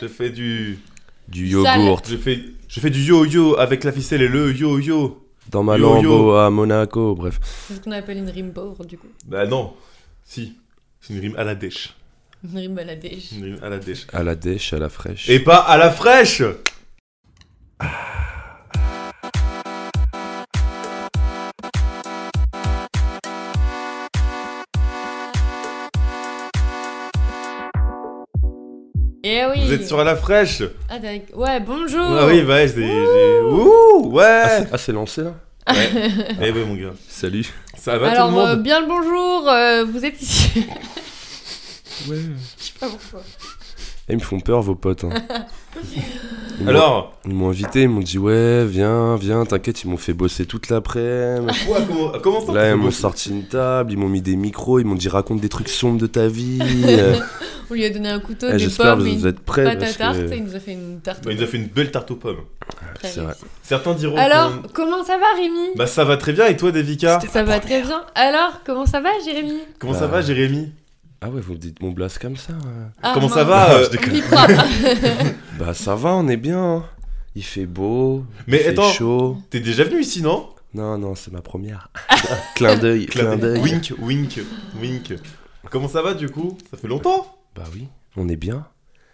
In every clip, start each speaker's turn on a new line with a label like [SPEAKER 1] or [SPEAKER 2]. [SPEAKER 1] Je fais du.
[SPEAKER 2] Du
[SPEAKER 3] Sale.
[SPEAKER 2] yogourt.
[SPEAKER 1] Je fais, je fais du yo-yo avec la ficelle et le yo-yo.
[SPEAKER 2] Dans ma
[SPEAKER 1] Yo-yo.
[SPEAKER 2] lambeau à Monaco, bref.
[SPEAKER 3] C'est ce qu'on appelle une rime pauvre, du coup.
[SPEAKER 1] Bah non, si. C'est une rime à la dèche.
[SPEAKER 3] Une rime à la dèche.
[SPEAKER 1] Une rime à la dèche.
[SPEAKER 2] À la dèche, à la fraîche.
[SPEAKER 1] Et pas à la fraîche
[SPEAKER 3] Eh oui
[SPEAKER 1] Vous êtes sur à la fraîche
[SPEAKER 3] Ah, t'as- Ouais, bonjour
[SPEAKER 1] Ah oui, bah ouais, j'ai. j'ai- Ouh
[SPEAKER 2] Ah,
[SPEAKER 1] Ouais
[SPEAKER 2] c'est- ah, c'est lancé là
[SPEAKER 1] Ouais. Eh ouais, mon gars.
[SPEAKER 2] Salut.
[SPEAKER 1] Ça va
[SPEAKER 3] Alors,
[SPEAKER 1] tout le
[SPEAKER 3] euh,
[SPEAKER 1] monde
[SPEAKER 3] bien le bonjour, euh, vous êtes ici. Je sais pas pourquoi.
[SPEAKER 2] Eh, ils me font peur, vos potes. hein.
[SPEAKER 3] euh,
[SPEAKER 2] Ils m'ont-
[SPEAKER 1] Alors
[SPEAKER 2] Ils m'ont invité, ils m'ont dit ouais, viens, viens, t'inquiète, ils m'ont fait bosser toute l'après-midi.
[SPEAKER 1] quoi, comment, comment ça
[SPEAKER 2] Là, ils m'ont sorti une table, ils m'ont mis des micros, ils m'ont dit raconte des trucs sombres de ta vie. Euh,
[SPEAKER 3] On lui a donné un couteau,
[SPEAKER 2] eh,
[SPEAKER 3] des
[SPEAKER 2] J'espère
[SPEAKER 3] pommes
[SPEAKER 2] que
[SPEAKER 3] et
[SPEAKER 2] vous
[SPEAKER 3] une
[SPEAKER 2] êtes prêts.
[SPEAKER 3] pâte à
[SPEAKER 2] parce que-
[SPEAKER 3] tarte et il nous a fait une tarte.
[SPEAKER 1] Bah, il nous a fait une belle tarte aux pommes.
[SPEAKER 3] très
[SPEAKER 2] c'est vrai.
[SPEAKER 3] réussie.
[SPEAKER 1] Certains diront.
[SPEAKER 3] Alors,
[SPEAKER 1] qu'on-
[SPEAKER 3] comment ça va, Rémi
[SPEAKER 1] Bah ça va très bien, et toi, Devika
[SPEAKER 3] Ça va très bien. Alors, comment ça va, Jérémy
[SPEAKER 1] Comment ça
[SPEAKER 2] Bah,
[SPEAKER 1] va, Jérémy
[SPEAKER 2] Ah ouais, vous me dites mon blast comme ça. hein.
[SPEAKER 3] Ah,
[SPEAKER 1] Comment ça
[SPEAKER 3] mince.
[SPEAKER 1] va euh,
[SPEAKER 2] Je déconne.
[SPEAKER 3] On y croit pas.
[SPEAKER 2] Bah ça va, on est bien. hein. Il fait beau,
[SPEAKER 1] Mais
[SPEAKER 2] il
[SPEAKER 1] attends.
[SPEAKER 2] fait chaud.
[SPEAKER 1] T'es déjà venu ici, non
[SPEAKER 2] Non, non, c'est ma première. clin d'œil, clin d'œil.
[SPEAKER 1] Wink, wink, wink. Comment ça va, du coup Ça fait longtemps
[SPEAKER 2] Bah oui, on est bien,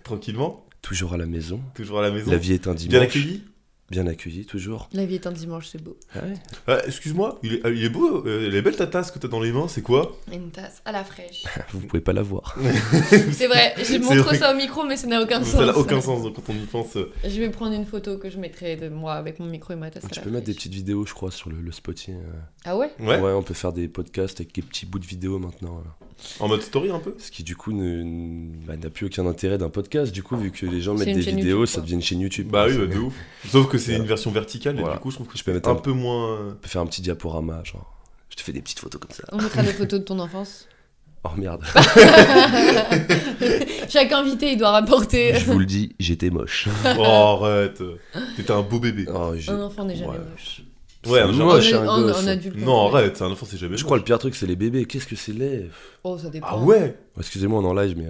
[SPEAKER 1] Tranquillement
[SPEAKER 2] toujours à la maison.
[SPEAKER 1] Toujours à la maison
[SPEAKER 2] La vie est un dimanche.
[SPEAKER 1] Bien accueilli
[SPEAKER 2] Bien accueilli, toujours.
[SPEAKER 3] La vie est un dimanche, c'est beau.
[SPEAKER 2] Ah ouais.
[SPEAKER 1] Euh, Excuse-moi, il, est- euh, il est beau, euh, elle est belle ta tasse que t'as dans les mains, c'est quoi
[SPEAKER 3] Une tasse à la fraîche.
[SPEAKER 2] Vous pouvez pas la voir.
[SPEAKER 3] C'est vrai, je
[SPEAKER 1] C'est
[SPEAKER 3] montre
[SPEAKER 1] vrai.
[SPEAKER 3] ça au micro, mais ça n'a aucun sens.
[SPEAKER 1] Ça n'a aucun sens donc, quand on y pense. euh.
[SPEAKER 3] Je vais prendre une photo que je mettrai de moi avec mon micro et ma tasse. à
[SPEAKER 2] Tu
[SPEAKER 3] la
[SPEAKER 2] peux mettre des
[SPEAKER 3] fraîche.
[SPEAKER 2] petites vidéos, je crois, sur le, le Spotify. euh.
[SPEAKER 3] Ah ouais
[SPEAKER 1] Ouais,
[SPEAKER 2] on peut faire des podcasts avec des petits bouts de vidéos maintenant. euh.
[SPEAKER 1] en mode story un peu.
[SPEAKER 2] Ce qui, du coup, ne- ne- bah, n'a plus aucun intérêt d'un podcast. Du coup, vu que les gens
[SPEAKER 3] C'est
[SPEAKER 2] mettent
[SPEAKER 3] une
[SPEAKER 2] des
[SPEAKER 3] chaîne
[SPEAKER 2] vidéos,
[SPEAKER 3] YouTube,
[SPEAKER 2] ça
[SPEAKER 3] quoi.
[SPEAKER 2] devient une chaîne YouTube.
[SPEAKER 1] Bah oui,
[SPEAKER 2] Ça-
[SPEAKER 1] bah, de ouf. Sauf que c'est
[SPEAKER 2] Voilà.
[SPEAKER 1] une version verticale, et
[SPEAKER 2] Voilà.
[SPEAKER 1] du coup, je trouve que
[SPEAKER 2] Je
[SPEAKER 1] je
[SPEAKER 2] peux
[SPEAKER 1] peux
[SPEAKER 2] mettre
[SPEAKER 1] un
[SPEAKER 2] un-
[SPEAKER 1] peu moins.
[SPEAKER 2] On peut faire un petit diaporama, genre. Je te fais des petites photos comme ça.
[SPEAKER 3] On mettra des photos de ton enfance.
[SPEAKER 2] Oh merde,
[SPEAKER 3] Chaque invité, il doit rapporter.
[SPEAKER 2] je vous le dis, j'étais moche.
[SPEAKER 1] Oh, arrête T'étais un beau bébé.
[SPEAKER 2] Oh, j'ai-
[SPEAKER 3] Un enfant n'est jamais
[SPEAKER 2] Ouais.
[SPEAKER 3] moche.
[SPEAKER 1] Ouais,
[SPEAKER 2] c'est
[SPEAKER 1] un genre-
[SPEAKER 2] moche,
[SPEAKER 3] en,
[SPEAKER 2] un
[SPEAKER 3] en-
[SPEAKER 2] gosse.
[SPEAKER 3] en adulte.
[SPEAKER 1] Non,
[SPEAKER 3] compris.
[SPEAKER 1] arrête, c'est un enfant, c'est jamais.
[SPEAKER 2] Je
[SPEAKER 1] bon.
[SPEAKER 2] crois le pire truc, c'est les bébés. Qu'est-ce que c'est laid
[SPEAKER 3] Oh, ça dépend.
[SPEAKER 1] Ah ouais
[SPEAKER 2] Oh, Excusez-moi, on est en live, mais.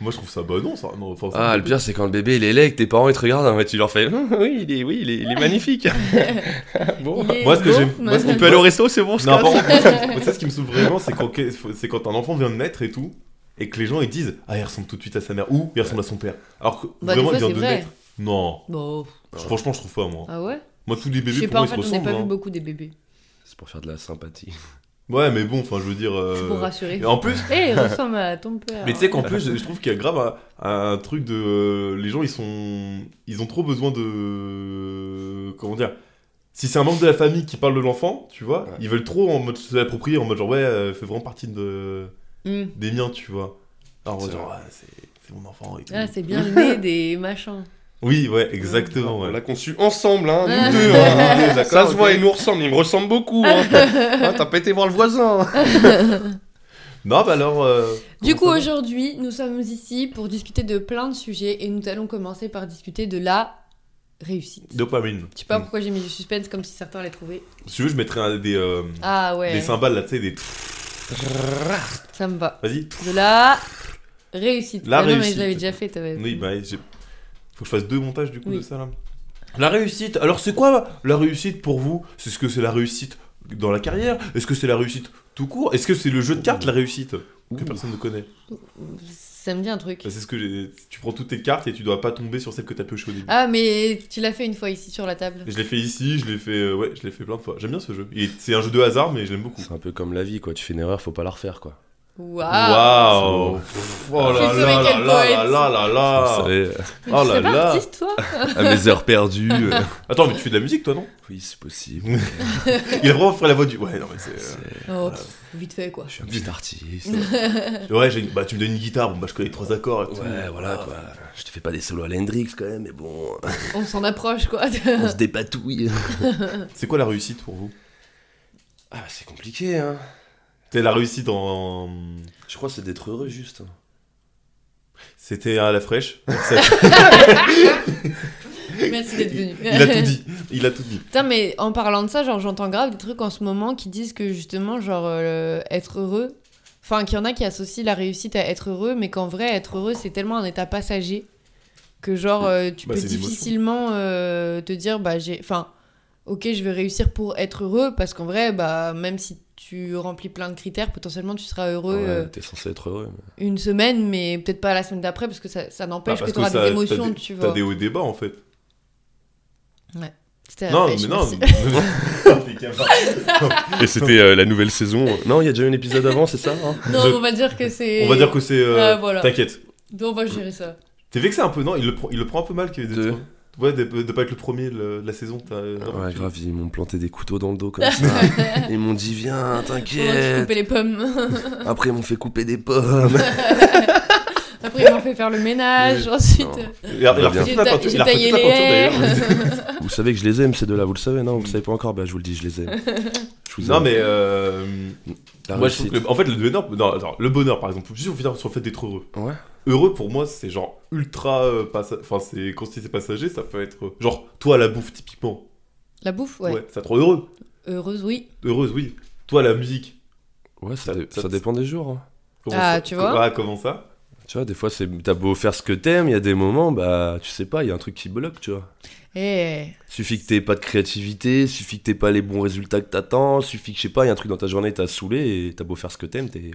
[SPEAKER 1] Moi, je trouve ça bah non, ça. Non, enfin, ça-
[SPEAKER 2] Ah, le pire, c'est quand le bébé il est laid et que tes parents ils te regardent, hein, et tu leur fais Hum, Oui, il est, oui, il est, il est magnifique. bon.
[SPEAKER 3] Il est
[SPEAKER 1] Moi, ce que
[SPEAKER 3] beau,
[SPEAKER 1] j'aime- moi, ce
[SPEAKER 3] mais-
[SPEAKER 1] qu'on peut aller au
[SPEAKER 2] resto, c'est bon,
[SPEAKER 1] Non, par contre, moi, tu sais, ce qui me saoule vraiment, c'est quand, c'est quand un enfant vient de naître et tout, et que les gens ils disent Ah, il ressemble tout de suite à sa mère, ou il ressemble à son père. Alors que
[SPEAKER 3] Bah, des
[SPEAKER 1] vraiment,
[SPEAKER 3] fois,
[SPEAKER 1] il vient
[SPEAKER 3] c'est
[SPEAKER 1] de
[SPEAKER 3] vrai.
[SPEAKER 1] naître. Non,
[SPEAKER 3] Bon.
[SPEAKER 1] je- franchement, je trouve pas, moi.
[SPEAKER 3] Ah ouais
[SPEAKER 1] Moi, tous les
[SPEAKER 3] Je
[SPEAKER 1] bébés,
[SPEAKER 3] sais
[SPEAKER 1] pour
[SPEAKER 3] pas, en
[SPEAKER 1] moi, ils
[SPEAKER 3] fait,
[SPEAKER 1] se
[SPEAKER 3] on n'a
[SPEAKER 1] ressemblent.
[SPEAKER 3] pas vu
[SPEAKER 1] hein.
[SPEAKER 3] beaucoup des bébés.
[SPEAKER 2] C'est pour faire de la sympathie.
[SPEAKER 1] Ouais, mais bon, enfin, je veux dire.
[SPEAKER 3] C'est pour
[SPEAKER 1] euh,
[SPEAKER 3] rassurer.
[SPEAKER 1] et En plus,
[SPEAKER 3] Eh, il ressemble à ton père.
[SPEAKER 1] mais tu sais qu'en plus, je je trouve qu'il y a grave un, un truc de. euh, Les gens, ils sont. Ils ont trop besoin de. Comment dire Si c'est un membre de la famille qui parle de l'enfant, tu vois,
[SPEAKER 2] Ouais.
[SPEAKER 1] ils veulent trop en mode se l'approprier, en mode genre, ouais, euh, fait vraiment partie de...
[SPEAKER 3] Hmm.
[SPEAKER 1] des miens, tu vois. Alors, on va
[SPEAKER 2] C'est
[SPEAKER 1] dire,
[SPEAKER 2] vrai.
[SPEAKER 1] ouais, c'est c'est mon enfant et tout.
[SPEAKER 3] Ah, c'est bien le nez des machins.
[SPEAKER 1] Oui, ouais, exactement. ouais.
[SPEAKER 2] l'a conçu ensemble, hein,
[SPEAKER 3] nous
[SPEAKER 1] deux, hein. Ça se voit, il
[SPEAKER 2] nous ressemble, il me ressemble beaucoup. hein. Ah, T'as pas été voir le voisin.
[SPEAKER 1] Non, bah alors. euh,
[SPEAKER 3] Du coup,
[SPEAKER 1] comment ça
[SPEAKER 3] aujourd'hui, nous sommes ici pour discuter de plein de sujets et nous allons commencer par discuter de la réussite.
[SPEAKER 1] va Dopamine.
[SPEAKER 3] Je sais pas
[SPEAKER 1] Mm.
[SPEAKER 3] pourquoi j'ai mis du suspense comme si certains allaient trouver.
[SPEAKER 1] Si tu veux, je mettrai un- des, euh,
[SPEAKER 3] Ah ouais,
[SPEAKER 1] Hmm. des cymbales là, tu sais, des. tff,
[SPEAKER 3] ça me va.
[SPEAKER 1] Vas-y. tff.
[SPEAKER 3] De la réussite.
[SPEAKER 1] La
[SPEAKER 3] Ah Non, mais
[SPEAKER 1] réussite.
[SPEAKER 3] je l'avais déjà fait, t'avais.
[SPEAKER 1] Oui, bah, j'ai- faut que je fasse deux montages du coup
[SPEAKER 3] Euh, Oui.
[SPEAKER 1] de ça là. La réussite. Alors, c'est quoi la réussite pour vous C'est ce que c'est la réussite dans la carrière Est-ce que c'est la réussite tout court Est-ce que c'est le jeu de cartes, la réussite Que personne ne connaît.
[SPEAKER 3] Ça me dit un truc.
[SPEAKER 1] Bah, c'est ce que j'ai- Tu prends toutes tes cartes et tu dois pas tomber sur celle que t'as pioché au début.
[SPEAKER 3] Ah, mais tu l'as fait une fois ici sur la table.
[SPEAKER 1] Je l'ai fait ici, je l'ai fait, euh, ouais, je l'ai fait plein de fois. J'aime bien ce jeu. Il est- C'est un jeu de hasard, mais je l'aime beaucoup.
[SPEAKER 2] C'est un peu comme la vie, quoi. Tu fais une erreur, faut pas la refaire, quoi.
[SPEAKER 3] Waouh
[SPEAKER 1] Waouh! Oh
[SPEAKER 3] Je
[SPEAKER 1] là
[SPEAKER 3] savais
[SPEAKER 1] là là
[SPEAKER 3] quel
[SPEAKER 1] là
[SPEAKER 3] poète.
[SPEAKER 1] là là
[SPEAKER 2] Vous
[SPEAKER 1] là!
[SPEAKER 2] savez, euh,
[SPEAKER 3] Tu
[SPEAKER 1] Oh là
[SPEAKER 3] sais pas
[SPEAKER 1] là.
[SPEAKER 3] artiste, toi
[SPEAKER 2] à mes heures perdues. euh.
[SPEAKER 1] Attends, mais tu fais de la musique toi non?
[SPEAKER 2] Oui, c'est possible.
[SPEAKER 1] Il a vraiment fait la voix du. Ouais, non mais c'est. euh,
[SPEAKER 2] C'est-
[SPEAKER 3] Oh, pff, vite fait, quoi.
[SPEAKER 2] Je suis un petit artiste.
[SPEAKER 1] Ouais, j'ai une- bah, tu me donnes une guitare, bon bah je connais trois accords et tout. Ah.
[SPEAKER 2] Ouais, voilà, quoi. Je te fais pas des solos à l'Hendrix, quand même, mais bon,
[SPEAKER 3] On s'en approche, quoi.
[SPEAKER 2] on se dépatouille.
[SPEAKER 1] C'est quoi la réussite pour vous?
[SPEAKER 2] Ah, bah, c'est compliqué, hein.
[SPEAKER 1] C'était la réussite en.
[SPEAKER 2] Je crois que c'est d'être heureux, juste.
[SPEAKER 1] C'était à la fraîche.
[SPEAKER 3] Merci d'être venu.
[SPEAKER 1] Il a tout dit. Il a tout dit.
[SPEAKER 3] Putain, mais en parlant de ça, genre j'entends grave des trucs en ce moment qui disent que justement, genre euh, être heureux, enfin qu'il y en a qui associent la réussite à être heureux, mais qu'en vrai, être heureux, c'est tellement un état passager que genre euh, tu
[SPEAKER 1] Bah,
[SPEAKER 3] peux
[SPEAKER 1] c'est l'émotion.
[SPEAKER 3] difficilement euh, te dire bah j'ai enfin ok je vais réussir pour être heureux parce qu'en vrai bah même si tu remplis plein de critères potentiellement tu seras heureux
[SPEAKER 2] Ouais,
[SPEAKER 3] euh,
[SPEAKER 2] T'es censé être heureux. mais-
[SPEAKER 3] une semaine mais peut-être pas la semaine d'après parce que ça, ça n'empêche
[SPEAKER 1] Bah, parce
[SPEAKER 3] que tu auras
[SPEAKER 1] ça- t'as
[SPEAKER 3] des émotions
[SPEAKER 1] des-
[SPEAKER 3] tu
[SPEAKER 1] T'as
[SPEAKER 3] vois
[SPEAKER 1] des hauts et des bas, en fait.
[SPEAKER 3] C'était
[SPEAKER 1] Non,
[SPEAKER 3] rafraîchi,
[SPEAKER 1] mais non.
[SPEAKER 3] merci.
[SPEAKER 1] Les cafards.
[SPEAKER 2] Et c'était euh, la nouvelle saison. Non, il y a déjà un épisode avant, c'est ça hein
[SPEAKER 3] Non,
[SPEAKER 1] Je-
[SPEAKER 3] on va dire que c'est
[SPEAKER 1] On va dire que c'est. euh,
[SPEAKER 3] Ouais, voilà.
[SPEAKER 1] T'inquiète.
[SPEAKER 3] Donc, on va gérer ça
[SPEAKER 1] T'es vexé un peu, non il le, prend, il le prend un peu mal qu'il y ait des
[SPEAKER 2] De- Ah
[SPEAKER 1] trucs. Ouais, de, de pas être le premier le- de la saison. t'as-
[SPEAKER 2] Ouais, grave, ils m'ont planté des couteaux dans le dos comme ça. Ils m'ont dit, viens,
[SPEAKER 3] Pendant
[SPEAKER 2] t'inquiète.
[SPEAKER 3] couper les pommes
[SPEAKER 2] Après, ils m'ont fait couper des pommes.
[SPEAKER 3] après ils m'ont fait faire le ménage ensuite
[SPEAKER 2] Non.
[SPEAKER 1] Il a- il a
[SPEAKER 2] J'ai
[SPEAKER 1] refait
[SPEAKER 3] j'ai
[SPEAKER 1] toute la
[SPEAKER 3] ta-
[SPEAKER 1] peinture,
[SPEAKER 3] j'ai
[SPEAKER 1] il a refait
[SPEAKER 3] taillé
[SPEAKER 1] toute
[SPEAKER 3] les
[SPEAKER 1] la peinture, d'ailleurs.
[SPEAKER 3] haies
[SPEAKER 2] Vous savez que je les aime, ces deux-là, vous le savez, non Vous le savez pas encore Bah, je vous le dis, je les aime. Je vous
[SPEAKER 1] Non,
[SPEAKER 2] aime.
[SPEAKER 1] mais. euh,
[SPEAKER 2] La
[SPEAKER 1] moi, je trouve
[SPEAKER 2] réussite.
[SPEAKER 1] que. En fait, le bonheur. non, attends, le bonheur, par exemple. Juste, on finit sur le fait d'être heureux.
[SPEAKER 2] Ouais.
[SPEAKER 1] Heureux, pour moi, c'est genre ultra. euh, passa- Enfin, c'est quand c'est passager, ça peut être. euh, Genre, toi, à la bouffe, typiquement.
[SPEAKER 3] la bouffe
[SPEAKER 1] Ouais.
[SPEAKER 3] ouais
[SPEAKER 1] ça te rend heureux.
[SPEAKER 3] heureuse oui
[SPEAKER 1] Heureuse, oui. Toi, la musique.
[SPEAKER 2] Ouais,
[SPEAKER 1] Ça-
[SPEAKER 2] ça, dé-
[SPEAKER 1] ça-
[SPEAKER 2] ça dépend des jours. hein.
[SPEAKER 1] Comment
[SPEAKER 3] Ah,
[SPEAKER 1] ça-
[SPEAKER 3] tu
[SPEAKER 1] co-
[SPEAKER 3] vois
[SPEAKER 1] Ah, comment ça
[SPEAKER 2] Tu vois, des fois, c'est t'as beau faire ce que t'aimes, il y a des moments, bah, tu sais pas, il y a un truc qui bloque, tu vois.
[SPEAKER 3] et
[SPEAKER 2] Suffit que t'aies pas de créativité, suffit que t'aies pas les bons résultats que t'attends, suffit que, je sais pas, il y a un truc dans ta journée, t'as saoulé, et t'as beau faire ce que t'aimes, t'es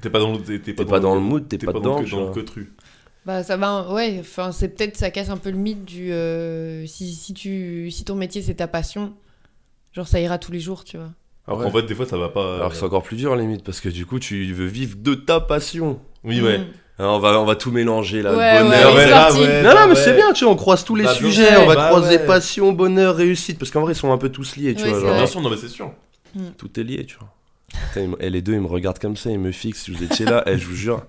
[SPEAKER 1] T'es pas dans le. T'es
[SPEAKER 2] t'es pas dans le mood, t'es
[SPEAKER 1] T'es
[SPEAKER 2] pas dedans,
[SPEAKER 1] le-
[SPEAKER 2] tu
[SPEAKER 1] dans le
[SPEAKER 2] vois.
[SPEAKER 1] cotru.
[SPEAKER 3] Bah ça va, ouais, enfin c'est peut-être ça casse un peu le mythe du euh, si, si tu si ton métier c'est ta passion, genre ça ira tous les jours, tu vois.
[SPEAKER 1] Alors
[SPEAKER 2] Ouais.
[SPEAKER 1] qu'en fait, des fois, ça va pas.
[SPEAKER 2] Alors que c'est encore plus dur, limite, parce que du coup, tu veux vivre de ta passion.
[SPEAKER 1] Oui, ouais.
[SPEAKER 3] Mm.
[SPEAKER 2] Alors, Hein, on, va, on va tout mélanger, là,
[SPEAKER 3] Euh, Ouais,
[SPEAKER 1] Ah
[SPEAKER 2] bonheur
[SPEAKER 3] ouais,
[SPEAKER 2] et-
[SPEAKER 3] là,
[SPEAKER 2] Non, non, mais c'est bien, tu vois, on croise tous les
[SPEAKER 1] Bah, bien
[SPEAKER 2] sujets,
[SPEAKER 3] sûr,
[SPEAKER 2] on va
[SPEAKER 1] bah
[SPEAKER 2] croiser
[SPEAKER 1] ouais.
[SPEAKER 2] passion, bonheur, réussite, parce qu'en vrai, ils sont un peu tous liés, tu
[SPEAKER 3] Ouais,
[SPEAKER 2] vois.
[SPEAKER 3] c'est
[SPEAKER 2] genre,
[SPEAKER 3] vrai.
[SPEAKER 1] Bien sûr, non, mais c'est sûr.
[SPEAKER 2] tout est lié, tu vois. Putain, ils me- eh, les deux, ils me regardent comme ça, ils me fixent. Vous étiez là, eh, je vous jure.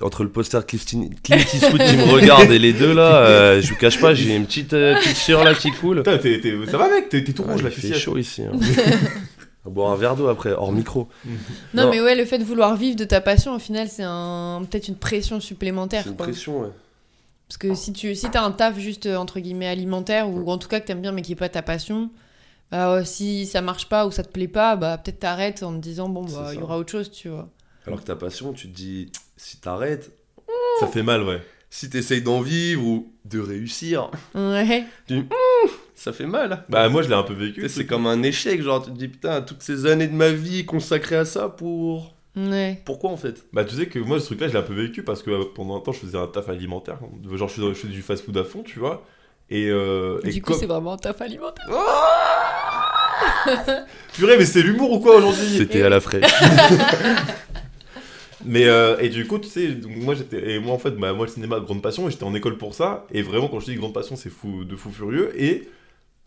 [SPEAKER 2] Entre le poster de Clifton- Clint Eastwood qui me regarde et les deux là, euh, je vous cache pas, j'ai une petite, euh, petite sueur là qui coule.
[SPEAKER 1] Putain, t'es- t'es- ça va, mec T'es t'es tout
[SPEAKER 2] Ah,
[SPEAKER 1] rouge,
[SPEAKER 2] il
[SPEAKER 1] là,
[SPEAKER 2] fait
[SPEAKER 1] fille.
[SPEAKER 2] chaud ici. hein. On va boire un verre d'eau après, hors micro.
[SPEAKER 3] Non,
[SPEAKER 2] Non.
[SPEAKER 3] mais ouais, le fait de vouloir vivre de ta passion, au final c'est un peut-être une pression supplémentaire. quoi.
[SPEAKER 2] pression, ouais.
[SPEAKER 3] Parce que si tu si t'as un taf juste euh, entre guillemets alimentaire ou en tout cas que t'aimes bien mais qui est pas ta passion, bah euh, si ça marche pas ou ça te plaît pas, bah peut-être t'arrêtes en te disant bon
[SPEAKER 2] C'est
[SPEAKER 3] bah il y
[SPEAKER 2] ça.
[SPEAKER 3] aura autre chose, tu vois.
[SPEAKER 2] Alors que ta passion, tu te dis, si t'arrêtes,
[SPEAKER 1] Ça fait mal, ouais.
[SPEAKER 2] si t'essayes d'en vivre ou de réussir,
[SPEAKER 3] Ouais.
[SPEAKER 2] ça fait mal.
[SPEAKER 1] Bah, moi, je l'ai un peu
[SPEAKER 2] Tu
[SPEAKER 1] vécu.
[SPEAKER 2] sais, c'est comme un échec, genre tu te dis, putain, toutes ces années de ma vie consacrées à ça pour.
[SPEAKER 3] Ouais.
[SPEAKER 2] Pourquoi en fait
[SPEAKER 1] Bah, tu sais que moi, ce truc-là, je l'ai un peu vécu parce que euh, pendant un temps, je faisais un taf alimentaire. Genre, je faisais, je faisais du fast-food à fond, tu vois. Et, euh, et
[SPEAKER 3] Du coup,
[SPEAKER 1] comme-
[SPEAKER 3] c'est vraiment un taf alimentaire.
[SPEAKER 1] Purée, mais c'est l'humour ou quoi aujourd'hui
[SPEAKER 2] C'était à la fraîche.
[SPEAKER 1] Mais euh, et du coup, tu sais, donc moi j'étais et moi en fait, bah, moi le cinéma grande passion et j'étais en école pour ça. Et vraiment, quand je dis grande passion, c'est fou de fou furieux. Et,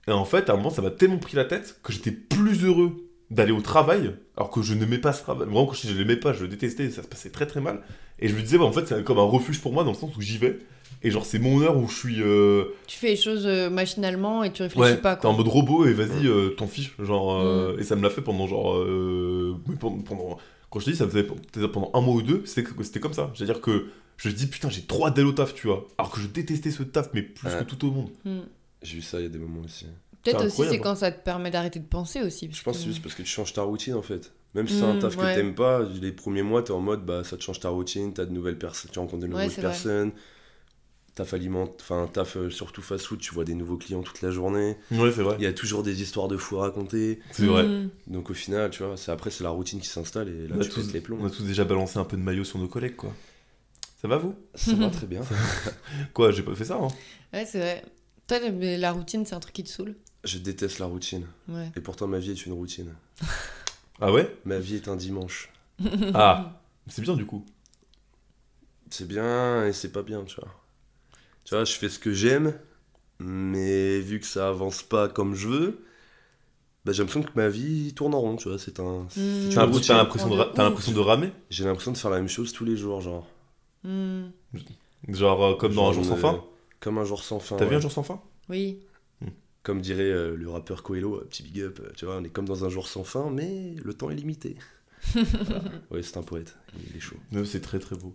[SPEAKER 1] et en fait, à un moment, ça m'a tellement pris la tête que j'étais plus heureux d'aller au travail alors que je n'aimais pas ce travail. Vraiment, quand je dis je l'aimais pas, je le détestais, ça se passait très très mal. Et je me disais, bah, en fait, c'est comme un refuge pour moi dans le sens où j'y vais. Et genre, c'est mon heure où je suis. euh,
[SPEAKER 3] Tu fais les choses euh, machinalement et tu réfléchis
[SPEAKER 1] Ouais,
[SPEAKER 3] pas.
[SPEAKER 1] t'es
[SPEAKER 3] Quoi.
[SPEAKER 1] en mode robot et vas-y, euh, t'en fiches. Genre,
[SPEAKER 2] Mm.
[SPEAKER 1] euh, Et ça me l'a fait pendant genre. euh, mais pendant, pendant- quand je te dis, ça faisait peut-être pendant un mois ou deux, c'était que- c'était comme ça. C'est-à-dire que je me dis, putain, j'ai trois dalles au taf, tu vois. Alors que je détestais ce taf, mais plus
[SPEAKER 2] Ouais.
[SPEAKER 1] que tout au monde.
[SPEAKER 3] Mm.
[SPEAKER 2] J'ai vu ça il y a des moments aussi.
[SPEAKER 3] Peut-être
[SPEAKER 1] C'est
[SPEAKER 3] aussi c'est
[SPEAKER 1] incroyable.
[SPEAKER 3] quand ça te permet d'arrêter de penser aussi. parce
[SPEAKER 2] Je pense que c'est
[SPEAKER 3] que-
[SPEAKER 2] juste parce que tu changes ta routine en fait. Même si c'est un
[SPEAKER 3] Mm,
[SPEAKER 2] taf
[SPEAKER 3] ouais.
[SPEAKER 2] que t'aimes pas, les premiers mois t'es en mode bah ça te change ta routine, t'as de nouvelles personnes, tu rencontres des
[SPEAKER 3] Ouais,
[SPEAKER 2] nouvelles
[SPEAKER 3] c'est vrai.
[SPEAKER 2] personnes. Taf aliment, enfin taf euh, surtout fast food, tu vois des nouveaux clients toute la journée.
[SPEAKER 1] Ouais, c'est vrai.
[SPEAKER 2] Il y a toujours des histoires de fous à raconter.
[SPEAKER 1] C'est vrai.
[SPEAKER 3] Mm.
[SPEAKER 2] Donc au final, tu vois, c'est après c'est la routine qui s'installe et là
[SPEAKER 1] On a,
[SPEAKER 2] tu pètes
[SPEAKER 1] tous,
[SPEAKER 2] les
[SPEAKER 1] on
[SPEAKER 2] plombs.
[SPEAKER 1] a tous déjà balancé un peu de maillot sur nos collègues, quoi. Ça va, vous
[SPEAKER 2] Ça va très bien.
[SPEAKER 1] Quoi, j'ai pas fait ça, hein
[SPEAKER 3] Ouais, c'est vrai. Toi, t'as- mais la routine, c'est un truc qui te saoule.
[SPEAKER 2] Je déteste la routine.
[SPEAKER 3] Ouais.
[SPEAKER 2] Et pourtant ma vie est une routine.
[SPEAKER 1] Ah ouais
[SPEAKER 2] Ma vie est un dimanche.
[SPEAKER 1] Ah C'est bien, du coup.
[SPEAKER 2] c'est bien et c'est pas bien, tu vois. Tu vois, je fais ce que j'aime, mais vu que ça avance pas comme je veux, bah, j'ai l'impression que ma vie tourne en rond, tu vois. C'est un. c'est
[SPEAKER 3] Mm.
[SPEAKER 2] une
[SPEAKER 1] T'as l'impression-
[SPEAKER 2] routine.
[SPEAKER 1] t'as l'impression de, ra-
[SPEAKER 3] Ouf.
[SPEAKER 1] t'as l'impression de ramer
[SPEAKER 2] J'ai l'impression de faire la même chose tous les jours, genre.
[SPEAKER 3] Mm.
[SPEAKER 1] Genre, euh, comme dans Un
[SPEAKER 2] Genre,
[SPEAKER 1] jour sans
[SPEAKER 2] euh,
[SPEAKER 1] fin
[SPEAKER 2] Comme un jour sans fin.
[SPEAKER 1] T'as vu
[SPEAKER 2] ouais.
[SPEAKER 1] Un jour sans fin
[SPEAKER 3] Oui.
[SPEAKER 2] Comme dirait euh, le rappeur Coelho, euh, petit big up, euh, tu vois, on est comme dans un jour sans fin, mais le temps est limité. Voilà. Ouais, c'est un poète, il est chaud.
[SPEAKER 1] Euh, C'est très très beau.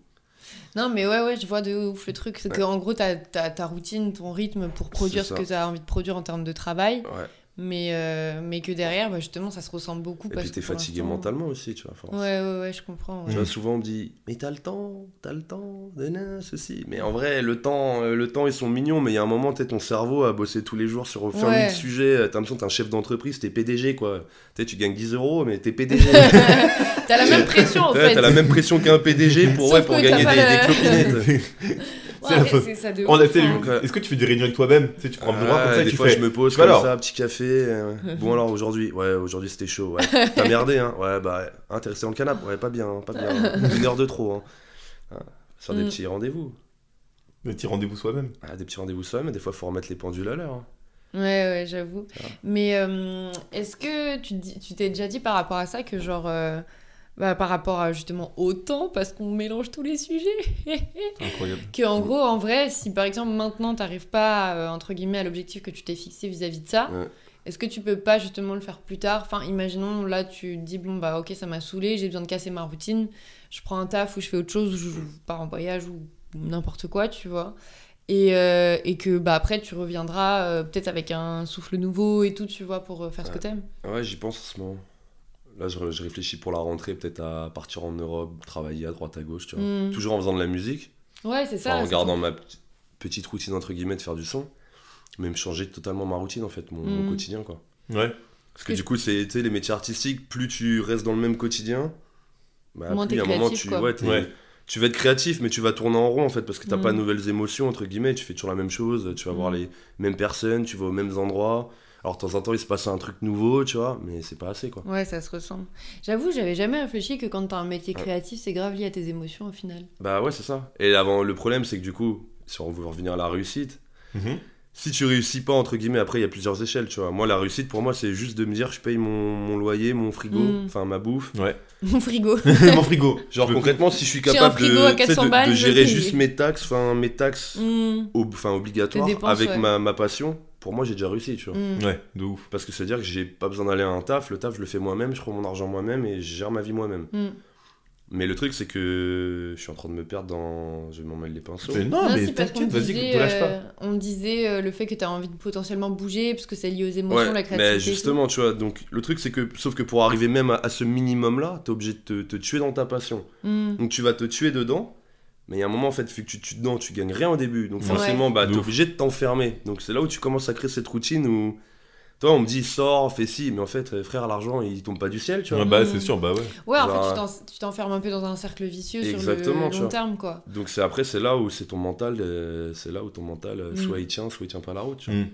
[SPEAKER 3] Non, mais ouais, ouais, je vois de ouf le truc. C'est
[SPEAKER 2] Ouais.
[SPEAKER 3] que en gros, t'as t'as ta routine, ton rythme pour produire
[SPEAKER 2] C'est
[SPEAKER 3] ce
[SPEAKER 2] ça.
[SPEAKER 3] que t'as envie de produire en termes de travail.
[SPEAKER 2] Ouais.
[SPEAKER 3] Mais, euh, mais que derrière, bah, justement, ça se ressemble beaucoup.
[SPEAKER 2] Et
[SPEAKER 3] parce
[SPEAKER 2] puis
[SPEAKER 3] que
[SPEAKER 2] t'es
[SPEAKER 3] pour
[SPEAKER 2] fatigué
[SPEAKER 3] l'instant-
[SPEAKER 2] mentalement aussi, tu vois. à force.
[SPEAKER 3] Ouais, ouais, ouais, je comprends. ouais.
[SPEAKER 2] Tu vois, souvent on me dit, mais t'as le temps, t'as le temps, de nain, ceci. Mais en vrai, le temps, euh, le temps, ils sont mignons, mais il y a un moment, t'es ton cerveau à bosser tous les jours sur au
[SPEAKER 3] Ouais.
[SPEAKER 2] de sujets. euh, T'as l'impression que t'es un chef d'entreprise, t'es PDG, quoi. Tu sais, tu gagnes 10 euros, mais t'es PDG.
[SPEAKER 3] T'as la même pression en
[SPEAKER 2] Ouais,
[SPEAKER 3] fait.
[SPEAKER 2] t'as la même pression qu'un PDG pour,
[SPEAKER 3] Sauf
[SPEAKER 2] ouais, pour
[SPEAKER 3] que
[SPEAKER 2] gagner
[SPEAKER 3] t'as
[SPEAKER 2] des,
[SPEAKER 3] pas
[SPEAKER 2] des
[SPEAKER 3] le-
[SPEAKER 1] Ah,
[SPEAKER 2] clopinettes.
[SPEAKER 3] Ouais,
[SPEAKER 1] C'est la
[SPEAKER 3] mais
[SPEAKER 1] faute.
[SPEAKER 3] c'est ça de
[SPEAKER 1] On a
[SPEAKER 3] ouf,
[SPEAKER 1] fait les-
[SPEAKER 3] hein.
[SPEAKER 2] ouais.
[SPEAKER 1] Est-ce que tu fais des réunions avec toi-même Tu sais, tu prends le droit
[SPEAKER 2] Ah,
[SPEAKER 1] comme ça et
[SPEAKER 2] euh, des
[SPEAKER 1] tu
[SPEAKER 2] fois,
[SPEAKER 1] fais.
[SPEAKER 2] je me pose
[SPEAKER 1] tu vois,
[SPEAKER 2] comme
[SPEAKER 1] alors-
[SPEAKER 2] ça, petit café. euh, Bon, alors aujourd'hui, ouais, aujourd'hui c'était chaud. Ouais. T'as merdé, hein Ouais, bah, hein, t'es resté dans le canapé. Ouais, pas bien, hein, pas bien. hein. Une heure de trop. Hein. Ah, Faire des
[SPEAKER 3] Mm.
[SPEAKER 2] petits rendez-vous.
[SPEAKER 1] Le petit rendez-vous soi-même.
[SPEAKER 2] Ah, des petits rendez-vous soi-même, des fois, faut remettre les pendules à l'heure. hein.
[SPEAKER 3] Ouais, ouais, j'avoue.
[SPEAKER 2] Ah.
[SPEAKER 3] Mais euh, est-ce que tu dis- tu t'es déjà dit par rapport à ça que genre. euh, bah, par rapport à justement au temps, parce qu'on mélange tous les sujets.
[SPEAKER 1] Incroyable.
[SPEAKER 3] que en gros, en vrai, si par exemple maintenant t'arrives pas euh, entre guillemets à l'objectif que tu t'es fixé vis-à-vis de ça,
[SPEAKER 2] Ouais.
[SPEAKER 3] est-ce que tu peux pas justement le faire plus tard Enfin, imaginons là, tu te dis bon bah ok, ça m'a saoulé, j'ai besoin de casser ma routine, je prends un taf ou je fais autre chose, ou je pars en voyage ou n'importe quoi, tu vois. Et, euh, et que bah après tu reviendras euh, peut-être avec un souffle nouveau et tout, tu vois, pour euh, faire ce que
[SPEAKER 2] Ouais.
[SPEAKER 3] t'aimes.
[SPEAKER 2] Ouais, j'y pense en ce moment. Là, je, je réfléchis pour la rentrée, peut-être à partir en Europe, travailler à droite à gauche, tu vois.
[SPEAKER 3] Mm.
[SPEAKER 2] Toujours en faisant de la musique,
[SPEAKER 3] Ouais, c'est ça.
[SPEAKER 2] enfin, en
[SPEAKER 3] c'est
[SPEAKER 2] gardant ma p'ti- petite routine, entre guillemets, de faire du son, mais me changer totalement ma routine, en fait, mon, mon
[SPEAKER 3] Mm.
[SPEAKER 2] quotidien, quoi.
[SPEAKER 1] Ouais.
[SPEAKER 2] Parce que du coup, c'est tu sais, les métiers artistiques, plus tu restes dans le même quotidien, bah,
[SPEAKER 3] Moins
[SPEAKER 2] plus
[SPEAKER 3] t'es
[SPEAKER 2] à un moment,
[SPEAKER 3] créatif,
[SPEAKER 2] tu,
[SPEAKER 3] quoi.
[SPEAKER 2] ouais, t'es-
[SPEAKER 1] Ouais.
[SPEAKER 2] tu vas être créatif, mais tu vas tourner en rond, en fait, parce que t'as
[SPEAKER 3] Mm.
[SPEAKER 2] pas de nouvelles émotions, entre guillemets, tu fais toujours la même chose, tu vas voir
[SPEAKER 3] Mm.
[SPEAKER 2] les mêmes personnes, tu vas aux mêmes endroits. Alors, de temps en temps, il se passe un truc nouveau, tu vois, mais c'est pas assez, quoi.
[SPEAKER 3] Ouais, ça se ressemble. J'avoue, j'avais jamais réfléchi que quand t'as un métier
[SPEAKER 2] Ouais.
[SPEAKER 3] créatif, c'est grave lié à tes émotions au final.
[SPEAKER 2] Bah ouais, c'est ça. Et avant, le problème, c'est que du coup, si on veut revenir à la réussite,
[SPEAKER 1] Mhm.
[SPEAKER 2] si tu réussis pas, entre guillemets, après, il y a plusieurs échelles, tu vois. Moi, la réussite, pour moi, c'est juste de me dire, je paye mon, mon loyer, mon frigo,
[SPEAKER 3] Mm.
[SPEAKER 2] enfin, ma bouffe.
[SPEAKER 3] Mon frigo.
[SPEAKER 1] Mon frigo.
[SPEAKER 2] Genre,
[SPEAKER 1] Je veux-
[SPEAKER 2] concrètement, si je suis
[SPEAKER 3] J'ai un
[SPEAKER 2] capable de,
[SPEAKER 3] frigo à
[SPEAKER 2] tu sais,
[SPEAKER 3] 400
[SPEAKER 2] de- de,
[SPEAKER 3] balles, je
[SPEAKER 2] gérer
[SPEAKER 3] paye.
[SPEAKER 2] juste mes taxes, enfin, mes taxes
[SPEAKER 3] Mm,
[SPEAKER 1] Mmh.
[SPEAKER 2] ob- enfin, obligatoires
[SPEAKER 3] Tes dépenses,
[SPEAKER 2] avec
[SPEAKER 3] ouais.
[SPEAKER 2] ma, ma passion, pour moi, j'ai déjà réussi, tu vois.
[SPEAKER 3] mm.
[SPEAKER 1] Ouais, de ouf.
[SPEAKER 2] Parce que c'est-à-dire que j'ai pas besoin d'aller à un taf, le taf, je le fais moi-même, je prends mon argent moi-même et je gère ma vie moi-même.
[SPEAKER 3] Mm.
[SPEAKER 2] Mais le truc, c'est que je suis en train de me perdre dans. Je m'en mêle les pinceaux.
[SPEAKER 1] C'est-
[SPEAKER 3] Non,
[SPEAKER 1] Non, mais
[SPEAKER 3] si, parce qu'on
[SPEAKER 1] t'inquiète, vas-y,
[SPEAKER 3] disait,
[SPEAKER 1] te lâche pas.
[SPEAKER 3] euh, on disait euh, le fait que tu as envie de potentiellement bouger parce que c'est lié aux émotions, la créativité.
[SPEAKER 2] mais
[SPEAKER 3] et tout.
[SPEAKER 2] justement, tu vois, donc le truc c'est que, sauf que pour arriver même à, à ce minimum-là, t'es obligé de te, te tuer dans ta passion.
[SPEAKER 3] Mm.
[SPEAKER 2] Donc tu vas te tuer dedans, mais il y a un moment en fait, vu que tu te tues dedans, tu gagnes rien au début. Donc
[SPEAKER 1] Ouais.
[SPEAKER 2] forcément, bah,
[SPEAKER 1] De
[SPEAKER 2] t'es
[SPEAKER 1] ouf.
[SPEAKER 2] obligé de t'enfermer. Donc c'est là où tu commences à créer cette routine où, toi, on me dit sors, fais ci, mais en fait, euh, frère, l'argent il tombe pas du ciel, tu vois.
[SPEAKER 3] euh,
[SPEAKER 1] Ouais, bah, c'est sûr, bah ouais.
[SPEAKER 3] Ouais, en
[SPEAKER 2] Genre,
[SPEAKER 3] fait, tu
[SPEAKER 2] euh,
[SPEAKER 3] t'en- tu t'enfermes un peu dans un cercle vicieux
[SPEAKER 2] Exactement,
[SPEAKER 3] sur
[SPEAKER 2] tu
[SPEAKER 3] le long
[SPEAKER 2] vois.
[SPEAKER 3] terme, quoi.
[SPEAKER 2] Donc c'est après, c'est là où c'est ton mental, euh, c'est là où ton mental, euh,
[SPEAKER 3] Mm.
[SPEAKER 2] soit il tient, soit il tient pas la route, tu vois.
[SPEAKER 1] Mm.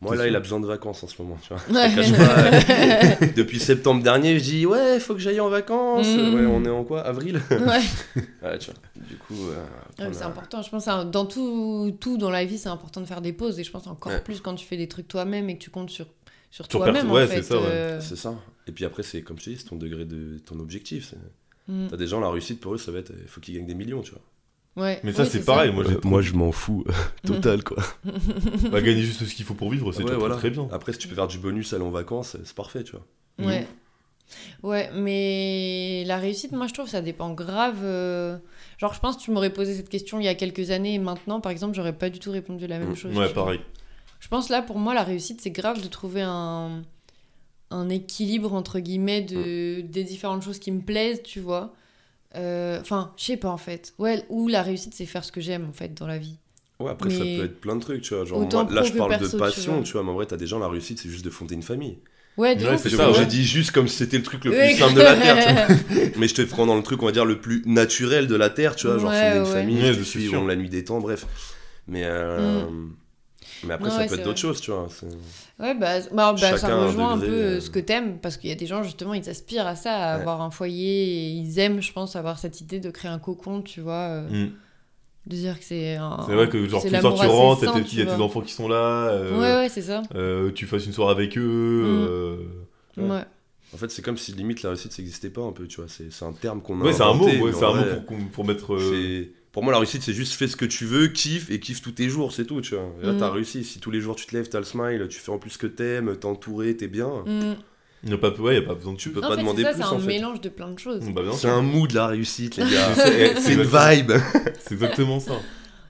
[SPEAKER 2] Moi
[SPEAKER 1] C'est
[SPEAKER 2] là,
[SPEAKER 1] sûr.
[SPEAKER 2] il a besoin de vacances en ce moment, tu vois.
[SPEAKER 3] Ouais.
[SPEAKER 2] cache pas, euh, Depuis septembre dernier, je dis ouais, faut que j'aille en vacances.
[SPEAKER 3] Mhm.
[SPEAKER 2] Ouais, on est en quoi Avril
[SPEAKER 3] Ouais.
[SPEAKER 2] Ouais, tu vois. Du coup, euh,
[SPEAKER 3] Ouais, Ah, mais c'est
[SPEAKER 2] voilà.
[SPEAKER 3] important, je pense, hein, dans tout, tout dans la vie, c'est important de faire des pauses et je pense encore
[SPEAKER 2] Ouais.
[SPEAKER 3] plus quand tu fais des trucs toi-même et que tu comptes sur, sur
[SPEAKER 1] Sur
[SPEAKER 3] toi-même.
[SPEAKER 1] perso- ouais,
[SPEAKER 3] en fait,
[SPEAKER 1] c'est ça, ouais.
[SPEAKER 3] euh,
[SPEAKER 2] c'est ça. Et puis après, c'est comme je te dis, c'est ton degré de ton objectif. c'est-
[SPEAKER 3] mm.
[SPEAKER 2] T'as des gens, la réussite pour eux, ça va être, euh, faut qu'ils gagnent des millions, tu vois.
[SPEAKER 3] Ouais.
[SPEAKER 1] Mais ça,
[SPEAKER 3] Oui,
[SPEAKER 1] c'est pareil. Moi,
[SPEAKER 2] Euh,
[SPEAKER 1] j'ai
[SPEAKER 2] je m'en fous, total quoi.
[SPEAKER 1] bah, gagner juste ce qu'il faut pour vivre, c'est
[SPEAKER 2] Ouais,
[SPEAKER 1] déjà
[SPEAKER 2] voilà.
[SPEAKER 1] très bien.
[SPEAKER 3] Ah,
[SPEAKER 2] Après, si tu peux faire du bonus, aller en vacances, c'est parfait, tu vois.
[SPEAKER 1] Mhm.
[SPEAKER 3] Ouais. Ouais, mais la réussite, moi je trouve ça dépend grave. euh, Genre, je pense que tu m'aurais posé cette question il y a quelques années et maintenant, par exemple, j'aurais pas du tout répondu la même
[SPEAKER 2] Mm,
[SPEAKER 3] chose.
[SPEAKER 1] Ouais,
[SPEAKER 3] tu vois.
[SPEAKER 1] pareil.
[SPEAKER 3] Je pense là, pour moi, la réussite, c'est grave de trouver un, un équilibre entre guillemets
[SPEAKER 2] Mm.
[SPEAKER 3] de, des différentes choses qui me plaisent, tu vois. Euh, Enfin, je sais pas en fait. Ouais, ou la réussite, c'est faire ce que j'aime en fait dans la vie.
[SPEAKER 2] Ouais, après, ça
[SPEAKER 3] Mais-
[SPEAKER 2] peut être plein de trucs, tu vois. Genre,
[SPEAKER 3] Autant
[SPEAKER 2] moi, là,
[SPEAKER 3] pro
[SPEAKER 2] je
[SPEAKER 3] que
[SPEAKER 2] parle
[SPEAKER 3] perso,
[SPEAKER 2] de
[SPEAKER 3] tu
[SPEAKER 2] passion,
[SPEAKER 3] vois.
[SPEAKER 2] tu vois. Mais en vrai, t'as des gens, la réussite, c'est juste de fonder une famille.
[SPEAKER 3] Ouais, de
[SPEAKER 1] Ouais,
[SPEAKER 3] ouf,
[SPEAKER 1] c'est
[SPEAKER 3] tu
[SPEAKER 1] ça,
[SPEAKER 3] vois.
[SPEAKER 2] J'ai dit juste comme si c'était le truc le plus
[SPEAKER 3] Ouais.
[SPEAKER 2] simple de la Terre, tu vois. Mais je te prends dans le truc, on va dire, le plus naturel de la Terre, tu vois, genre
[SPEAKER 3] Ouais,
[SPEAKER 2] fonder une
[SPEAKER 3] ouais.
[SPEAKER 2] famille,
[SPEAKER 1] Ouais,
[SPEAKER 2] je
[SPEAKER 1] c'est
[SPEAKER 2] suis
[SPEAKER 1] sûr.
[SPEAKER 2] on la nuit des temps, bref. Mais, euh, mais après,
[SPEAKER 3] Non,
[SPEAKER 2] ça
[SPEAKER 3] ouais,
[SPEAKER 2] peut
[SPEAKER 3] c'est
[SPEAKER 2] être d'autres choses, tu vois. c'est-
[SPEAKER 3] Ouais, bah, bah, bah, ça
[SPEAKER 2] Chacun un
[SPEAKER 3] rejoint un,
[SPEAKER 2] degré,
[SPEAKER 3] peu
[SPEAKER 2] euh.
[SPEAKER 3] euh, ce que t'aimes, parce qu'il y a des gens, justement, ils aspirent à ça, à
[SPEAKER 2] Ouais.
[SPEAKER 3] avoir un foyer, et ils aiment, je pense, avoir cette idée de créer un cocon, tu vois, euh,
[SPEAKER 1] Mm.
[SPEAKER 3] de dire que c'est un...
[SPEAKER 1] C'est vrai que, genre,
[SPEAKER 3] Ah, c'est
[SPEAKER 1] plus tard
[SPEAKER 3] l'amour
[SPEAKER 1] tu
[SPEAKER 3] à ses
[SPEAKER 1] rentres, t'as
[SPEAKER 3] sangs,
[SPEAKER 1] tes petits- il y a
[SPEAKER 3] tu
[SPEAKER 1] tes
[SPEAKER 3] vois.
[SPEAKER 1] enfants qui sont là. euh,
[SPEAKER 3] Ouais, ouais, c'est ça.
[SPEAKER 1] euh, tu fasses une soirée avec eux.
[SPEAKER 3] Mm.
[SPEAKER 1] euh,
[SPEAKER 2] Ouais.
[SPEAKER 3] Ouais.
[SPEAKER 2] En fait, c'est comme si limite la réussite, ça n'existait pas un peu, tu vois. C'est c'est un terme qu'on a.
[SPEAKER 1] Ouais, c'est un mot,
[SPEAKER 2] Mm. inventé,
[SPEAKER 1] ouais,
[SPEAKER 2] mais
[SPEAKER 1] c'est
[SPEAKER 2] en
[SPEAKER 1] un mot
[SPEAKER 2] vrai,
[SPEAKER 1] pour, qu'on- pour mettre. euh,
[SPEAKER 2] c'est- Pour moi, la réussite, c'est juste fais ce que tu veux, kiffe et kiffe tous tes jours, c'est tout, tu vois. Et là,
[SPEAKER 3] Mm.
[SPEAKER 2] t'as réussi. Si tous les jours tu te lèves, t'as le smile, tu fais en plus ce que t'aimes, t'es entouré, t'es bien.
[SPEAKER 3] Mm.
[SPEAKER 1] Y a pas, ouais, y a pas besoin de
[SPEAKER 2] Tu
[SPEAKER 1] tu.
[SPEAKER 2] peux
[SPEAKER 3] En
[SPEAKER 2] pas
[SPEAKER 3] fait,
[SPEAKER 2] demander
[SPEAKER 3] c'est ça,
[SPEAKER 2] plus
[SPEAKER 3] c'est
[SPEAKER 2] en
[SPEAKER 3] un
[SPEAKER 2] fait.
[SPEAKER 3] mélange de plein de choses.
[SPEAKER 1] Bah, bien
[SPEAKER 2] C'est
[SPEAKER 1] sûr.
[SPEAKER 2] un mood la réussite, les gars.
[SPEAKER 1] C'est-
[SPEAKER 2] C'est une
[SPEAKER 1] exactement-
[SPEAKER 2] vibe.
[SPEAKER 1] C'est exactement ça.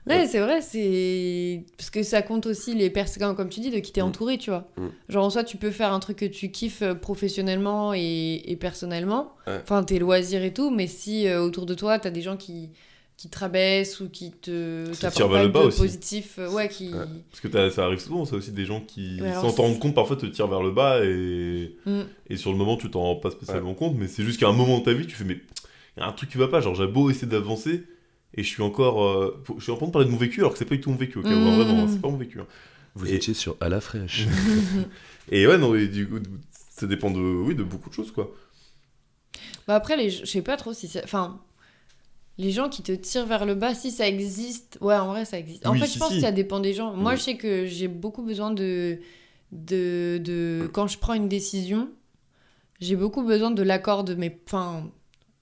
[SPEAKER 3] Ouais, c'est vrai, c'est. Parce que ça compte aussi les personnes, comme tu dis, de qui t'es
[SPEAKER 2] Mm.
[SPEAKER 3] entouré, tu vois.
[SPEAKER 2] Mm.
[SPEAKER 3] Genre, en soi, tu peux faire un truc que tu kiffes euh, professionnellement et, et personnellement,
[SPEAKER 2] Ouais.
[SPEAKER 3] enfin, tes loisirs et tout, mais si euh, autour de toi, t'as des gens qui, qui te rabaissent ou qui te.
[SPEAKER 1] Ça
[SPEAKER 3] t'apportent
[SPEAKER 1] tire vers
[SPEAKER 3] pas
[SPEAKER 1] le
[SPEAKER 3] de
[SPEAKER 1] bas aussi.
[SPEAKER 3] positif, euh, ouais, qui.
[SPEAKER 2] Ouais.
[SPEAKER 1] Parce que t'as- ça arrive souvent, ça aussi, des gens qui,
[SPEAKER 3] Ouais, alors
[SPEAKER 1] sans
[SPEAKER 3] c'est-
[SPEAKER 1] t'en rendre compte, parfois te tirent vers le bas et,
[SPEAKER 3] Mm.
[SPEAKER 1] et sur le moment, tu t'en rends pas spécialement compte, mais c'est juste qu'à un moment de ta vie, tu fais, mais il y a un truc qui va pas, genre j'ai beau essayer d'avancer et je suis encore. euh, faut- je suis en train de parler de mon vécu alors que c'est pas du tout mon vécu, ok
[SPEAKER 3] Mm.
[SPEAKER 1] Ouais, vraiment, hein, c'est pas mon vécu. hein.
[SPEAKER 2] Vous
[SPEAKER 1] Et- Mm.
[SPEAKER 2] étiez sur à la fraîche.
[SPEAKER 1] Et ouais, non, et du coup, ça dépend de, oui, de beaucoup de choses, quoi.
[SPEAKER 3] Bah après, les... je sais pas trop si c'est. Enfin, les gens qui te tirent vers le bas, si ça existe. Ouais, en vrai, ça existe. En
[SPEAKER 1] Oui,
[SPEAKER 3] fait,
[SPEAKER 1] si,
[SPEAKER 3] je pense
[SPEAKER 1] si.
[SPEAKER 3] que ça dépend des gens. Moi,
[SPEAKER 2] Oui.
[SPEAKER 3] je sais que j'ai beaucoup besoin de. de... de... Quand je prends une décision, j'ai beaucoup besoin de l'accord de mes. Enfin,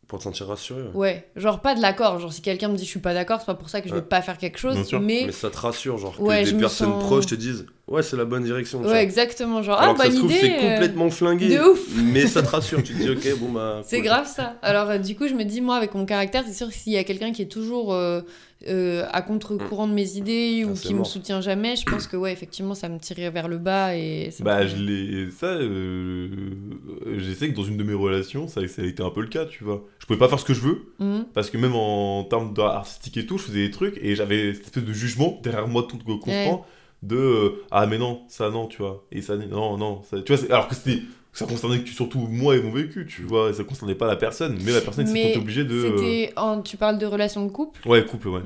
[SPEAKER 2] Pour te sentir rassuré. ouais.
[SPEAKER 3] ouais. Genre, pas de l'accord. Genre, si quelqu'un me dit je suis pas d'accord, c'est pas pour ça que je
[SPEAKER 2] Ouais.
[SPEAKER 3] vais pas faire quelque
[SPEAKER 1] Bien
[SPEAKER 3] chose.
[SPEAKER 1] sûr.
[SPEAKER 3] Mais.
[SPEAKER 2] Mais ça te rassure, genre que
[SPEAKER 3] Ouais, je
[SPEAKER 2] des
[SPEAKER 3] me
[SPEAKER 2] personnes
[SPEAKER 3] sens-
[SPEAKER 2] proches te disent Ouais, c'est la bonne direction. tu vois.
[SPEAKER 3] Ouais, exactement. Genre,
[SPEAKER 2] Alors
[SPEAKER 3] ah,
[SPEAKER 2] que ça
[SPEAKER 3] bonne
[SPEAKER 2] se trouve,
[SPEAKER 3] idée.
[SPEAKER 2] c'est
[SPEAKER 3] euh,
[SPEAKER 2] complètement flingué.
[SPEAKER 3] de ouf.
[SPEAKER 2] Mais ça te rassure, tu te dis Ok, bon bah.
[SPEAKER 3] C'est
[SPEAKER 2] cool.
[SPEAKER 3] grave ça. Alors euh, du coup, je me dis, moi, avec mon caractère, c'est sûr que s'il y a quelqu'un qui est toujours euh, euh, à contre-courant de mes idées
[SPEAKER 2] Ah,
[SPEAKER 3] ou
[SPEAKER 2] c'est
[SPEAKER 3] qui me
[SPEAKER 2] mort.
[SPEAKER 3] soutient jamais, je pense que ouais, effectivement, ça me tirait vers le bas et. ça me
[SPEAKER 1] Bah,
[SPEAKER 3] ferait-
[SPEAKER 1] je l'ai. Ça, euh, je sais que dans une de mes relations, ça, ça a été un peu le cas, tu vois. Je pouvais pas faire ce que je veux,
[SPEAKER 3] Mhm.
[SPEAKER 1] parce que même en termes d'art artistique et tout, je faisais des trucs et j'avais cette espèce de jugement derrière moi tout constant
[SPEAKER 3] Ouais.
[SPEAKER 1] de euh, ah, mais non, ça non, tu vois. Et ça, non, non. Ça, tu vois, c'est- alors que c'était. Ça concernait que surtout moi et mon vécu, tu vois. et ça concernait pas la personne, mais la personne
[SPEAKER 3] Mais
[SPEAKER 1] s'est obligée de. euh,
[SPEAKER 3] C'était. en- Tu parles de relation de couple.
[SPEAKER 1] Ouais, couple, ouais.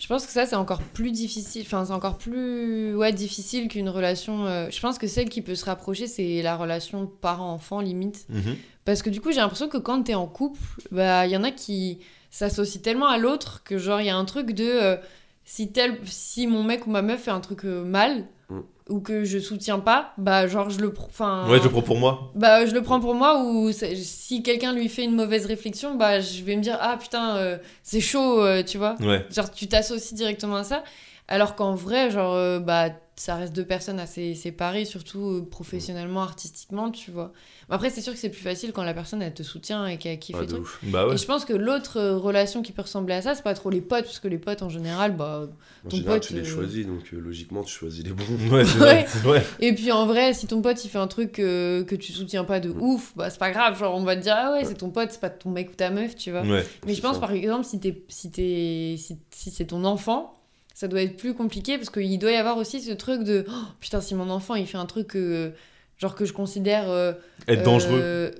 [SPEAKER 3] Je pense que ça, c'est encore plus difficile. Enfin, c'est encore plus ouais, difficile qu'une relation. euh, Je pense que celle qui peut se rapprocher, c'est la relation parent-enfant, limite.
[SPEAKER 1] Mhm.
[SPEAKER 3] Parce que du coup, j'ai l'impression que quand t'es en couple, bah, il y en a qui s'associent tellement à l'autre que genre, il y a un truc de euh, si tel, si mon mec ou ma meuf fait un truc euh, mal
[SPEAKER 2] Mm.
[SPEAKER 3] ou que je soutiens pas, bah genre je le, pr- enfin,
[SPEAKER 1] Ouais, je le prends pour moi.
[SPEAKER 3] bah je le prends pour moi ou c'est- si quelqu'un lui fait une mauvaise réflexion, bah je vais me dire ah putain euh, c'est chaud, euh, tu vois.
[SPEAKER 1] Ouais.
[SPEAKER 3] Genre tu t'associes directement à ça, alors qu'en vrai genre euh, bah ça reste deux personnes assez séparées, surtout euh, professionnellement, artistiquement, tu vois. Mais Après c'est sûr que c'est plus facile quand la personne elle te soutient et qu'elle kiffe
[SPEAKER 2] Ouais,
[SPEAKER 3] le
[SPEAKER 2] Ah, de
[SPEAKER 3] truc.
[SPEAKER 2] ouf.
[SPEAKER 1] Bah ouais.
[SPEAKER 3] Et je pense que l'autre euh, relation qui peut ressembler à ça, c'est pas trop les potes, parce que les potes en général, bah.
[SPEAKER 2] En
[SPEAKER 3] Ton
[SPEAKER 2] général,
[SPEAKER 3] pote,
[SPEAKER 2] tu les
[SPEAKER 3] euh,
[SPEAKER 2] choisis, donc euh, logiquement, tu choisis les bons.
[SPEAKER 1] Ouais, c'est vrai, c'est vrai.
[SPEAKER 3] Et puis en vrai, si ton pote il fait un truc euh, que tu soutiens pas de ouf, bah c'est pas grave, genre on va te dire ah ouais, c'est ton pote, c'est pas ton mec ou ta meuf, tu vois.
[SPEAKER 1] Ouais.
[SPEAKER 3] Mais je
[SPEAKER 2] C'est
[SPEAKER 3] pense
[SPEAKER 2] ça.
[SPEAKER 3] par exemple, si, t'es- si, t'es- si, si c'est ton enfant, ça doit être plus compliqué parce qu'il doit y avoir aussi ce truc de Oh, putain, si mon enfant il fait un truc euh, genre que je considère. euh,
[SPEAKER 1] Être dangereux.
[SPEAKER 3] euh,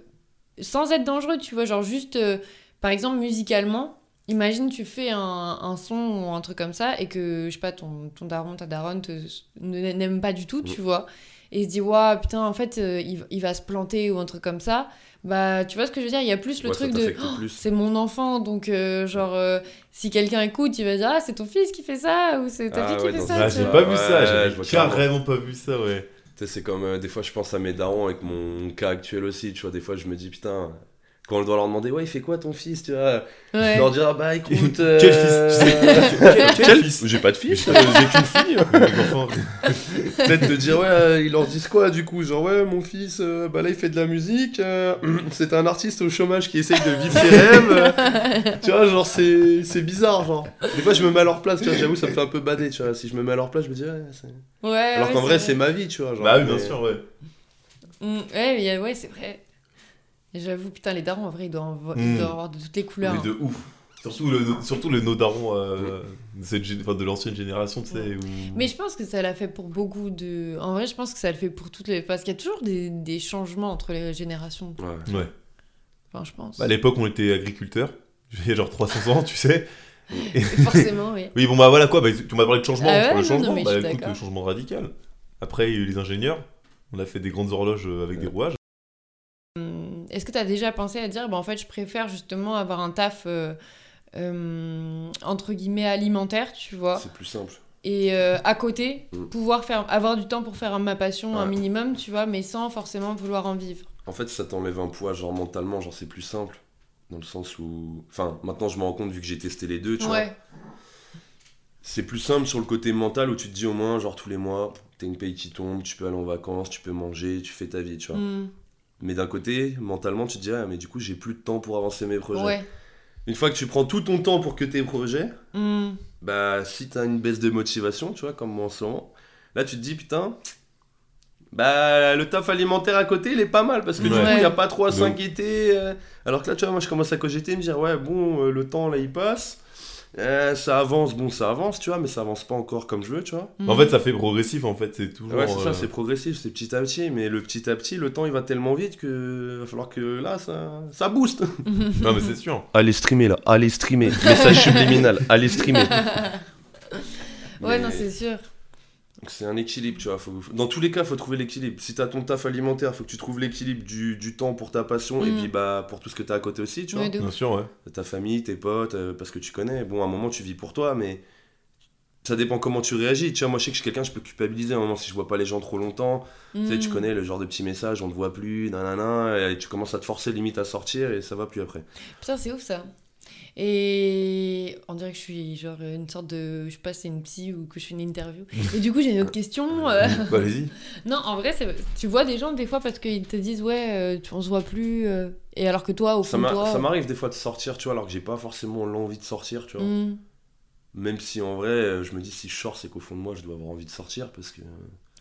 [SPEAKER 3] sans être dangereux, tu vois, genre juste, euh, par exemple, musicalement, imagine tu fais un, un son ou un truc comme ça et que, je sais pas, ton, ton daron, ta daronne te, ne- n'aime pas du tout, tu
[SPEAKER 2] Mm.
[SPEAKER 3] vois, et se dit, waouh, putain, en fait, euh, il, il va se planter ou un truc comme ça, bah, tu vois ce que je veux dire, il y a plus le
[SPEAKER 2] Ouais, ça
[SPEAKER 3] truc de...
[SPEAKER 2] t'affecte plus.
[SPEAKER 3] C'est mon enfant, donc euh, genre euh, si quelqu'un écoute, il va dire ah c'est ton fils qui fait ça ou c'est ta
[SPEAKER 2] Ah
[SPEAKER 3] fille qui
[SPEAKER 2] ouais,
[SPEAKER 3] fait
[SPEAKER 2] dans-
[SPEAKER 3] ça.
[SPEAKER 1] Ah,
[SPEAKER 3] tu
[SPEAKER 1] j'ai
[SPEAKER 3] vois.
[SPEAKER 1] pas vu
[SPEAKER 2] Ouais,
[SPEAKER 1] ça,
[SPEAKER 2] je
[SPEAKER 1] j'avais
[SPEAKER 2] vois carrément.
[SPEAKER 1] carrément pas vu ça, ouais.
[SPEAKER 2] Tu sais, c'est comme euh, des fois, je pense à mes darons avec mon cas actuel aussi. Tu vois, des fois, je me dis Putain, quand on doit leur demander Ouais, il fait quoi ton fils Tu vois,
[SPEAKER 3] Ouais.
[SPEAKER 2] je leur dire Ah bah écoute. euh,
[SPEAKER 1] Quel fils Tu sais- quel- quel fils
[SPEAKER 2] J'ai pas de fils, euh, j'ai qu'une fille.
[SPEAKER 1] L'enfant,
[SPEAKER 2] Peut-être te dire, ouais, euh, ils leur disent quoi du coup Genre, ouais, mon fils, euh, bah là, il fait de la musique, euh, c'est un artiste au chômage qui essaye de vivre ses rêves. euh, tu vois, genre, c'est c'est bizarre, genre. Des fois, je me mets à leur place, tu vois, j'avoue, ça me fait un peu bader, tu vois. Si je me mets à leur place, je me dis, ouais, c'est-
[SPEAKER 3] Ouais,
[SPEAKER 2] Alors
[SPEAKER 3] ouais,
[SPEAKER 2] qu'en vrai, c'est ma vie, tu vois. Genre,
[SPEAKER 1] Bah oui, bien
[SPEAKER 2] mais-
[SPEAKER 1] sûr, ouais.
[SPEAKER 3] Mm, ouais, mais y a- ouais, c'est vrai. Et J'avoue, putain, les darons, en vrai, ils doivent en, vo- ils
[SPEAKER 1] Mm.
[SPEAKER 3] doivent avoir de toutes les couleurs. hein.
[SPEAKER 1] Mais de ouf. Surtout le, surtout le nodaron euh, de, cette gé- enfin, de l'ancienne génération, tu sais. où-
[SPEAKER 3] Mais je pense que ça l'a fait pour beaucoup de. En vrai, je pense que ça le fait pour toutes les. Parce qu'il y a toujours des, des changements entre les générations.
[SPEAKER 2] Ouais.
[SPEAKER 1] Ouais.
[SPEAKER 3] Enfin, je pense.
[SPEAKER 1] Bah, à l'époque, on était agriculteur. Il y a genre 300 ans, tu sais.
[SPEAKER 3] Forcément, oui.
[SPEAKER 1] Oui, bon, bah voilà quoi. Bah, tu m'as parlé de changement.
[SPEAKER 3] Ah
[SPEAKER 1] je
[SPEAKER 3] ouais,
[SPEAKER 1] parle
[SPEAKER 3] non,
[SPEAKER 1] de changement.
[SPEAKER 3] non, mais je
[SPEAKER 1] bah
[SPEAKER 3] suis
[SPEAKER 1] écoute,
[SPEAKER 3] d'accord.
[SPEAKER 1] le changement radical. Après, il y a eu les ingénieurs. On a fait des grandes horloges euh, avec des rouages.
[SPEAKER 3] Hum, Est-ce que tu as déjà pensé à dire, bah, en fait, je préfère justement avoir un taf euh, euh, entre guillemets alimentaire, tu vois
[SPEAKER 2] C'est plus simple.
[SPEAKER 3] et euh, à côté
[SPEAKER 2] Mm.
[SPEAKER 3] pouvoir faire avoir du temps pour faire ma passion un
[SPEAKER 2] Ouais.
[SPEAKER 3] minimum tu vois mais sans forcément vouloir en vivre
[SPEAKER 2] En fait, ça t'enlève un poids, genre mentalement, genre, c'est plus simple. Dans le sens où. Enfin, maintenant, je me rends compte, vu que j'ai testé les deux, tu vois.
[SPEAKER 3] ouais
[SPEAKER 2] C'est plus simple sur le côté mental où tu te dis au moins, genre tous les mois, t'as une paye qui tombe, tu peux aller en vacances, tu peux manger, tu fais ta vie, tu vois.
[SPEAKER 3] Mm.
[SPEAKER 2] Mais d'un côté, mentalement, tu te dis, ah, mais du coup, j'ai plus de temps pour avancer mes projets.
[SPEAKER 3] ouais
[SPEAKER 2] Une fois que tu prends tout ton temps pour que tes projets,
[SPEAKER 3] Hmm.
[SPEAKER 2] bah si t'as une baisse de motivation, tu vois, comme moi en ce moment, là tu te dis putain, bah le taf alimentaire à côté il est pas mal parce que du
[SPEAKER 1] Ouais.
[SPEAKER 2] coup il n'y a pas trop à
[SPEAKER 1] De
[SPEAKER 2] s'inquiéter. euh, alors que là tu vois, moi je commence à cogiter et me dire ouais, bon, euh, le temps là il passe, euh, ça avance, bon ça avance, tu vois, mais ça avance pas encore comme je veux, tu vois.
[SPEAKER 3] Mm.
[SPEAKER 1] En fait, ça fait progressif, en fait, c'est toujours.
[SPEAKER 2] Ouais, c'est
[SPEAKER 1] euh,
[SPEAKER 2] ça, c'est progressif, c'est petit à petit, mais le petit à petit, le temps il va tellement vite que va falloir que là ça, ça booste.
[SPEAKER 1] Non, mais
[SPEAKER 3] Mm.
[SPEAKER 1] c'est sûr.
[SPEAKER 2] Allez streamer là, allez streamer, message subliminal, allez streamer.
[SPEAKER 3] ouais,
[SPEAKER 2] Mais-
[SPEAKER 3] non, c'est sûr.
[SPEAKER 2] C'est un équilibre, tu vois. faut- faut- Dans tous les cas, faut trouver l'équilibre. Si t'as ton taf alimentaire, faut que tu trouves l'équilibre du, du temps pour ta passion et
[SPEAKER 3] Mm.
[SPEAKER 2] puis bah pour tout ce que t'as à côté aussi, tu vois.
[SPEAKER 3] Ouais, de ouf.
[SPEAKER 1] Bien sûr, ouais.
[SPEAKER 2] Ta famille, tes potes, euh, parce que tu connais. Bon, à un moment, tu vis pour toi, mais ça dépend comment tu réagis. Tu vois, moi, je sais que je suis quelqu'un, je peux culpabiliser à un moment si je vois pas les gens trop longtemps. Tu sais, tu
[SPEAKER 3] Hmm.
[SPEAKER 2] connais le genre de petits messages, on te voit plus, nanana, et tu commences à te forcer limite à sortir et ça va plus après.
[SPEAKER 3] Putain, c'est ouf ça. Et on dirait que je suis genre une sorte de. Je sais pas, c'est une psy ou que je fais une interview. Et du coup, j'ai une autre question. euh.
[SPEAKER 1] Bah, Allez-y.
[SPEAKER 3] Non, en vrai, c'est- tu vois des gens des fois parce qu'ils te disent ouais, euh, tu- on se voit plus. euh. Et alors que toi, au
[SPEAKER 2] Ça
[SPEAKER 3] fond de
[SPEAKER 2] m'a-
[SPEAKER 3] toi.
[SPEAKER 2] ça m'arrive des fois de sortir, tu vois, alors que j'ai pas forcément l'envie de sortir, tu vois.
[SPEAKER 3] hmm.
[SPEAKER 2] Même si en vrai, euh, je me dis si je sors, c'est qu'au fond de moi, je dois avoir envie de sortir parce que.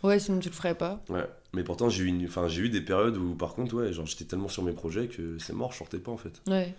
[SPEAKER 3] Ouais, sinon tu le ferais pas.
[SPEAKER 2] Ouais. Mais pourtant, j'ai eu, une... enfin, j'ai eu des périodes où, par contre, ouais, genre j'étais tellement sur mes projets que c'est mort, je sortais pas en fait.
[SPEAKER 3] Ouais.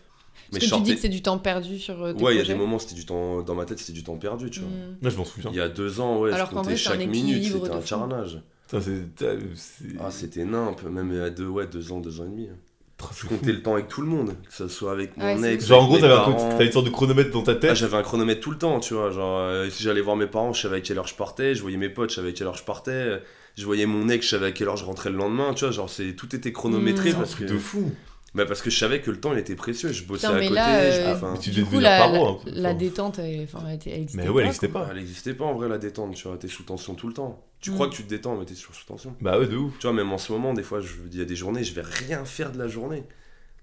[SPEAKER 2] Mais
[SPEAKER 3] Parce
[SPEAKER 2] je
[SPEAKER 3] que tu dis
[SPEAKER 2] sortais.
[SPEAKER 3] que c'est du temps perdu sur euh, tes
[SPEAKER 2] Ouais, il y a
[SPEAKER 3] projets.
[SPEAKER 2] des moments, c'était du temps. Dans ma tête, c'était du temps perdu, tu vois.
[SPEAKER 3] Hmm.
[SPEAKER 1] Là, je m'en souviens.
[SPEAKER 2] Il y a deux ans, ouais,
[SPEAKER 3] Alors
[SPEAKER 2] je
[SPEAKER 3] qu'en vrai,
[SPEAKER 2] comptais
[SPEAKER 3] c'est un
[SPEAKER 2] chaque minute,
[SPEAKER 3] équilibre
[SPEAKER 2] c'était
[SPEAKER 3] de
[SPEAKER 2] un
[SPEAKER 3] fou. Mm.
[SPEAKER 2] carnage.
[SPEAKER 1] Putain, c'est- t'as- c'est.
[SPEAKER 2] Ah, c'était nimp, même à deux, ouais, deux ans, deux ans et demi. hein.
[SPEAKER 1] Putain, c'est
[SPEAKER 2] Je
[SPEAKER 1] fou.
[SPEAKER 2] comptais le temps avec tout le monde, que ce soit avec
[SPEAKER 3] Ouais,
[SPEAKER 2] mon
[SPEAKER 3] c'est
[SPEAKER 2] ex.
[SPEAKER 1] Genre, en
[SPEAKER 2] avec
[SPEAKER 1] gros,
[SPEAKER 2] mes
[SPEAKER 1] t'avais un
[SPEAKER 2] parents.
[SPEAKER 1] co- t'avais une sorte de chronomètre dans ta
[SPEAKER 2] Ah,
[SPEAKER 1] tête.
[SPEAKER 2] j'avais un chronomètre tout le temps, tu vois. Genre, euh, si j'allais voir mes parents, je savais à quelle heure je partais. Je voyais mes potes, je savais à quelle heure je partais. euh, Je voyais mon ex, je savais à quelle heure je rentrais le lendemain. Tu vois, genre, c'est, tout était chronométré
[SPEAKER 3] Mmh.
[SPEAKER 2] parce, que,
[SPEAKER 1] de fou.
[SPEAKER 2] bah, parce que je savais que le temps, il était précieux. Je bossais
[SPEAKER 3] Putain,
[SPEAKER 2] à
[SPEAKER 3] mais
[SPEAKER 2] côté.
[SPEAKER 3] là,
[SPEAKER 2] je-
[SPEAKER 3] euh,
[SPEAKER 2] enfin,
[SPEAKER 1] Tu
[SPEAKER 3] Du
[SPEAKER 1] devais
[SPEAKER 3] coup,
[SPEAKER 1] devenir
[SPEAKER 3] la,
[SPEAKER 1] paro un peu.
[SPEAKER 3] la
[SPEAKER 1] Enfin,
[SPEAKER 3] détente, elle, enfin, elle, elle existait
[SPEAKER 1] hein, Mais ouais, elle
[SPEAKER 3] pas,
[SPEAKER 1] existait
[SPEAKER 3] quoi.
[SPEAKER 1] pas.
[SPEAKER 2] elle n'existait pas en vrai, la détente, tu vois. T'es sous tension tout le temps. Tu crois
[SPEAKER 3] Mmh.
[SPEAKER 2] que tu te détends, mais t'es toujours sous tension.
[SPEAKER 1] Bah, ouais, de ouf.
[SPEAKER 2] Tu vois, même en ce moment, des fois, je il y a des journées, je vais rien faire de la journée.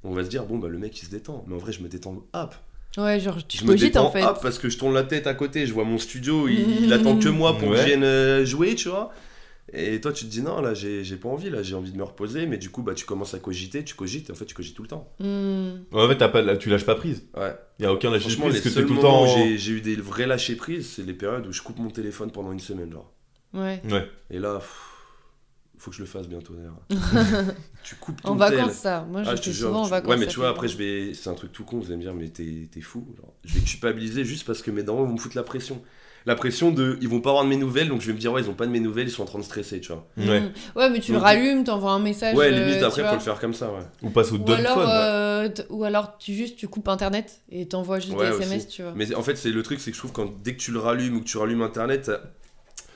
[SPEAKER 2] On va se dire, bon, bah, le mec, il se détend. Mais en vrai, je me détends, hop.
[SPEAKER 3] Ouais, genre tu
[SPEAKER 2] Je me
[SPEAKER 3] cogites
[SPEAKER 2] détends
[SPEAKER 3] en fait.
[SPEAKER 2] hop, parce que je tourne la tête à côté, je vois mon studio, il, il attend que moi pour que
[SPEAKER 1] Ouais.
[SPEAKER 2] je vienne euh, jouer, tu vois. Et toi, tu te dis non, là, j'ai j'ai pas envie, là, j'ai envie de me reposer, mais du coup, bah, tu commences à cogiter, tu cogites, et en fait, tu cogites tout le temps.
[SPEAKER 3] Hmm.
[SPEAKER 1] Ouais, En fait, t'as pas, là, tu lâches pas prise.
[SPEAKER 2] Ouais.
[SPEAKER 1] Y a aucun lâcher prise
[SPEAKER 2] Franchement,
[SPEAKER 1] parce
[SPEAKER 2] les
[SPEAKER 1] que t'es
[SPEAKER 2] seuls
[SPEAKER 1] tout le
[SPEAKER 2] moments
[SPEAKER 1] temps.
[SPEAKER 2] où j'ai- j'ai eu des vrais lâchers prises, c'est les périodes où je coupe mon téléphone pendant une semaine, genre.
[SPEAKER 3] Ouais.
[SPEAKER 1] Ouais.
[SPEAKER 2] Et là, pff, faut que je le fasse bientôt, d'ailleurs. tu coupes ton
[SPEAKER 3] En
[SPEAKER 2] tel.
[SPEAKER 3] vacances, ça. Moi, je
[SPEAKER 2] Ah,
[SPEAKER 3] le
[SPEAKER 2] je te
[SPEAKER 3] fais
[SPEAKER 2] jure,
[SPEAKER 3] souvent en
[SPEAKER 2] tu-
[SPEAKER 3] vacances.
[SPEAKER 2] Ouais, mais
[SPEAKER 3] ça
[SPEAKER 2] tu vois,
[SPEAKER 3] fait
[SPEAKER 2] après,
[SPEAKER 3] bien.
[SPEAKER 2] je vais. C'est un truc tout con, vous allez me dire, mais t'es t'es fou. genre. je vais culpabiliser juste parce que mes darons vont me foutre la pression. La pression de. Ils vont pas avoir de mes nouvelles, donc je vais me dire, ouais, ils ont pas de mes nouvelles, ils sont en train de stresser, tu vois.
[SPEAKER 1] Hmm. Ouais.
[SPEAKER 3] Mm. Ouais, mais tu le
[SPEAKER 2] Donc-
[SPEAKER 3] rallumes, t'envoies un message.
[SPEAKER 2] ouais,
[SPEAKER 3] euh,
[SPEAKER 2] limite,
[SPEAKER 3] tu
[SPEAKER 2] après,
[SPEAKER 3] vois.
[SPEAKER 2] faut le faire comme ça, ouais.
[SPEAKER 1] Ou passe au
[SPEAKER 3] Hmm. Ou
[SPEAKER 1] dumb
[SPEAKER 3] alors,
[SPEAKER 1] phone. bah.
[SPEAKER 3] euh, t- ou alors tu juste tu coupes internet et t'envoies juste
[SPEAKER 2] Ouais,
[SPEAKER 3] des SMS,
[SPEAKER 2] aussi.
[SPEAKER 3] tu vois.
[SPEAKER 2] Mais en fait, c'est le truc, c'est que je trouve quand dès que tu le rallumes ou que tu rallumes internet, t'as-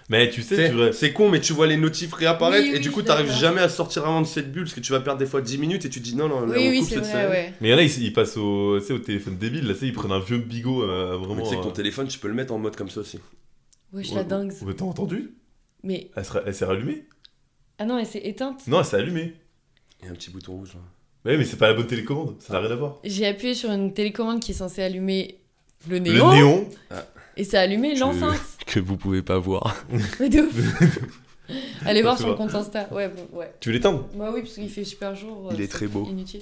[SPEAKER 1] Mais tu sais, tu
[SPEAKER 2] t'sais,
[SPEAKER 1] vrai.
[SPEAKER 2] c'est con, mais tu vois les notifs réapparaître
[SPEAKER 3] Oui,
[SPEAKER 2] et
[SPEAKER 3] oui,
[SPEAKER 2] du
[SPEAKER 3] je
[SPEAKER 2] coup,
[SPEAKER 3] suis
[SPEAKER 2] t'arrives
[SPEAKER 3] d'accord.
[SPEAKER 2] jamais à sortir avant de cette bulle parce que tu vas perdre des fois 10 minutes et tu te dis non, non, là,
[SPEAKER 3] oui,
[SPEAKER 2] on
[SPEAKER 3] oui,
[SPEAKER 2] coupe
[SPEAKER 3] c'est
[SPEAKER 2] cette
[SPEAKER 3] vrai,
[SPEAKER 2] série.
[SPEAKER 3] ouais.
[SPEAKER 1] Mais y en a, ils, ils passent au, tu sais, au téléphone débile. Là, tu sais, ils prennent un vieux bigot euh,
[SPEAKER 2] Mais tu
[SPEAKER 1] vraiment.
[SPEAKER 2] sais que ton
[SPEAKER 1] euh,
[SPEAKER 2] téléphone, tu peux le mettre en mode comme ça aussi.
[SPEAKER 3] Wesh,
[SPEAKER 2] Ouais,
[SPEAKER 3] la
[SPEAKER 2] bon.
[SPEAKER 3] dingue.
[SPEAKER 1] Mais t'as entendu
[SPEAKER 3] Mais.
[SPEAKER 1] Elle s'est elle s'est rallumée
[SPEAKER 3] Ah non, elle s'est éteinte.
[SPEAKER 1] Non, elle s'est allumée.
[SPEAKER 2] Il y a un petit bouton rouge là.
[SPEAKER 1] Mais, mais c'est pas la bonne télécommande. Ça n'a rien à voir.
[SPEAKER 3] J'ai appuyé sur une télécommande qui est censée allumer le
[SPEAKER 1] Le
[SPEAKER 3] néon.
[SPEAKER 1] néon.
[SPEAKER 3] Et ça a allumé l'enceinte.
[SPEAKER 2] Que vous pouvez pas voir.
[SPEAKER 3] Ouais, de ouf. Allez voir
[SPEAKER 1] Ça
[SPEAKER 3] son
[SPEAKER 1] va.
[SPEAKER 3] compte Insta. Ouais, bon, ouais.
[SPEAKER 1] Tu veux l'éteindre
[SPEAKER 3] Bah oui, parce qu'il fait super jour.
[SPEAKER 2] Il
[SPEAKER 3] euh,
[SPEAKER 2] est très beau.
[SPEAKER 3] Inutile.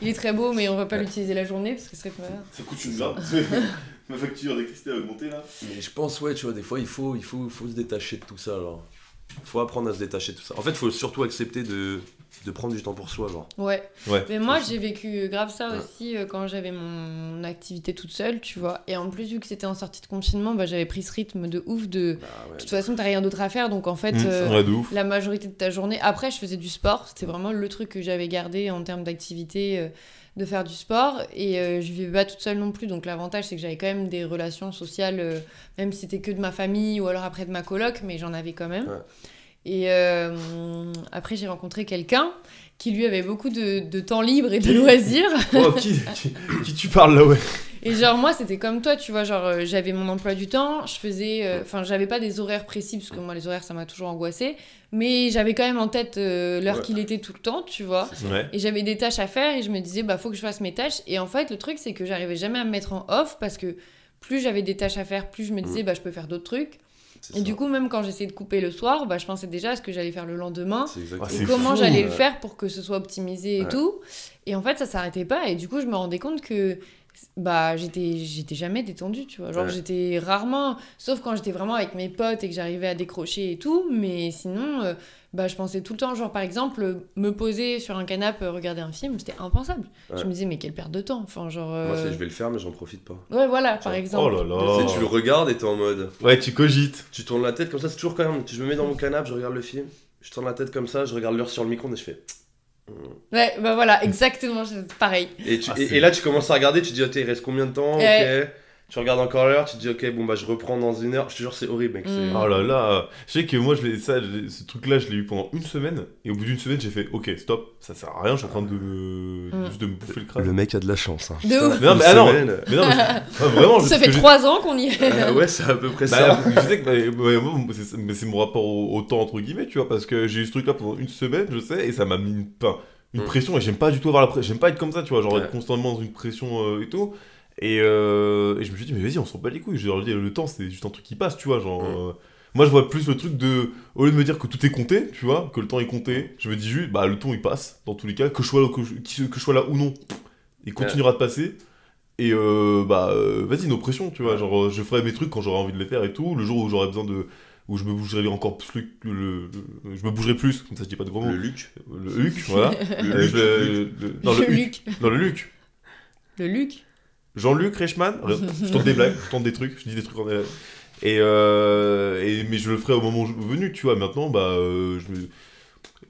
[SPEAKER 3] Il est très beau, mais on va pas l'utiliser la journée parce que ce serait pas mal.
[SPEAKER 1] Ça coûte une blinde. Ma facture d'électricité a augmenté là.
[SPEAKER 2] Mais je pense, ouais, tu vois, des fois, il faut, il faut, faut se détacher de tout ça, genre. Faut apprendre à se détacher de tout ça. En fait, faut surtout accepter de, de prendre du temps pour soi, genre.
[SPEAKER 3] Ouais.
[SPEAKER 1] Ouais.
[SPEAKER 3] Mais moi, j'ai vécu grave ça
[SPEAKER 2] Ouais.
[SPEAKER 3] aussi euh, quand j'avais mon activité toute seule, tu vois. Et en plus, vu que c'était en sortie de confinement, bah, j'avais pris ce rythme de ouf de.
[SPEAKER 2] Bah ouais.
[SPEAKER 3] De toute façon, t'as rien d'autre à faire, donc en fait,
[SPEAKER 2] Mm,
[SPEAKER 1] Mmh,
[SPEAKER 3] euh,
[SPEAKER 1] Ouais, de ouf.
[SPEAKER 3] la majorité de ta journée. Après, je faisais du sport, c'était vraiment le truc que j'avais gardé en termes d'activité, euh, de faire du sport. Et euh, je vivais pas toute seule non plus, donc l'avantage, c'est que j'avais quand même des relations sociales, euh, même si c'était que de ma famille ou alors après de ma coloc, mais j'en avais quand même.
[SPEAKER 2] Ouais.
[SPEAKER 3] Et euh, après, j'ai rencontré quelqu'un qui lui avait beaucoup de, de temps libre et de loisirs.
[SPEAKER 1] Oh, qui, qui, qui tu parles là, ouais
[SPEAKER 3] Et genre moi c'était comme toi, tu vois, genre euh, j'avais mon emploi du temps, je faisais, euh, enfin j'avais pas des horaires précis parce que moi les horaires ça m'a toujours angoissé, mais j'avais quand même en tête euh, l'heure
[SPEAKER 2] Ouais.
[SPEAKER 3] qu'il était tout le temps, tu vois.
[SPEAKER 1] Ouais.
[SPEAKER 3] Et j'avais des tâches à faire et je me disais bah faut que je fasse mes tâches. Et en fait le truc c'est que j'arrivais jamais à me mettre en off parce que plus j'avais des tâches à faire, plus je me disais bah je peux faire d'autres trucs.
[SPEAKER 2] Mm. C'est
[SPEAKER 3] Et
[SPEAKER 2] ça.
[SPEAKER 3] du coup même quand j'essayais de couper le soir, bah je pensais déjà à ce que j'allais faire le lendemain
[SPEAKER 2] c'est
[SPEAKER 1] Ah,
[SPEAKER 2] exactement
[SPEAKER 1] c'est
[SPEAKER 3] et hein, comment
[SPEAKER 1] fou.
[SPEAKER 3] j'allais le
[SPEAKER 2] Ouais.
[SPEAKER 3] faire pour que ce soit optimisé et
[SPEAKER 2] Ouais.
[SPEAKER 3] tout. Et en fait, ça s'arrêtait pas. Et du coup, je me rendais compte que bah j'étais j'étais jamais détendue tu vois genre
[SPEAKER 2] Ouais.
[SPEAKER 3] j'étais rarement sauf quand j'étais vraiment avec mes potes et que j'arrivais à décrocher et tout mais sinon euh, bah je pensais tout le temps genre par exemple euh, me poser sur un canapé euh, regarder un film c'était impensable je
[SPEAKER 2] Ouais.
[SPEAKER 3] me disais mais quelle perte de temps enfin genre euh,
[SPEAKER 2] Moi, c'est je vais le faire, mais j'en profite pas.
[SPEAKER 3] ouais voilà par exemple
[SPEAKER 1] là là.
[SPEAKER 2] Tu
[SPEAKER 1] Oh.
[SPEAKER 2] sais, tu le regardes et t'es en mode.
[SPEAKER 1] Ouais, tu cogites.
[SPEAKER 2] Tu tournes la tête comme ça, c'est toujours quand même. Je me mets dans mon canapé, je regarde le film. Je tourne la tête comme ça, je regarde l'heure sur le micro et je fais.
[SPEAKER 3] ouais bah voilà exactement c'est pareil
[SPEAKER 2] Et, tu-
[SPEAKER 1] Ah,
[SPEAKER 2] et-
[SPEAKER 1] c'est-
[SPEAKER 2] et là, tu commences à regarder, tu te dis, ok, il reste combien de temps
[SPEAKER 3] Ouais.
[SPEAKER 2] Ok. Tu regardes encore l'heure, tu te dis, ok, bon, bah, je reprends dans une heure. Je te jure, c'est horrible, mec. c'est-
[SPEAKER 3] Mm.
[SPEAKER 1] Oh là là. Je sais que moi, je l'ai- ça, je l'ai- ce truc-là, je l'ai eu pendant une semaine. Et au bout d'une semaine, j'ai fait Ok, stop, ça sert à rien, je suis en train de me,
[SPEAKER 3] Mm.
[SPEAKER 1] juste de me bouffer le crâne.
[SPEAKER 2] mec a de la chance. Hein.
[SPEAKER 3] de ouf
[SPEAKER 1] Mais non, mais ah non.
[SPEAKER 2] Semaine.
[SPEAKER 1] Mais non, mais je- ouais, vraiment, je- parce
[SPEAKER 3] ça fait
[SPEAKER 1] Oh, que j'ai-
[SPEAKER 3] trois ans qu'on y est
[SPEAKER 2] Euh, ouais, c'est à peu près ça.
[SPEAKER 1] Bah, je sais que bah, ouais, moi, c'est- mais c'est mon rapport au, au temps, entre guillemets, tu vois, parce que j'ai eu ce truc-là pendant une semaine, je sais, et ça m'a mis une, enfin, une
[SPEAKER 2] Mm.
[SPEAKER 1] pression, et j'aime pas du tout avoir la pression, j'aime pas être comme ça, tu vois, genre
[SPEAKER 2] Ouais.
[SPEAKER 1] être constamment dans une pression euh, et tout. Et, euh, et je me suis dit, mais vas-y, on s'en bat les couilles, genre, je veux dire, le temps, c'est juste un truc qui passe, tu vois, genre.
[SPEAKER 2] Mm.
[SPEAKER 1] euh, moi, je vois plus le truc de. Au lieu de me dire que tout est compté, tu vois, que le temps est compté, je me dis juste, bah, le temps, il passe, dans tous les cas, que je sois là, que je, qui- que je sois là ou non, il continuera de passer. Et euh, bah euh, vas-y, nos pressions, tu vois. Genre, euh, je ferai mes trucs quand j'aurai envie de les faire et tout. Le jour où j'aurai besoin de. où je me bougerai encore plus. Le, le- le- je me bougerai plus, comme ça je dis pas de gros mots.
[SPEAKER 2] Le Luc.
[SPEAKER 1] Le, Luc, voilà.
[SPEAKER 2] Le
[SPEAKER 1] Euh,
[SPEAKER 2] Luc.
[SPEAKER 1] je- le- non, le Luc.
[SPEAKER 3] Luc
[SPEAKER 1] Non, le Luc.
[SPEAKER 3] le Luc
[SPEAKER 1] Jean-Luc Reichmann. Je tente des blagues, je tente des trucs, je dis des trucs en. Et, euh, et- mais je le ferai au moment venu, tu vois. Maintenant, bah, euh, je me.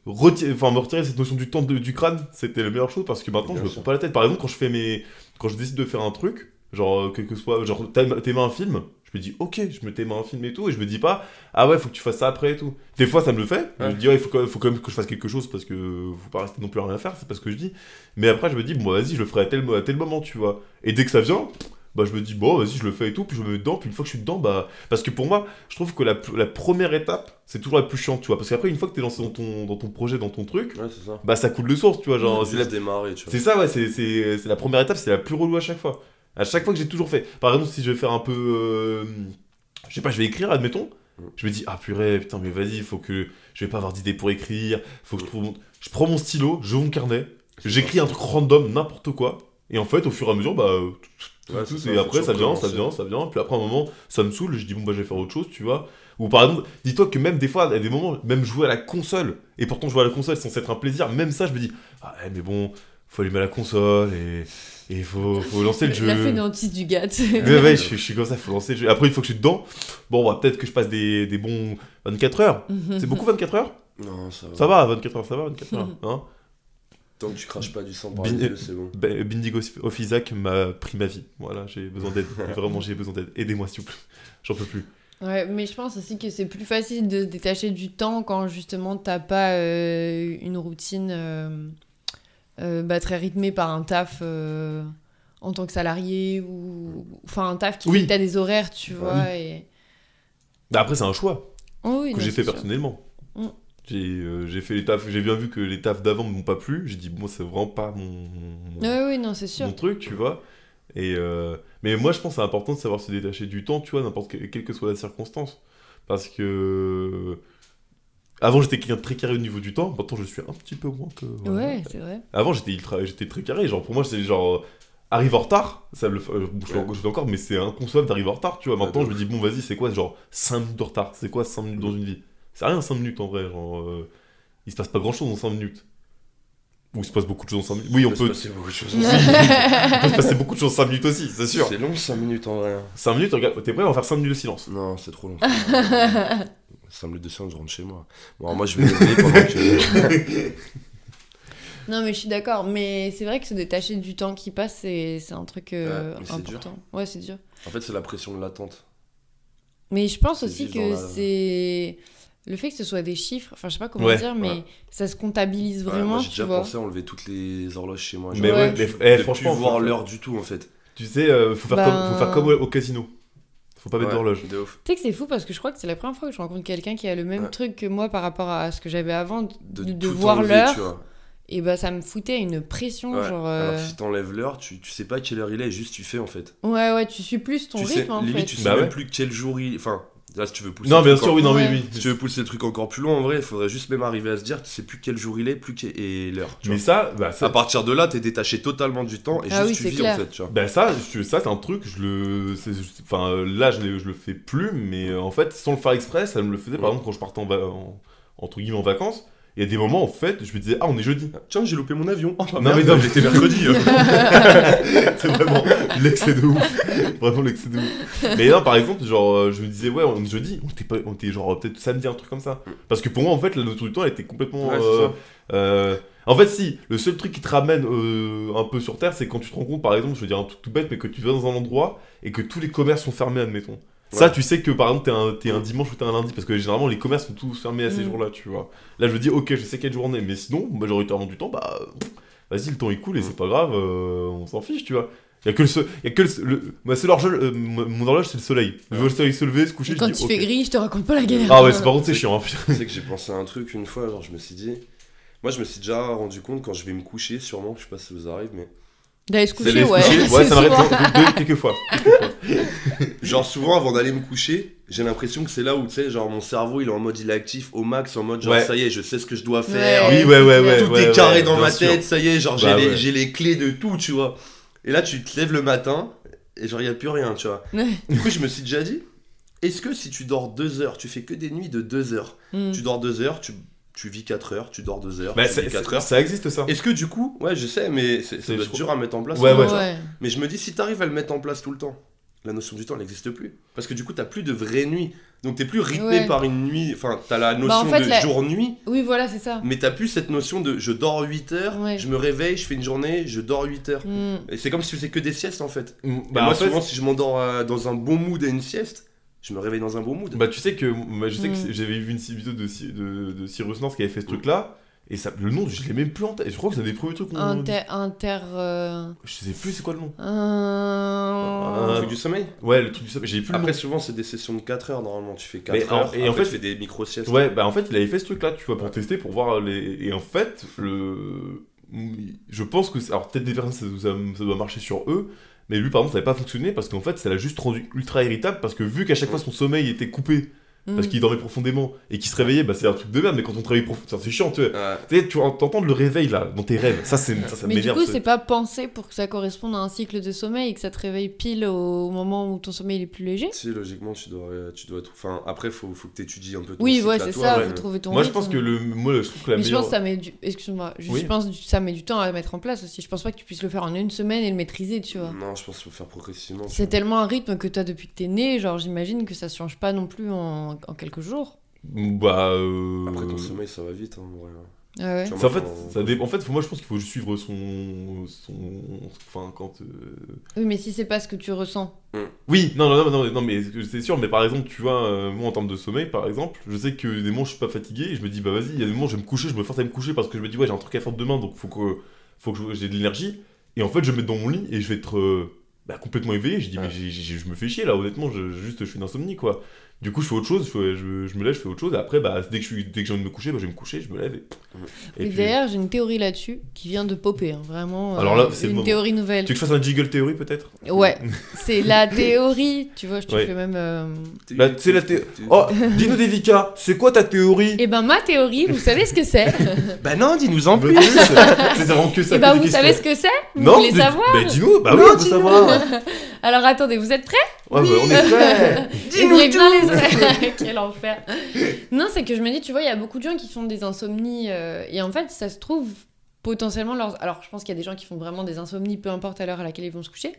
[SPEAKER 1] reti- Enfin, me retirer cette notion du temps de- du crâne, c'était la meilleure chose parce que maintenant,
[SPEAKER 2] Bien
[SPEAKER 1] je me
[SPEAKER 2] sûr.
[SPEAKER 1] prends pas la tête. Par exemple, quand je fais mes. Quand je décide de faire un truc, genre, euh, quel que soit. Genre, t'aimes t'aimes un film, je me dis, ok, je me t'aime un film et tout, et je me dis pas, ah ouais, faut que tu fasses ça après et tout. Des fois, ça me le fait. Je me
[SPEAKER 2] Ouais.
[SPEAKER 1] dis, ouais, faut quand, même, faut quand même que je fasse quelque chose parce que faut pas rester non plus à rien faire, c'est pas ce que je dis. Mais après, je me dis, bon, vas-y, je le ferai à tel, mo- à tel moment, tu vois. Et dès que ça vient, bah, je me dis, bon, vas-y, je le fais et tout, puis je me mets dedans, puis une fois que je suis dedans, bah. Parce que pour moi, je trouve que la, la première étape, c'est toujours la plus chiante, tu vois. Parce qu'après, une fois que t'es lancé dans ton, dans ton projet, dans ton truc,
[SPEAKER 2] Ouais, c'est ça.
[SPEAKER 1] bah ça coule de source, tu vois. Genre, c'est
[SPEAKER 2] Juste
[SPEAKER 1] la-
[SPEAKER 2] démarrer, tu vois.
[SPEAKER 1] c'est ça, ouais, c'est- c'est c'est la première étape, c'est la plus relou à chaque fois. À chaque fois que j'ai toujours fait. Par exemple, si je vais faire un peu. euh, je sais pas, je vais écrire, admettons.
[SPEAKER 2] Mm.
[SPEAKER 1] Je me dis, ah purée, putain, mais vas-y, faut que. Je vais pas avoir d'idée pour écrire, faut que je trouve. mon- Je prends mon stylo, je ouvre mon carnet, j'écris un truc random, n'importe quoi. Et en fait, au fur et à mesure, bah. euh, tout,
[SPEAKER 2] Ouais,
[SPEAKER 1] tout,
[SPEAKER 2] c'est
[SPEAKER 1] et
[SPEAKER 2] ça,
[SPEAKER 1] après,
[SPEAKER 2] faut
[SPEAKER 1] ça vient, ça
[SPEAKER 2] recommencer.
[SPEAKER 1] vient, ça vient. Puis après, à un moment, ça me saoule, je dis, bon, bah, je vais faire autre chose, tu vois. Ou par exemple, dis-toi que même des fois, à des moments, même jouer à la console, et pourtant jouer à la console c'est censé être un plaisir, même ça, je me dis, ah ouais, mais bon, faut allumer la console et il faut, faut lancer le jeu.
[SPEAKER 3] la fainéantise du gars tu sais.
[SPEAKER 1] Ouais, ouais, je, suis- je suis comme ça, faut lancer le jeu. Après, il faut que je suis dedans. Bon, bah, peut-être que je passe des, des bons 24 heures.
[SPEAKER 3] Mhm.
[SPEAKER 1] C'est beaucoup 24 heures
[SPEAKER 2] Non, ça va.
[SPEAKER 1] Ça va, 24 heures, ça va, 24 heures. Hein
[SPEAKER 2] Tant que tu craches pas du sang par
[SPEAKER 1] Bin-
[SPEAKER 2] les yeux, c'est bon.
[SPEAKER 1] Ben, Bindigo of Isaac m'a pris ma vie. Voilà, j'ai besoin d'aide. Vraiment, j'ai besoin d'aide. Aidez-moi, s'il vous plaît. J'en peux plus.
[SPEAKER 3] Ouais, mais je pense aussi que c'est plus facile de se détacher du temps quand justement t'as pas euh, une routine euh, euh, bah, très rythmée par un taf euh, en tant que salarié ou enfin un taf qui
[SPEAKER 1] Oui.
[SPEAKER 3] fait que t'as des horaires, tu vois. Et...
[SPEAKER 1] Bah, Après, c'est un choix.
[SPEAKER 3] Oh oui,
[SPEAKER 1] que
[SPEAKER 3] non,
[SPEAKER 1] j'ai
[SPEAKER 3] c'est
[SPEAKER 1] fait
[SPEAKER 3] sûr.
[SPEAKER 1] personnellement.
[SPEAKER 3] Mm.
[SPEAKER 1] J'ai euh, j'ai fait les tafs, j'ai bien vu que les tafs d'avant ne m'ont pas plu. J'ai dit, bon, c'est vraiment pas mon, mon-
[SPEAKER 3] Ouais, oui, non, c'est sûr.
[SPEAKER 1] mon truc, tu vois. Et euh, mais moi, je pense que c'est important de savoir se détacher du temps, tu vois, n'importe que- quelle que soit la circonstance. Parce que. Avant, j'étais quelqu'un de très carré au niveau du temps. Maintenant, je suis un petit peu moins que. voilà.
[SPEAKER 3] Ouais, c'est vrai.
[SPEAKER 1] Avant, j'étais ultra- j'étais très carré. Genre, pour moi, c'est genre. euh, Arrive en retard, ça le fa- euh, bon, je, le-
[SPEAKER 2] Ouais.
[SPEAKER 1] je le fais encore, mais c'est inconcevable d'arriver en retard, tu vois.
[SPEAKER 2] Ouais,
[SPEAKER 1] Maintenant,
[SPEAKER 2] de
[SPEAKER 1] je me dis, bon, vas-y, c'est quoi, genre, 5 minutes de retard C'est quoi 5 minutes dans une vie C'est rien, 5 minutes en vrai, genre. euh, il se passe pas grand chose en 5 minutes. Ou il se passe beaucoup de choses en 5 minutes. Oui, on
[SPEAKER 2] Il se
[SPEAKER 1] peut,
[SPEAKER 2] passer beaucoup de choses.
[SPEAKER 1] on peut se passer beaucoup de choses en 5 minutes aussi, c'est sûr.
[SPEAKER 2] C'est long 5 minutes en vrai. hein.
[SPEAKER 1] 5 minutes, regarde, t'es prêt, on va faire 5 minutes de silence.
[SPEAKER 2] Non, c'est trop long. 5 minutes de silence, je rentre chez moi. Bon, alors moi je vais lever pendant que.
[SPEAKER 3] Non, mais je suis d'accord. Mais c'est vrai que se détacher du temps qui passe, c'est c'est un truc euh,
[SPEAKER 2] Ouais, mais c'est dur.
[SPEAKER 3] important. Ouais, c'est dur.
[SPEAKER 2] En fait, c'est la pression de l'attente.
[SPEAKER 3] Mais je pense
[SPEAKER 2] C'est
[SPEAKER 3] aussi
[SPEAKER 2] juste
[SPEAKER 3] que
[SPEAKER 2] dans la-
[SPEAKER 3] c'est le fait que ce soit des chiffres, enfin je sais pas comment
[SPEAKER 1] Ouais,
[SPEAKER 3] dire, mais
[SPEAKER 2] ouais.
[SPEAKER 3] ça se comptabilise
[SPEAKER 2] Ouais,
[SPEAKER 3] vraiment,
[SPEAKER 2] moi j'ai
[SPEAKER 3] tu
[SPEAKER 2] déjà
[SPEAKER 3] vois.
[SPEAKER 2] pensé à enlever toutes les horloges chez moi.
[SPEAKER 1] Mais
[SPEAKER 3] ouais,
[SPEAKER 2] de-
[SPEAKER 1] mais-
[SPEAKER 2] de
[SPEAKER 1] eh,
[SPEAKER 2] plus
[SPEAKER 1] franchement, faut
[SPEAKER 2] voir
[SPEAKER 1] faire-
[SPEAKER 2] l'heure du tout en fait.
[SPEAKER 1] Tu sais, euh, faut, faire
[SPEAKER 3] Ben-
[SPEAKER 1] comme, faut faire comme au, au casino. Faut pas mettre
[SPEAKER 2] Ouais,
[SPEAKER 1] d'horloge.
[SPEAKER 2] De ouf.
[SPEAKER 3] Tu sais que c'est fou parce que je crois que c'est la première fois que je rencontre quelqu'un qui a le même
[SPEAKER 2] Ouais.
[SPEAKER 3] truc que moi par rapport à ce que j'avais avant de, de
[SPEAKER 2] tout
[SPEAKER 3] voir
[SPEAKER 2] enlever,
[SPEAKER 3] l'heure.
[SPEAKER 2] tu vois.
[SPEAKER 3] Et bah ça me foutait une pression,
[SPEAKER 2] Ouais.
[SPEAKER 3] genre.
[SPEAKER 2] Alors
[SPEAKER 3] euh,
[SPEAKER 2] que si t'enlèves l'heure, tu, tu sais pas quelle heure il est, juste tu fais en fait.
[SPEAKER 3] Ouais, ouais, tu suis plus ton
[SPEAKER 2] tu
[SPEAKER 3] rythme
[SPEAKER 2] sais,
[SPEAKER 3] en
[SPEAKER 2] limite,
[SPEAKER 3] fait.
[SPEAKER 2] tu sais
[SPEAKER 1] Bah
[SPEAKER 2] même
[SPEAKER 1] ouais.
[SPEAKER 2] plus quel jour il. Enfin, Là, si tu veux pousser
[SPEAKER 1] Non,
[SPEAKER 2] le
[SPEAKER 1] bien
[SPEAKER 2] truc
[SPEAKER 1] sûr,
[SPEAKER 2] en-
[SPEAKER 1] oui, non, oui,
[SPEAKER 3] Ouais.
[SPEAKER 1] oui.
[SPEAKER 2] Si tu veux pousser le truc encore plus loin, en vrai, il faudrait juste même arriver à se dire, tu sais plus quel jour il est, plus quelle est l'heure. tu
[SPEAKER 1] Mais
[SPEAKER 2] vois.
[SPEAKER 1] ça, bah,
[SPEAKER 2] à
[SPEAKER 1] ça,
[SPEAKER 2] partir de là, t'es détaché totalement du temps et juste
[SPEAKER 3] Ah oui,
[SPEAKER 2] tu
[SPEAKER 3] c'est
[SPEAKER 2] vis
[SPEAKER 3] clair.
[SPEAKER 2] en fait. Tu vois.
[SPEAKER 1] bah, ça, je- ça c'est un truc, je le. c'est- c'est- Enfin, euh, là, je, l'ai- je le fais plus, mais euh, en fait, sans le faire exprès, ça me le faisait, par
[SPEAKER 2] Ouais.
[SPEAKER 1] exemple, quand je partais en, va- en- entre guillemets en vacances. Et à des moments, en fait, je me disais, ah, on est jeudi.
[SPEAKER 2] Tiens, j'ai loupé mon avion. Oh,
[SPEAKER 1] Non, mais non, mais-
[SPEAKER 2] j'étais mercredi. euh.
[SPEAKER 1] c'est vraiment l'excès de ouf. Vraiment l'excès de ouf. Mais non, par exemple, genre, euh, je me disais, ouais, on est jeudi, on était, pas, on était genre peut-être samedi, un truc comme ça. Parce que pour moi, en fait, la notion du temps, elle était complètement.
[SPEAKER 2] Ouais, c'est
[SPEAKER 1] euh,
[SPEAKER 2] ça.
[SPEAKER 1] euh, en fait, si, le seul truc qui te ramène euh, un peu sur Terre, c'est quand tu te rends compte, par exemple, je veux dire un truc tout bête, mais que tu vas dans un endroit et que tous les commerces sont fermés, admettons. Ça,
[SPEAKER 2] Ouais.
[SPEAKER 1] tu sais que par exemple, t'es un, t'es un dimanche ou t'es un lundi, parce que généralement, les commerces sont tous fermés à ces
[SPEAKER 3] Mm.
[SPEAKER 1] jours-là, tu vois. Là, je me dis, ok, je sais quelle journée, mais sinon, majoritairement du temps, bah, pff, vas-y, le temps il coule et c'est pas grave, euh, on s'en fiche, tu vois. Il y a que le soleil. que le, se- le- ma seule horloge, euh, mon mon horloge, c'est le soleil. Je vois le soleil se lever, se coucher,
[SPEAKER 3] Et quand
[SPEAKER 1] je
[SPEAKER 3] il
[SPEAKER 1] dis,
[SPEAKER 3] fait
[SPEAKER 1] ok.
[SPEAKER 3] gris, je te raconte pas la galère.
[SPEAKER 1] Ah ouais, c'est par contre, c'est chiant. hein, putain.
[SPEAKER 2] Tu sais que j'ai pensé à un truc une fois, genre je me suis dit. Moi je me suis déjà rendu compte quand je vais me coucher, sûrement, je sais pas si ça vous arrive, mais.
[SPEAKER 3] D'aller se
[SPEAKER 1] D'aller se
[SPEAKER 3] coucher, ouais.
[SPEAKER 1] coucher,
[SPEAKER 3] c'est
[SPEAKER 1] ouais, ça m'arrive
[SPEAKER 3] souvent.
[SPEAKER 1] de- de- de- quelques fois.
[SPEAKER 2] Genre souvent avant d'aller me coucher, j'ai l'impression que c'est là où tu sais, genre mon cerveau il est en mode il est actif au max, en mode genre
[SPEAKER 1] Ouais.
[SPEAKER 2] ça y est, je sais ce que je dois
[SPEAKER 3] Ouais.
[SPEAKER 2] faire.
[SPEAKER 1] Ah Oui, ouais, ouais, ouais.
[SPEAKER 2] Tout
[SPEAKER 1] ouais,
[SPEAKER 2] est
[SPEAKER 1] ouais,
[SPEAKER 2] carré dans
[SPEAKER 1] bien
[SPEAKER 2] ma
[SPEAKER 1] sûr.
[SPEAKER 2] tête, ça y est, genre j'ai
[SPEAKER 1] Bah
[SPEAKER 2] les,
[SPEAKER 1] ouais.
[SPEAKER 2] j'ai les clés de tout, tu vois. Et là tu te lèves le matin et genre y a plus rien, tu vois.
[SPEAKER 3] Ouais.
[SPEAKER 2] Du coup je me suis déjà dit, est-ce que si tu dors deux heures, tu fais que des nuits de deux heures,
[SPEAKER 3] Mm.
[SPEAKER 2] tu dors deux heures, tu, tu vis quatre heures, tu dors deux heures,
[SPEAKER 1] Bah,
[SPEAKER 2] tu
[SPEAKER 1] ça,
[SPEAKER 2] vis quatre
[SPEAKER 1] ça-
[SPEAKER 2] heures.
[SPEAKER 1] ça existe ça.
[SPEAKER 2] Est-ce que du coup, ouais je sais, mais c'est ça
[SPEAKER 1] C'est-
[SPEAKER 2] doit
[SPEAKER 1] je
[SPEAKER 2] être dur à mettre en place. hein,
[SPEAKER 1] Ouais, ouais.
[SPEAKER 2] Mais je me dis, si t'arrives à le mettre en place tout le temps, la notion du temps elle n'existe plus. Parce que du coup, t'as plus de vraies nuits. Donc t'es plus rythmé
[SPEAKER 3] Ouais. Bah,
[SPEAKER 2] par une nuit. Enfin, t'as la notion
[SPEAKER 3] en fait,
[SPEAKER 2] de
[SPEAKER 3] la-
[SPEAKER 2] jour-nuit,
[SPEAKER 3] Oui, voilà, c'est ça.
[SPEAKER 2] mais t'as plus cette notion de je dors 8 heures,
[SPEAKER 3] Ouais.
[SPEAKER 2] je me réveille, je fais une journée, je dors 8 heures.
[SPEAKER 3] Mm.
[SPEAKER 2] Et c'est comme si tu faisais que des siestes en fait. Et
[SPEAKER 1] Bah,
[SPEAKER 2] moi,
[SPEAKER 1] en fait,
[SPEAKER 2] souvent, si je m'endors euh, dans un bon mood à une sieste, je me réveille dans un bon mood.
[SPEAKER 1] Bah, tu sais que, bah, je sais que
[SPEAKER 3] Mm.
[SPEAKER 1] c'est- j'avais vu une vidéo de, Cy- de, de Cyrus North qui avait fait ce truc-là. Et ça, le nom, je l'ai même plus en tête. Je crois que c'est un des premiers
[SPEAKER 2] Mm.
[SPEAKER 1] trucs qu'on.
[SPEAKER 3] Inter. inter euh,
[SPEAKER 1] Je sais plus c'est quoi le nom.
[SPEAKER 3] un-
[SPEAKER 1] Euh,
[SPEAKER 2] Un truc du sommeil.
[SPEAKER 1] Ouais, le truc du sommeil. J'ai plus le nom.
[SPEAKER 2] Après, souvent, c'est des sessions de 4 heures normalement. Tu fais 4
[SPEAKER 1] Mais en-
[SPEAKER 2] heures
[SPEAKER 1] et en
[SPEAKER 2] en fait,
[SPEAKER 1] fait-
[SPEAKER 2] tu fais des micro-siestes.
[SPEAKER 1] Ouais, bah en fait, il avait fait ce truc-là, tu vois, pour tester, pour voir les. Et en fait, le. Je pense que. c'est- Alors, peut-être des personnes, ça, ça- ça doit marcher sur eux, mais lui, par exemple, ça n'avait pas fonctionné parce qu'en fait, ça l'a juste rendu ultra irritable parce que vu qu'à chaque fois son sommeil était coupé
[SPEAKER 3] Mm.
[SPEAKER 1] parce qu'il dormait profondément et qu'il se réveillait, bah c'est un truc de merde, mais quand on travaille profondément, c'est chiant, tu vois.
[SPEAKER 2] Ouais.
[SPEAKER 1] Tu sais, tu entends le réveil là, dans tes rêves, ça, c'est, ça, ça
[SPEAKER 3] Mais du
[SPEAKER 1] m'énerve.
[SPEAKER 3] coup,
[SPEAKER 1] ça.
[SPEAKER 3] c'est pas pensé pour que ça corresponde à un cycle de sommeil et que ça te réveille pile au moment où ton sommeil il est plus léger.
[SPEAKER 2] Si, logiquement, tu dois, euh, tu dois tout. Enfin, après, faut, faut que tu étudies un peu ton
[SPEAKER 3] Oui,
[SPEAKER 2] cycle
[SPEAKER 3] ouais,
[SPEAKER 2] à
[SPEAKER 3] c'est
[SPEAKER 2] toi,
[SPEAKER 3] ça,
[SPEAKER 2] mais-
[SPEAKER 3] vous trouvez ton
[SPEAKER 1] Moi, je
[SPEAKER 3] rythme. hein.
[SPEAKER 1] pense que le. Moi, je trouve que la
[SPEAKER 3] Mais je
[SPEAKER 1] meilleure.
[SPEAKER 3] pense que ça met du... Excuse-moi, je, je
[SPEAKER 1] Oui.
[SPEAKER 3] pense que ça met du temps à mettre en place aussi. Je pense pas que tu puisses le faire en une semaine et le maîtriser, tu vois.
[SPEAKER 2] Non, je pense qu'il faut faire progressivement. tu
[SPEAKER 3] C'est
[SPEAKER 2] vois.
[SPEAKER 3] tellement un rythme que t'as depuis que t'es né, genre j'imagine que ça se change pas non plus en, en quelques jours.
[SPEAKER 1] Bah. euh,
[SPEAKER 2] Après ton sommeil, ça va vite. Hein, en vrai.
[SPEAKER 3] Ah ouais.
[SPEAKER 2] Tu vois,
[SPEAKER 1] Ça, en
[SPEAKER 2] moi,
[SPEAKER 1] fait,
[SPEAKER 2] quand-
[SPEAKER 1] ça dé- en fait, moi je pense qu'il faut juste suivre son. son... Enfin, quand. euh,
[SPEAKER 3] Oui, mais si c'est pas ce que tu ressens.
[SPEAKER 1] Oui, non, non, non, non, non, mais c'est sûr, mais par exemple, tu vois, euh, moi en termes de sommeil, par exemple, je sais que des moments je suis pas fatigué et je me dis, bah vas-y, il y a des moments je vais me coucher, je me force à me coucher parce que je me dis, ouais, j'ai un truc à faire demain donc faut que, faut que je- j'ai de l'énergie. Et en fait, je me mets dans mon lit et je vais être euh, bah, complètement éveillé. Je dis, mais
[SPEAKER 2] Ouais.
[SPEAKER 1] j'ai- j'ai- je me fais chier là, honnêtement, je, juste je suis une insomnie quoi. Du coup, je fais autre chose, je, fais- je- je me lève, je fais autre chose. Et après, bah, dès que je suis- dès que j'ai envie de me coucher, bah, je vais me coucher, je me lève.
[SPEAKER 2] Ouais.
[SPEAKER 1] Et, et
[SPEAKER 3] Et
[SPEAKER 1] puis-
[SPEAKER 3] d'ailleurs, j'ai une théorie là-dessus qui vient de popper, hein, vraiment. euh,
[SPEAKER 1] Alors là, c'est le
[SPEAKER 3] une
[SPEAKER 1] moment.
[SPEAKER 3] théorie nouvelle.
[SPEAKER 1] Tu veux que je fasse un jiggle théorie peut-être
[SPEAKER 3] Ouais, c'est la théorie, tu vois, je te
[SPEAKER 1] Ouais.
[SPEAKER 3] fais même. euh,
[SPEAKER 1] Là, tu sais, la thé-
[SPEAKER 2] Ah,
[SPEAKER 1] Oh, dis-nous des Vika, c'est quoi ta théorie
[SPEAKER 3] Eh ben ma théorie, vous savez ce que c'est
[SPEAKER 2] Bah non, dis-nous en plus
[SPEAKER 1] C'est vraiment que ça.
[SPEAKER 3] Eh
[SPEAKER 1] que
[SPEAKER 3] ben
[SPEAKER 1] des
[SPEAKER 3] vous
[SPEAKER 1] questions.
[SPEAKER 3] savez ce que c'est Vous
[SPEAKER 1] non,
[SPEAKER 3] voulez
[SPEAKER 1] dis-
[SPEAKER 3] savoir
[SPEAKER 1] Bah dis-nous, bah
[SPEAKER 2] Non,
[SPEAKER 1] oui, on veut
[SPEAKER 2] dis-nous.
[SPEAKER 1] savoir. Ouais,
[SPEAKER 3] Alors attendez, vous êtes prêts
[SPEAKER 1] bah, on est prêts.
[SPEAKER 3] Dis-nous les oreilles. Quel enfer. Non, c'est que je me dis, tu vois, il y a beaucoup de gens qui font des insomnies euh, et en fait, ça se trouve potentiellement leurs. Alors, je pense qu'il y a des gens qui font vraiment des insomnies, peu importe à l'heure à laquelle ils vont se coucher.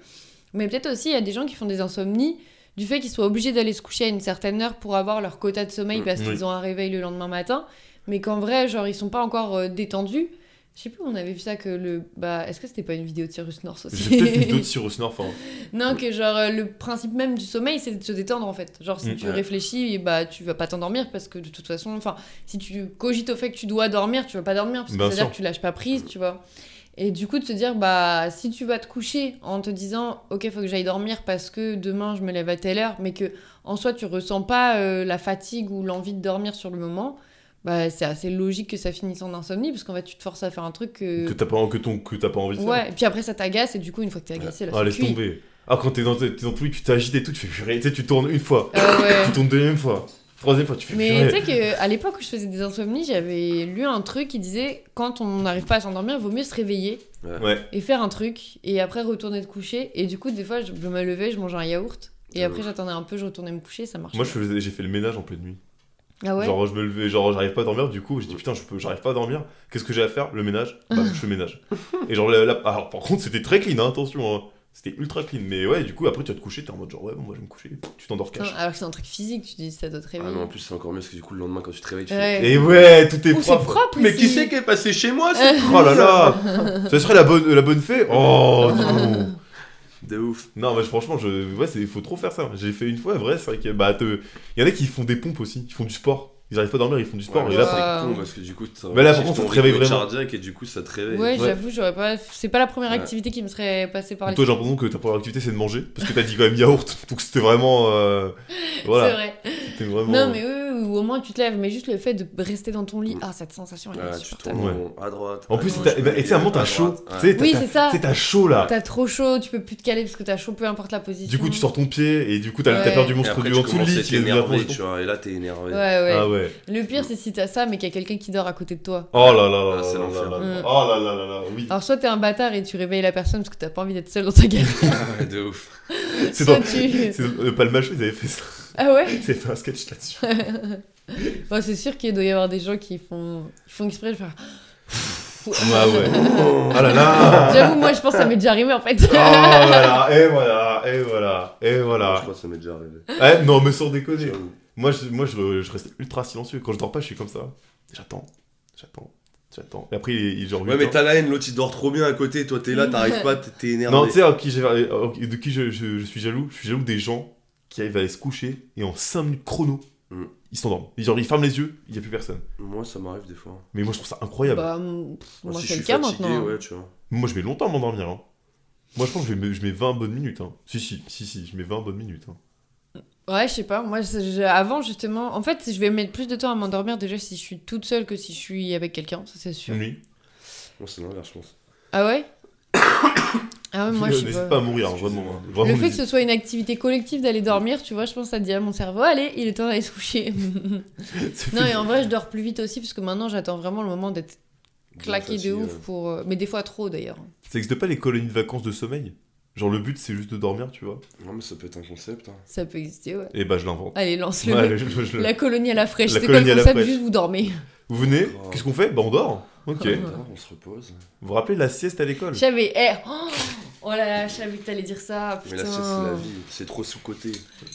[SPEAKER 3] Mais peut-être aussi, il y a des gens qui font des insomnies du fait qu'ils soient obligés d'aller se coucher à une certaine heure pour avoir leur quota de sommeil
[SPEAKER 2] Mm,
[SPEAKER 3] parce
[SPEAKER 1] oui.
[SPEAKER 3] qu'ils ont un réveil le lendemain matin, mais qu'en vrai, genre, ils sont pas encore euh, détendus. Je sais plus, on avait vu ça que le. Bah, est-ce que c'était pas une vidéo de Cyrus North aussi
[SPEAKER 1] J'ai peut-être une d'autres sur Osnorf. Hein.
[SPEAKER 3] non, que genre euh, le principe même du sommeil, c'est de se détendre en fait. Genre si
[SPEAKER 1] Mm,
[SPEAKER 3] tu
[SPEAKER 2] ouais.
[SPEAKER 3] réfléchis, bah tu vas pas t'endormir parce que de toute façon, enfin, si tu cogites au fait que tu dois dormir, tu vas pas dormir parce que
[SPEAKER 1] Bien
[SPEAKER 3] c'est-à-dire
[SPEAKER 1] sûr.
[SPEAKER 3] que tu lâches pas prise, tu vois. Et du coup, de se dire, bah si tu vas te coucher en te disant, ok, faut que j'aille dormir parce que demain je me lève à telle heure, mais que en soi tu ressens pas euh, la fatigue ou l'envie de dormir sur le moment. Bah, c'est assez logique que ça finisse en insomnie parce qu'en fait tu te forces à faire un truc que,
[SPEAKER 1] Que t'as pas, que ton, que t'as pas envie de faire.
[SPEAKER 3] ouais et puis après ça t'agace et du coup une fois que t'es agacé là
[SPEAKER 1] Ah,
[SPEAKER 3] c'est
[SPEAKER 1] laisse
[SPEAKER 3] cuit.
[SPEAKER 1] tomber. Ah, quand t'es dans, t'es dans ton truc, tu t'agites et tout, tu fais purée. Tu sais, tu tournes une fois,
[SPEAKER 3] Ah ouais.
[SPEAKER 1] tu tournes deuxième fois, troisième fois, tu fais
[SPEAKER 3] Mais tu
[SPEAKER 1] purée.
[SPEAKER 3] sais qu'à l'époque où je faisais des insomnies, j'avais lu un truc qui disait quand on n'arrive pas à s'endormir, il vaut mieux se réveiller
[SPEAKER 1] Ouais.
[SPEAKER 3] et faire un truc et après retourner te coucher. Et du coup, des fois, je je me levais, je mangeais un yaourt et
[SPEAKER 2] Ah
[SPEAKER 3] après
[SPEAKER 2] ouais.
[SPEAKER 3] j'attendais un peu, je retournais me coucher, ça marchait.
[SPEAKER 1] Moi, je faisais- j'ai fait le ménage en pleine nuit.
[SPEAKER 3] Ah ouais
[SPEAKER 1] Genre, je me levais, genre, j'arrive pas à dormir, du coup, j'ai dit putain, je peux, j'arrive pas à dormir, qu'est-ce que j'ai à faire Le ménage Bah, je fais le ménage. Et genre, là, là- alors, par contre, c'était très clean, hein, attention, hein. c'était ultra clean, mais ouais, du coup, après, tu vas te coucher, t'es en mode genre, ouais, bon, moi, je vais me coucher, tu t'endors
[SPEAKER 3] Putain,
[SPEAKER 1] cash.
[SPEAKER 3] alors que c'est un truc physique, tu dis ça doit te
[SPEAKER 1] oh
[SPEAKER 2] Ah
[SPEAKER 3] réveiller.
[SPEAKER 2] non, en plus, c'est encore mieux parce que du coup, le lendemain, quand tu te réveilles, tu fais.
[SPEAKER 3] ah Ouais.
[SPEAKER 1] Et ouais, tout est
[SPEAKER 3] Oh, c'est Euh.
[SPEAKER 1] propre.
[SPEAKER 3] propre
[SPEAKER 2] Mais qui
[SPEAKER 3] ici.
[SPEAKER 2] c'est qui est passé chez moi c'est-
[SPEAKER 1] Oh là là Ce serait la bonne, la bonne fée Oh dis donc.
[SPEAKER 2] De ouf.
[SPEAKER 1] Non, mais franchement, je... ouais, c'est- faut trop faire ça. J'ai fait une fois, vrai, c'est vrai que. Bah, te- il y en a qui font des pompes aussi, ils font du sport. Ils arrivent pas à dormir, ils font du sport.
[SPEAKER 2] Ouais,
[SPEAKER 1] et là,
[SPEAKER 2] mais
[SPEAKER 3] ouais.
[SPEAKER 1] c'est-
[SPEAKER 2] c'est
[SPEAKER 3] Waouh.
[SPEAKER 2] con parce que du coup, ça
[SPEAKER 1] Mais là, par contre, on te réveille vraiment.
[SPEAKER 2] cardiaque et du coup, ça te réveille.
[SPEAKER 1] Ouais.
[SPEAKER 3] Ouais, j'avoue, j'aurais pas. C'est pas la première
[SPEAKER 2] Ouais.
[SPEAKER 3] activité qui me serait passée par les.
[SPEAKER 1] Toi, j'ai l'impression que ta première activité, c'est de manger, parce que t'as dit quand même yaourt, donc c'était vraiment. euh,
[SPEAKER 3] C'est
[SPEAKER 1] Voilà,
[SPEAKER 3] vrai.
[SPEAKER 1] c'était vraiment.
[SPEAKER 3] Non, mais oui, oui, ou au moins tu te lèves, mais juste le fait de rester dans ton lit, ah, cette sensation, elle est
[SPEAKER 2] Ah, Mm. tu tournes
[SPEAKER 3] insupportable.
[SPEAKER 1] Ouais.
[SPEAKER 2] en- à droite.
[SPEAKER 1] En
[SPEAKER 2] à
[SPEAKER 1] plus,
[SPEAKER 2] gauche,
[SPEAKER 1] t'as- bah, et tu sais, à un moment,
[SPEAKER 2] à
[SPEAKER 1] t'as chaud.
[SPEAKER 2] droite,
[SPEAKER 1] Tu
[SPEAKER 2] ouais.
[SPEAKER 1] sais, t'as-
[SPEAKER 3] Oui,
[SPEAKER 1] t'as-
[SPEAKER 3] c'est ça.
[SPEAKER 1] tu sais, t'as chaud là.
[SPEAKER 3] T'as trop chaud, tu peux plus te caler parce que t'as chaud, peu importe la position.
[SPEAKER 1] Du coup, tu sors ton pied, et du coup, t'as
[SPEAKER 3] Ouais.
[SPEAKER 1] t'as perdu
[SPEAKER 2] Et
[SPEAKER 1] mon
[SPEAKER 2] après,
[SPEAKER 1] produit
[SPEAKER 2] tu
[SPEAKER 1] en dessous le
[SPEAKER 2] commences à
[SPEAKER 1] lit,
[SPEAKER 2] être
[SPEAKER 1] qui est devenu la
[SPEAKER 2] énervé,
[SPEAKER 1] plonge.
[SPEAKER 2] tu vois, et là, t'es énervé.
[SPEAKER 3] Ouais, ouais.
[SPEAKER 1] Ah ouais.
[SPEAKER 3] Le pire, c'est si t'as ça, mais qu'il y a quelqu'un qui dort à côté de toi.
[SPEAKER 1] Oh là là là
[SPEAKER 2] Ah,
[SPEAKER 1] là
[SPEAKER 2] c'est
[SPEAKER 1] là
[SPEAKER 2] l'enfer.
[SPEAKER 1] là là.
[SPEAKER 3] Mm.
[SPEAKER 1] Oh là là là là, oui.
[SPEAKER 3] Alors, soit t'es un bâtard et tu réveilles la personne parce que t'as pas envie d'être seul dans ta galère.
[SPEAKER 2] Ouais, de ouf.
[SPEAKER 1] C'est
[SPEAKER 3] soit
[SPEAKER 1] dans.
[SPEAKER 3] tu-
[SPEAKER 1] C'est dans- euh, pas le macho, ils avaient fait ça.
[SPEAKER 3] Ah ouais
[SPEAKER 1] Ils avaient fait un sketch là-dessus.
[SPEAKER 3] Bon, C'est sûr qu'il doit y avoir des gens qui font, qui font exprès de faire.
[SPEAKER 1] Ah ouais.
[SPEAKER 2] Oh.
[SPEAKER 1] Ah là là.
[SPEAKER 3] J'avoue, moi, je pense que ça m'est déjà arrivé en fait.
[SPEAKER 1] Oh là là, et voilà, et voilà, et
[SPEAKER 2] Je
[SPEAKER 1] voilà.
[SPEAKER 2] crois que ça m'est déjà arrivé.
[SPEAKER 1] Eh, non, mais sans déconner.
[SPEAKER 2] J'avoue.
[SPEAKER 1] Moi, je, moi je, je reste ultra silencieux. Quand je dors pas, je suis comme ça. J'attends, j'attends, j'attends. Et après, il, il genre.
[SPEAKER 2] Ouais, mais t'as la haine, l'autre il dort trop bien à côté, toi t'es là, t'arrives pas, t'es- t'es énervé.
[SPEAKER 1] Non, tu sais, à qui j'ai- à qui- de qui je, je- je suis jaloux Je suis jaloux des gens qui arrivent à aller se coucher et en 5 minutes chrono,
[SPEAKER 2] Mm.
[SPEAKER 1] ils s'endorment. Ils- Genre, ils ferment les yeux, il n'y a plus personne.
[SPEAKER 2] Moi ça m'arrive des fois.
[SPEAKER 1] Mais moi, je trouve ça incroyable.
[SPEAKER 3] Bah, m- pff, moi,
[SPEAKER 2] si je
[SPEAKER 3] c'est le
[SPEAKER 2] suis
[SPEAKER 3] cas
[SPEAKER 2] fatigué,
[SPEAKER 3] maintenant. hein.
[SPEAKER 2] ouais, tu vois.
[SPEAKER 1] Moi, je mets longtemps à m'endormir. hein. Moi, je pense que je mets, je mets 20 bonnes minutes. hein. Si, si, si, si, je mets 20 bonnes minutes. hein.
[SPEAKER 3] Ouais, je sais pas. Moi, c'est- je- avant, justement, en fait, je vais mettre plus de temps à m'endormir déjà si je suis toute seule que si je suis avec quelqu'un, ça c'est sûr.
[SPEAKER 1] Oui.
[SPEAKER 2] Moi c'est l'inverse, je pense.
[SPEAKER 3] Ah ouais Ah ouais, moi, je sais
[SPEAKER 1] N'hésite
[SPEAKER 3] pas.
[SPEAKER 1] pas à mourir, hein, vraiment. hein. Vraiment,
[SPEAKER 3] Le fait que
[SPEAKER 1] n'hésite-
[SPEAKER 3] ce soit une activité collective d'aller dormir, tu vois, je pense que ça dit à mon cerveau, allez, il est temps d'aller se coucher.
[SPEAKER 1] ça
[SPEAKER 3] non,
[SPEAKER 1] fait-
[SPEAKER 3] et en vrai, je dors plus vite aussi, parce que maintenant, j'attends vraiment le moment d'être claqué de
[SPEAKER 2] Fatigué,
[SPEAKER 3] ouf
[SPEAKER 2] ouais.
[SPEAKER 3] pour... euh, Mais des fois trop, d'ailleurs.
[SPEAKER 1] Ça n'existe pas les colonies de vacances de sommeil Genre le but c'est juste de dormir, tu vois
[SPEAKER 2] Non, mais ça peut être un concept. Hein.
[SPEAKER 3] Ça peut exister, ouais.
[SPEAKER 1] Et bah je l'invente.
[SPEAKER 3] Allez, lance-le.
[SPEAKER 1] Ouais, je- je- je-
[SPEAKER 3] La colonie à la fraîche,
[SPEAKER 1] La
[SPEAKER 3] c'est quoi
[SPEAKER 1] colonie à
[SPEAKER 3] le
[SPEAKER 1] la
[SPEAKER 3] concept
[SPEAKER 1] fraîche. Ah,
[SPEAKER 3] Juste vous dormez.
[SPEAKER 1] Vous venez,
[SPEAKER 2] Oh.
[SPEAKER 1] qu'est-ce qu'on fait Bah on dort. Ok.
[SPEAKER 3] Ouais.
[SPEAKER 2] Attends, On se repose.
[SPEAKER 1] Vous vous rappelez la sieste à l'école
[SPEAKER 3] J'avais... eh, oh, oh là là, je savais que t'allais dire ça, putain.
[SPEAKER 2] Mais là, c'est c'est la vie, c'est trop sous-côté.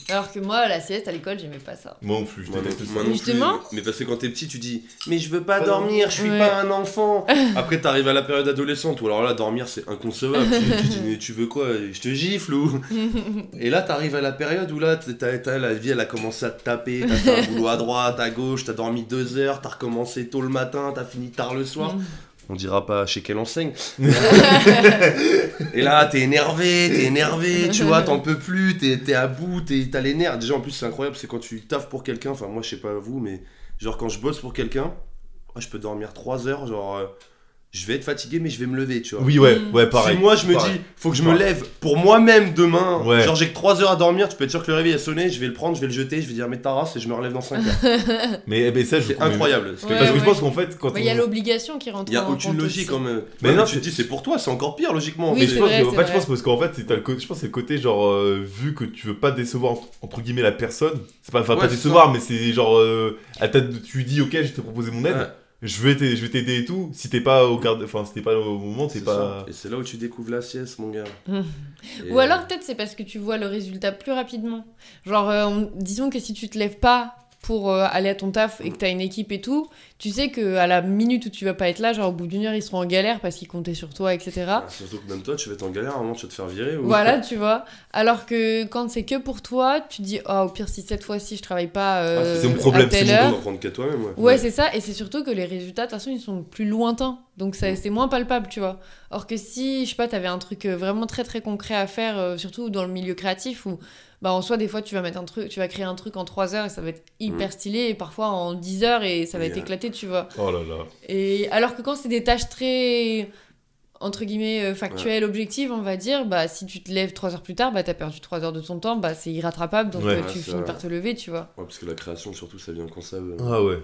[SPEAKER 3] Alors que moi, la sieste à l'école, j'aimais pas ça.
[SPEAKER 1] Moi non plus, je
[SPEAKER 2] Moi non-
[SPEAKER 1] déteste ça.
[SPEAKER 2] moi non plus.
[SPEAKER 3] Justement.
[SPEAKER 2] Mais parce que quand t'es petit, tu dis Mais je veux pas
[SPEAKER 1] Pas
[SPEAKER 2] dormir, je suis
[SPEAKER 3] Ouais.
[SPEAKER 2] pas un enfant. Après, t'arrives à la période adolescente où alors là, dormir c'est inconcevable. tu, tu dis Mais tu veux quoi Je te gifle ou. Et là, t'arrives à la période où là, t'as- t'as- t'as- la vie elle a commencé à te taper. T'as fait un boulot à droite, à gauche, t'as dormi deux heures, t'as recommencé tôt le matin, t'as fini tard le soir. On dira pas chez quelle enseigne. Et là, t'es énervé, t'es énervé, tu vois, t'en peux plus, t'es t'es à bout, t'es- t'as les nerfs. Déjà, en plus, c'est incroyable, c'est quand tu taffes pour quelqu'un, enfin, moi, je sais pas vous, mais genre, quand je bosse pour quelqu'un, oh, je peux dormir 3 heures, genre, euh, je vais être fatigué, mais je vais me lever, tu vois.
[SPEAKER 1] Oui ouais,
[SPEAKER 3] Mm.
[SPEAKER 1] ouais pareil.
[SPEAKER 2] Si moi, je me
[SPEAKER 1] pareil.
[SPEAKER 2] dis, faut que je me
[SPEAKER 1] Pareil.
[SPEAKER 2] lève pour moi-même demain,
[SPEAKER 1] Ouais.
[SPEAKER 2] genre, j'ai que 3 heures à dormir, tu peux être sûr que le réveil a sonné, je vais le prendre, je vais le jeter, je vais dire, mais ta race, et je me relève dans 5 heures.
[SPEAKER 1] Mais, eh ben, ça je
[SPEAKER 2] C'est
[SPEAKER 1] comprends-
[SPEAKER 2] incroyable.
[SPEAKER 3] Ouais,
[SPEAKER 1] Parce que je
[SPEAKER 3] ouais.
[SPEAKER 1] pense qu'en fait quand
[SPEAKER 3] Mais il y a
[SPEAKER 1] on-
[SPEAKER 3] l'obligation qui rentre
[SPEAKER 2] Il y a
[SPEAKER 3] en
[SPEAKER 2] aucune
[SPEAKER 3] compte
[SPEAKER 2] logique
[SPEAKER 3] aussi.
[SPEAKER 2] quand même.
[SPEAKER 1] Mais
[SPEAKER 2] Ouais,
[SPEAKER 1] non,
[SPEAKER 2] tu te
[SPEAKER 1] c'est-
[SPEAKER 2] dis c'est pour toi, c'est encore pire logiquement.
[SPEAKER 3] Oui,
[SPEAKER 1] Mais
[SPEAKER 2] Mais-
[SPEAKER 1] je
[SPEAKER 3] c'est
[SPEAKER 1] pense,
[SPEAKER 3] vrai,
[SPEAKER 1] que, en
[SPEAKER 3] c'est
[SPEAKER 1] fait, je
[SPEAKER 3] vrai.
[SPEAKER 1] pense parce qu'en fait, c'est- t'as le côté- je pense que c'est le côté genre euh, vu que tu veux pas décevoir entre- entre guillemets la personne, c'est pas enfin
[SPEAKER 2] Ouais,
[SPEAKER 1] pas
[SPEAKER 2] c'est
[SPEAKER 1] décevoir mais c'est genre euh, à ta tu lui dis OK, je t'ai proposé mon aide.
[SPEAKER 2] Ouais.
[SPEAKER 1] Je vais t'aider- je vais t'aider et tout. Si t'es pas au garde enfin si t'es pas au moment, t'es
[SPEAKER 2] C'est
[SPEAKER 1] pas
[SPEAKER 2] ça. Et c'est là où tu découvres la sieste, mon gars.
[SPEAKER 3] Mmh.
[SPEAKER 2] Et-
[SPEAKER 3] Ou alors peut-être c'est parce que tu vois le résultat plus rapidement. Genre, euh, on- disons que si tu te lèves pas pour euh, aller à ton taf et que t'as une équipe et tout, tu sais que à la minute où tu vas pas être là, genre au bout d'une heure ils seront en galère parce qu'ils comptaient sur toi, etc.
[SPEAKER 2] Ah, surtout que même toi, tu vas être en galère, à un moment, tu vas te faire virer. Ou...
[SPEAKER 3] Voilà, tu vois. Alors que quand c'est que pour toi, tu dis oh au pire si cette fois-ci je travaille pas
[SPEAKER 2] Ah,
[SPEAKER 3] euh,
[SPEAKER 1] c'est mon problème,
[SPEAKER 3] à
[SPEAKER 2] C'est
[SPEAKER 3] telle
[SPEAKER 2] bon
[SPEAKER 3] heure.
[SPEAKER 2] d'en prendre qu'à toi-même. Ouais,
[SPEAKER 3] Ouais, c'est ça, et c'est surtout que les résultats, de toute façon, ils sont plus lointains, donc
[SPEAKER 2] Mm.
[SPEAKER 3] ça- c'est moins palpable, tu vois. Or que si, je sais pas, t'avais un truc euh, vraiment très très concret à faire, euh, surtout dans le milieu créatif, où bah, en soi, des fois, tu vas, mettre un truc, tu vas créer un truc en 3 heures et ça va être
[SPEAKER 2] Mm.
[SPEAKER 3] hyper stylé, et parfois en 10 heures et ça va
[SPEAKER 2] Oui,
[SPEAKER 3] être
[SPEAKER 2] ouais.
[SPEAKER 3] éclaté, tu vois.
[SPEAKER 1] Oh là là.
[SPEAKER 3] Et alors que quand c'est des tâches très entre guillemets euh, factuelle, objective, on va dire, bah si tu te lèves trois heures plus tard, bah t'as perdu trois heures de ton temps, bah c'est irrattrapable, donc
[SPEAKER 1] Ouais.
[SPEAKER 3] euh,
[SPEAKER 2] Ouais,
[SPEAKER 3] tu
[SPEAKER 2] c'est
[SPEAKER 3] finis
[SPEAKER 2] vrai.
[SPEAKER 3] par te lever, tu vois.
[SPEAKER 2] Ouais, parce que la création, surtout, ça vient quand ça veut.
[SPEAKER 1] Ah ouais.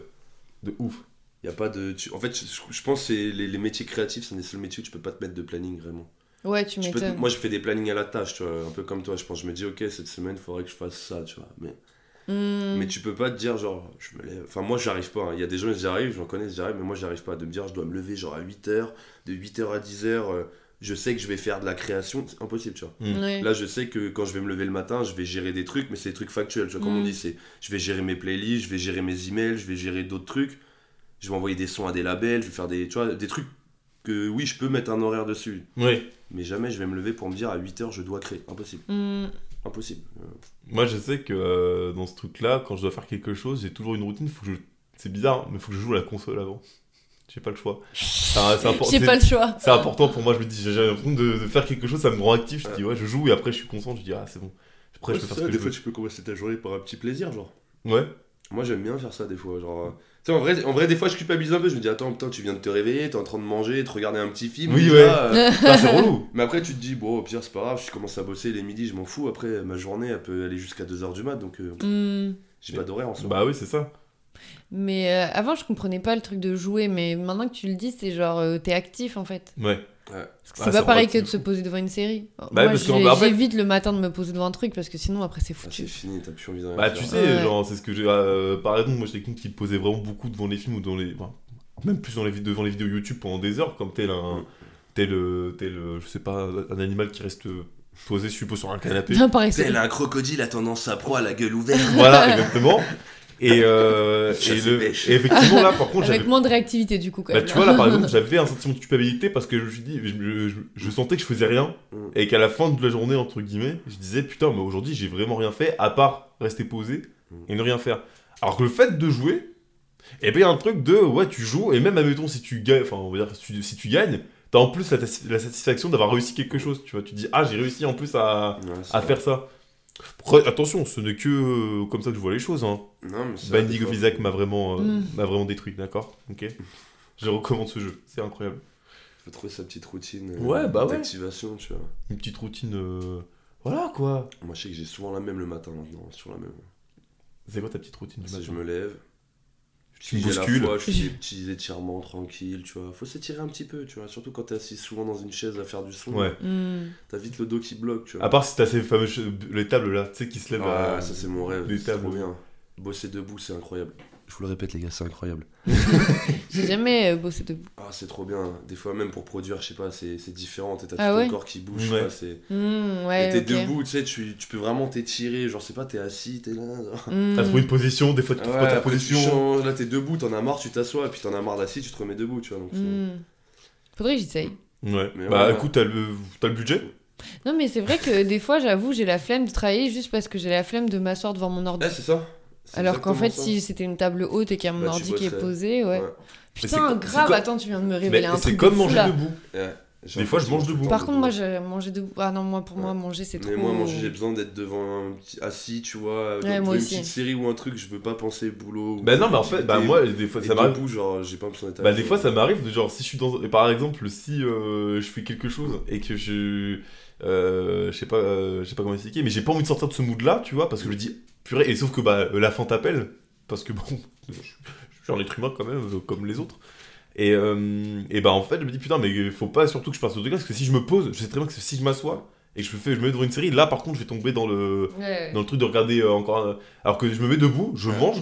[SPEAKER 1] De ouf.
[SPEAKER 2] Y a pas de. tu- En fait, je, je pense que c'est les, les métiers créatifs, c'est les seuls métiers où tu peux pas te mettre de planning vraiment.
[SPEAKER 3] Ouais, tu
[SPEAKER 2] Je peux-
[SPEAKER 3] m'étonnes.
[SPEAKER 2] moi, je fais des plannings à la tâche, tu vois, un peu comme toi. Je pense, je me dis, ok, cette semaine, faudrait que je fasse ça, tu vois. Mais,
[SPEAKER 3] Hmm.
[SPEAKER 2] mais tu peux pas te dire, genre, je me lève. Enfin, moi, j'arrive pas. hein. Il y a des gens, j'y arrivent, j'en connais, j'y arrive, mais moi, j'arrive pas. De me dire, je dois me lever, genre, à 8h, de 8h à 10h, euh, je sais que je vais faire de la création, c'est impossible, tu vois.
[SPEAKER 3] Ouais.
[SPEAKER 2] Là, je sais que quand je vais me lever le matin, je vais gérer des trucs, mais c'est des trucs factuels. Tu vois, comme
[SPEAKER 3] Mm.
[SPEAKER 2] on dit, c'est je vais gérer mes playlists, je vais gérer mes emails, je vais gérer d'autres trucs. Je vais envoyer des sons à des labels, je vais faire des, tu vois, des trucs que oui, je peux mettre un horaire dessus.
[SPEAKER 1] Ouais.
[SPEAKER 2] Mais jamais je vais me lever pour me dire à 8h je dois créer. Impossible.
[SPEAKER 3] Hmm.
[SPEAKER 2] Impossible. Euh,
[SPEAKER 1] Moi, je sais que euh, dans ce truc-là, quand je dois faire quelque chose, j'ai toujours une routine. Faut que je... C'est bizarre, hein, mais faut que je joue à la console avant. J'ai pas le choix. C'est un- c'est impor-
[SPEAKER 3] J'ai
[SPEAKER 1] c'est-
[SPEAKER 3] pas le choix.
[SPEAKER 1] c'est important pour moi. Je me dis, j'ai j'ai l'impression de, de faire quelque chose, ça me rend actif. Je dis, ouais, je joue et après, je suis content. Je dis, ah, c'est bon. Après, je peux
[SPEAKER 2] c'est
[SPEAKER 1] faire
[SPEAKER 2] ça,
[SPEAKER 1] ce que
[SPEAKER 2] des
[SPEAKER 1] je
[SPEAKER 2] fois
[SPEAKER 1] veux.
[SPEAKER 2] tu peux commencer ta journée par un petit plaisir, genre.
[SPEAKER 1] Ouais.
[SPEAKER 2] Moi j'aime bien faire ça des fois, genre. euh, Tu sais, en vrai, en vrai, des fois je culpabilise un peu, je me dis attends, putain, tu viens de te réveiller, t'es en train de manger, de regarder un petit film.
[SPEAKER 1] Oui,
[SPEAKER 2] déjà,
[SPEAKER 1] ouais.
[SPEAKER 2] euh,
[SPEAKER 1] Ah, c'est relou.
[SPEAKER 2] Mais après, tu te dis, bon, au pire, c'est pas grave, je commence à bosser les midis, je m'en fous. Après, ma journée, elle peut aller jusqu'à 2h du mat, donc euh,
[SPEAKER 3] Hmm.
[SPEAKER 2] j'ai pas d'horaire en soi.
[SPEAKER 1] Bah oui, c'est ça.
[SPEAKER 3] Mais euh, avant, je comprenais pas le truc de jouer, mais maintenant que tu le dis, c'est genre euh, t'es actif en fait.
[SPEAKER 1] Ouais.
[SPEAKER 3] Parce que
[SPEAKER 1] Ah,
[SPEAKER 3] c'est
[SPEAKER 1] ça
[SPEAKER 3] pas
[SPEAKER 1] rend
[SPEAKER 3] pareil que
[SPEAKER 1] actif
[SPEAKER 3] de
[SPEAKER 1] de
[SPEAKER 3] se
[SPEAKER 1] fou.
[SPEAKER 3] poser devant une série.
[SPEAKER 1] Bah,
[SPEAKER 3] Moi,
[SPEAKER 1] parce que,
[SPEAKER 3] j'ai-
[SPEAKER 1] bah, après-
[SPEAKER 3] j'évite le matin de me poser devant un truc parce que sinon après c'est
[SPEAKER 2] Ah,
[SPEAKER 3] foutu.
[SPEAKER 2] c'est fini, t'as plus envie de rien
[SPEAKER 1] Bah,
[SPEAKER 2] faire.
[SPEAKER 1] tu sais,
[SPEAKER 3] Ouais.
[SPEAKER 1] genre, c'est ce que j'ai. euh, par exemple, moi, j'étais quelqu'un qui posait vraiment beaucoup devant les films ou dans les. enfin, même plus dans les, vid- devant les vidéos YouTube pendant des heures, comme tel un.
[SPEAKER 2] Mm.
[SPEAKER 1] Tel, euh, tel, euh, je sais pas, un animal qui reste euh, posé, je suppose, sur un canapé.
[SPEAKER 3] Non, pareil, c'est-
[SPEAKER 2] Tel un crocodile a tendance à proie à la gueule ouverte.
[SPEAKER 1] voilà, exactement. Et, euh,
[SPEAKER 2] Je
[SPEAKER 1] et,
[SPEAKER 2] sais
[SPEAKER 1] le-
[SPEAKER 2] pêche.
[SPEAKER 1] et effectivement, là, par contre, j'avais.
[SPEAKER 3] avec moins de réactivité du coup quand
[SPEAKER 1] Bah,
[SPEAKER 3] même.
[SPEAKER 1] tu vois, là, par exemple, j'avais un sentiment de culpabilité parce que je me suis dit, je, je- je sentais que je faisais rien
[SPEAKER 2] Mm.
[SPEAKER 1] et qu'à la fin de la journée, entre guillemets, je disais, putain, mais aujourd'hui, j'ai vraiment rien fait à part rester posé
[SPEAKER 2] Mm.
[SPEAKER 1] et ne rien faire. Alors que le fait de jouer, et bien, il y a un truc de, ouais, tu joues et même, admettons, si tu gagnes, enfin, on va dire, si tu, si tu gagnes, t'as en plus la, la satisfaction d'avoir réussi quelque chose, tu vois. Tu dis, ah, j'ai réussi en plus à,
[SPEAKER 2] Ouais, c'est
[SPEAKER 1] à
[SPEAKER 2] vrai.
[SPEAKER 1] faire ça. Après, attention, ce n'est que euh, comme ça que je vois les choses, hein.
[SPEAKER 2] Non, mais c'est vrai,
[SPEAKER 1] Binding
[SPEAKER 2] des
[SPEAKER 1] of
[SPEAKER 2] fois.
[SPEAKER 1] Isaac m'a vraiment, euh,
[SPEAKER 3] Mm.
[SPEAKER 1] m'a vraiment détruit, d'accord Ok. Je recommande ce jeu, c'est incroyable.
[SPEAKER 2] Faut trouver sa petite routine euh,
[SPEAKER 1] Ouais, bah ouais.
[SPEAKER 2] d'activation, tu vois.
[SPEAKER 1] Une petite routine. euh, Voilà quoi
[SPEAKER 2] Moi, je sais que j'ai souvent la même le matin maintenant, sur la même.
[SPEAKER 1] C'est quoi ta petite routine du
[SPEAKER 2] Si
[SPEAKER 1] matin
[SPEAKER 2] Bah, je me lève,
[SPEAKER 1] Tu me
[SPEAKER 2] si j'ai la
[SPEAKER 1] bouscules.
[SPEAKER 2] foi, je fais des petits étirements tranquilles, tu vois. Faut s'étirer un petit peu, tu vois. Surtout quand t'es assis souvent dans une chaise à faire du son.
[SPEAKER 1] Ouais.
[SPEAKER 3] Hmm.
[SPEAKER 2] T'as vite le dos qui bloque, tu vois.
[SPEAKER 1] À part si t'as ces fameuses. che- Les tables là, tu sais, qui se lèvent.
[SPEAKER 2] Ah,
[SPEAKER 1] à-
[SPEAKER 2] ça c'est mon rêve,
[SPEAKER 1] les
[SPEAKER 2] c'est trop
[SPEAKER 1] tables.
[SPEAKER 2] bien. Bosser debout, c'est incroyable. Je vous le répète les gars, c'est incroyable.
[SPEAKER 3] J'ai jamais euh, bossé debout.
[SPEAKER 2] Ah, c'est trop bien. Des fois même pour produire, je sais pas, c'est c'est différent. T'as
[SPEAKER 3] Ah
[SPEAKER 2] tout
[SPEAKER 3] ouais
[SPEAKER 2] ton corps qui bouge,
[SPEAKER 1] Ouais.
[SPEAKER 2] tu vois, c'est-
[SPEAKER 3] Hmm,
[SPEAKER 2] Et
[SPEAKER 3] ouais,
[SPEAKER 2] t'es
[SPEAKER 3] ok.
[SPEAKER 2] debout, tu sais, tu, tu peux vraiment t'étirer. Genre, c'est pas, t'es assis, t'es là. genre.
[SPEAKER 3] Hmm.
[SPEAKER 1] T'as trouvé une position, des fois tu
[SPEAKER 2] Ah
[SPEAKER 1] trouves
[SPEAKER 2] ouais,
[SPEAKER 1] pas ta
[SPEAKER 2] après, tu
[SPEAKER 1] position.
[SPEAKER 2] changes, là t'es debout, t'en as marre, tu t'assois, puis t'en as marre d'assis, tu te remets debout, tu vois. Donc, c'est-
[SPEAKER 3] Hmm. Faudrait que j'essaye.
[SPEAKER 1] Ouais.
[SPEAKER 2] Mais
[SPEAKER 1] bah
[SPEAKER 2] ouais.
[SPEAKER 1] écoute, t'as le... t'as le budget
[SPEAKER 3] Non, mais c'est vrai que des fois, j'avoue, j'ai la flemme de travailler juste parce que j'ai la flemme de m'asseoir devant mon ordi.
[SPEAKER 2] Ouais, Eh, c'est ça. C'est
[SPEAKER 3] Alors qu'en fait,
[SPEAKER 2] exactement ça.
[SPEAKER 3] si c'était une table haute et qu'il y a mon
[SPEAKER 2] Bah, tu
[SPEAKER 3] ordi qui est
[SPEAKER 2] bosserais.
[SPEAKER 3] posé, ouais.
[SPEAKER 2] Ouais.
[SPEAKER 1] c'est
[SPEAKER 3] Putain,
[SPEAKER 1] co- c'est
[SPEAKER 3] grave,
[SPEAKER 1] co-
[SPEAKER 3] attends, tu viens de me révéler
[SPEAKER 1] Mais
[SPEAKER 3] un truc.
[SPEAKER 1] c'est
[SPEAKER 3] de
[SPEAKER 1] comme
[SPEAKER 3] fou,
[SPEAKER 1] manger
[SPEAKER 3] là.
[SPEAKER 1] debout.
[SPEAKER 2] Ouais. J'ai
[SPEAKER 1] Des fois, je
[SPEAKER 2] l'impression
[SPEAKER 1] mange
[SPEAKER 2] que
[SPEAKER 1] debout.
[SPEAKER 2] je
[SPEAKER 3] Par
[SPEAKER 2] mange
[SPEAKER 3] contre, moi, j'ai mangé debout. Ah non, moi, pour moi,
[SPEAKER 2] hein, Ouais.
[SPEAKER 3] manger, c'est trop.
[SPEAKER 2] Mais moi, manger, j'ai besoin d'être devant un petit assis, tu vois, devant
[SPEAKER 3] moi
[SPEAKER 2] une
[SPEAKER 3] aussi.
[SPEAKER 2] petite série ou un truc, je veux pas penser boulot. ou
[SPEAKER 1] Bah non, mais en fait, bah
[SPEAKER 2] activité.
[SPEAKER 1] moi, des fois,
[SPEAKER 2] Et
[SPEAKER 1] ça m'arrive.
[SPEAKER 2] debout, genre, j'ai pas besoin d'être
[SPEAKER 1] Bah
[SPEAKER 2] assis.
[SPEAKER 1] des fois ça m'arrive, de genre si je suis dans... et Par exemple si euh, je fais quelque chose et que je... euh, je sais pas, euh, je sais pas comment expliquer, mais j'ai pas envie de sortir de ce mood là, tu vois, parce que je me dis purée, et sauf que bah euh, la fin t'appelle, parce que bon, je, je suis un être humain quand même, euh, comme les autres. Et, euh, et bah en fait je me dis putain mais faut pas surtout que je passe au degré, parce que si je me pose, je sais très bien que si je m'assois et que je me, fais, je me mets devant une série, là par contre je vais tomber dans le, dans le truc de regarder euh, encore. un- Alors que je me mets debout, je
[SPEAKER 2] Ouais.
[SPEAKER 1] mange,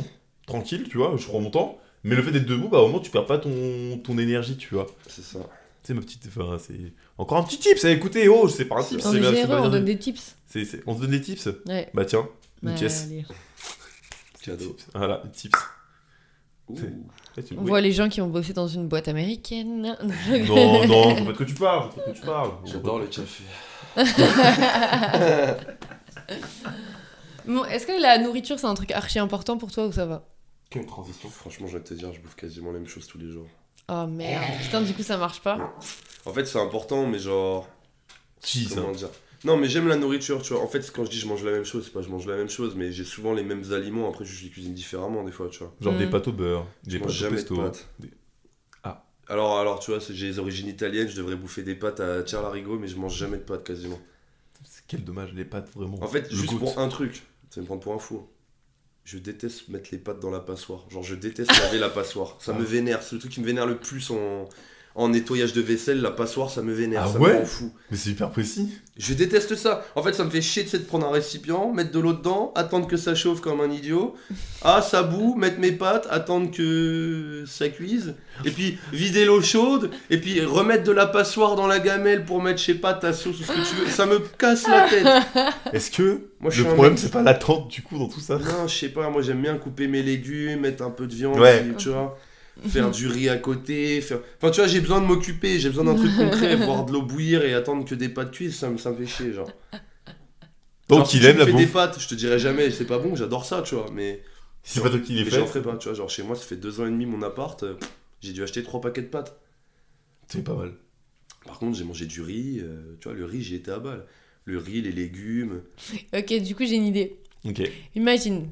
[SPEAKER 1] tranquille, tu vois, je prends mon temps. Mais le fait d'être debout, bah au moins tu perds pas ton, ton énergie, tu vois.
[SPEAKER 2] C'est ça.
[SPEAKER 1] C'est ma petite. Enfin, c'est. Encore un petit tips, eh, écoutez, oh, c'est pas un tips,
[SPEAKER 3] Non,
[SPEAKER 1] c'est
[SPEAKER 3] mais
[SPEAKER 1] bien- c'est
[SPEAKER 3] généreux,
[SPEAKER 1] pas
[SPEAKER 3] on
[SPEAKER 1] bien.
[SPEAKER 3] donne des tips.
[SPEAKER 1] C'est- c'est- On se donne des tips
[SPEAKER 3] Ouais.
[SPEAKER 1] Bah tiens, une
[SPEAKER 3] Bah,
[SPEAKER 1] pièce.
[SPEAKER 3] allez.
[SPEAKER 2] Cadeau.
[SPEAKER 1] Tips. Voilà, une tips.
[SPEAKER 2] Ouh.
[SPEAKER 1] C'est- Eh, tu-
[SPEAKER 3] On
[SPEAKER 1] oui.
[SPEAKER 3] voit les gens qui ont bossé dans une boîte américaine.
[SPEAKER 1] Non, non, je vois pas de quoi tu parles, je vois pas de quoi tu parles.
[SPEAKER 2] J'adore le café.
[SPEAKER 3] Bon, Est-ce que la nourriture, c'est un truc archi important pour toi ou ça va
[SPEAKER 1] Quelle transition.
[SPEAKER 2] Franchement, je vais te dire, je bouffe quasiment la même chose tous les jours.
[SPEAKER 3] Oh merde. Putain, du coup, ça marche pas.
[SPEAKER 2] En fait, c'est important, mais genre.
[SPEAKER 1] Si, ça.
[SPEAKER 2] Comment dire Non, mais j'aime la nourriture, tu vois. En fait, quand je dis je mange la même chose, c'est pas je mange la même chose, mais j'ai souvent les mêmes aliments. Après, je les cuisine différemment des fois, tu vois.
[SPEAKER 1] Genre des
[SPEAKER 3] Mm.
[SPEAKER 1] pâtes au beurre,
[SPEAKER 2] Je
[SPEAKER 1] des
[SPEAKER 2] mange
[SPEAKER 1] pâtes au
[SPEAKER 2] jamais de
[SPEAKER 1] pesto.
[SPEAKER 2] pâtes.
[SPEAKER 1] des- Ah.
[SPEAKER 2] Alors, alors tu vois, c'est- j'ai les origines italiennes, je devrais bouffer des pâtes à Rigo mais je mange jamais de pâtes quasiment.
[SPEAKER 1] C'est- Quel dommage, les pâtes, vraiment.
[SPEAKER 2] En fait,
[SPEAKER 1] Je
[SPEAKER 2] juste
[SPEAKER 1] goûte.
[SPEAKER 2] pour un truc, ça me prend pour un fou. Je déteste mettre les pattes dans la passoire. Genre, je déteste laver la passoire.
[SPEAKER 1] Ah.
[SPEAKER 2] Ça me vénère. C'est le truc qui me vénère le plus en, en nettoyage de vaisselle. La passoire, ça me vénère.
[SPEAKER 1] Ah
[SPEAKER 2] ça
[SPEAKER 1] ouais
[SPEAKER 2] me rend fou.
[SPEAKER 1] Mais c'est hyper précis.
[SPEAKER 2] Je déteste ça. En fait, ça me fait chier tu sais, de prendre un récipient, mettre de l'eau dedans, attendre que ça chauffe comme un idiot. Ah, ça boue, mettre mes pattes, attendre que ça cuise. Et puis, vider l'eau chaude. Et puis, remettre de la passoire dans la gamelle pour mettre, je sais pas, ta sauce ou ce que tu veux. Ça me casse la tête.
[SPEAKER 1] Est-ce que
[SPEAKER 2] Moi, je suis
[SPEAKER 1] le
[SPEAKER 2] un
[SPEAKER 1] problème,
[SPEAKER 2] mec-
[SPEAKER 1] c'est pas l'attente du coup dans tout ça
[SPEAKER 2] Non, je sais pas, moi j'aime bien couper mes légumes, mettre un peu de viande,
[SPEAKER 1] Ouais.
[SPEAKER 2] tu vois, faire du riz à côté, faire... Enfin, tu vois, j'ai besoin de m'occuper, j'ai besoin d'un truc concret, voir de l'eau bouillir et attendre que des pâtes cuisent, ça me, ça me fait chier, genre. Genre,
[SPEAKER 1] Donc
[SPEAKER 2] si
[SPEAKER 1] il
[SPEAKER 2] tu
[SPEAKER 1] Oh, aime
[SPEAKER 2] me
[SPEAKER 1] la
[SPEAKER 2] fais des
[SPEAKER 1] bouffe.
[SPEAKER 2] pâtes, je te dirais jamais, c'est pas bon, j'adore ça, tu vois, mais,
[SPEAKER 1] Si c'est pas toi qui les
[SPEAKER 2] mais j'en
[SPEAKER 1] fais,
[SPEAKER 2] ferai pas, tu vois, genre chez moi, ça fait deux ans et demi mon appart, euh, j'ai dû acheter trois paquets de pâtes.
[SPEAKER 1] c'est pas mal.
[SPEAKER 2] Par contre, j'ai mangé du riz, euh, tu vois, le riz, j'y étais à balle. Le riz, les légumes.
[SPEAKER 3] Ok, du coup, j'ai une idée.
[SPEAKER 1] Ok.
[SPEAKER 3] Imagine,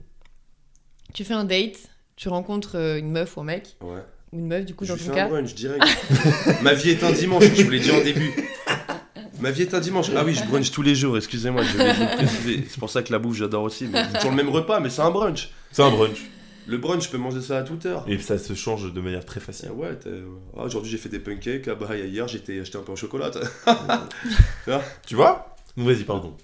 [SPEAKER 3] tu fais un date, tu rencontres euh, une meuf ou un mec,
[SPEAKER 2] Ouais.
[SPEAKER 3] ou une meuf du coup
[SPEAKER 2] Je
[SPEAKER 3] dans
[SPEAKER 2] lui
[SPEAKER 3] ton
[SPEAKER 2] fais un
[SPEAKER 3] cas.
[SPEAKER 2] brunch direct. Ma vie est un dimanche, je vous l'ai dit en début. Ma vie est un dimanche. Ah oui, je brunch tous les jours, excusez-moi, je vais vous le préciser. C'est pour ça que la bouffe, j'adore aussi. Mais c'est toujours le même repas, mais c'est un brunch.
[SPEAKER 1] C'est un brunch.
[SPEAKER 2] Le brunch, je peux manger ça à toute heure.
[SPEAKER 1] Et ça se change de manière très
[SPEAKER 2] Ah
[SPEAKER 1] facile.
[SPEAKER 2] ouais, t'as- ah, aujourd'hui j'ai fait des pancakes, ah bah hier j'étais acheté un peu au chocolat. t'as-
[SPEAKER 1] Tu vois Non, Vas-y, pardon.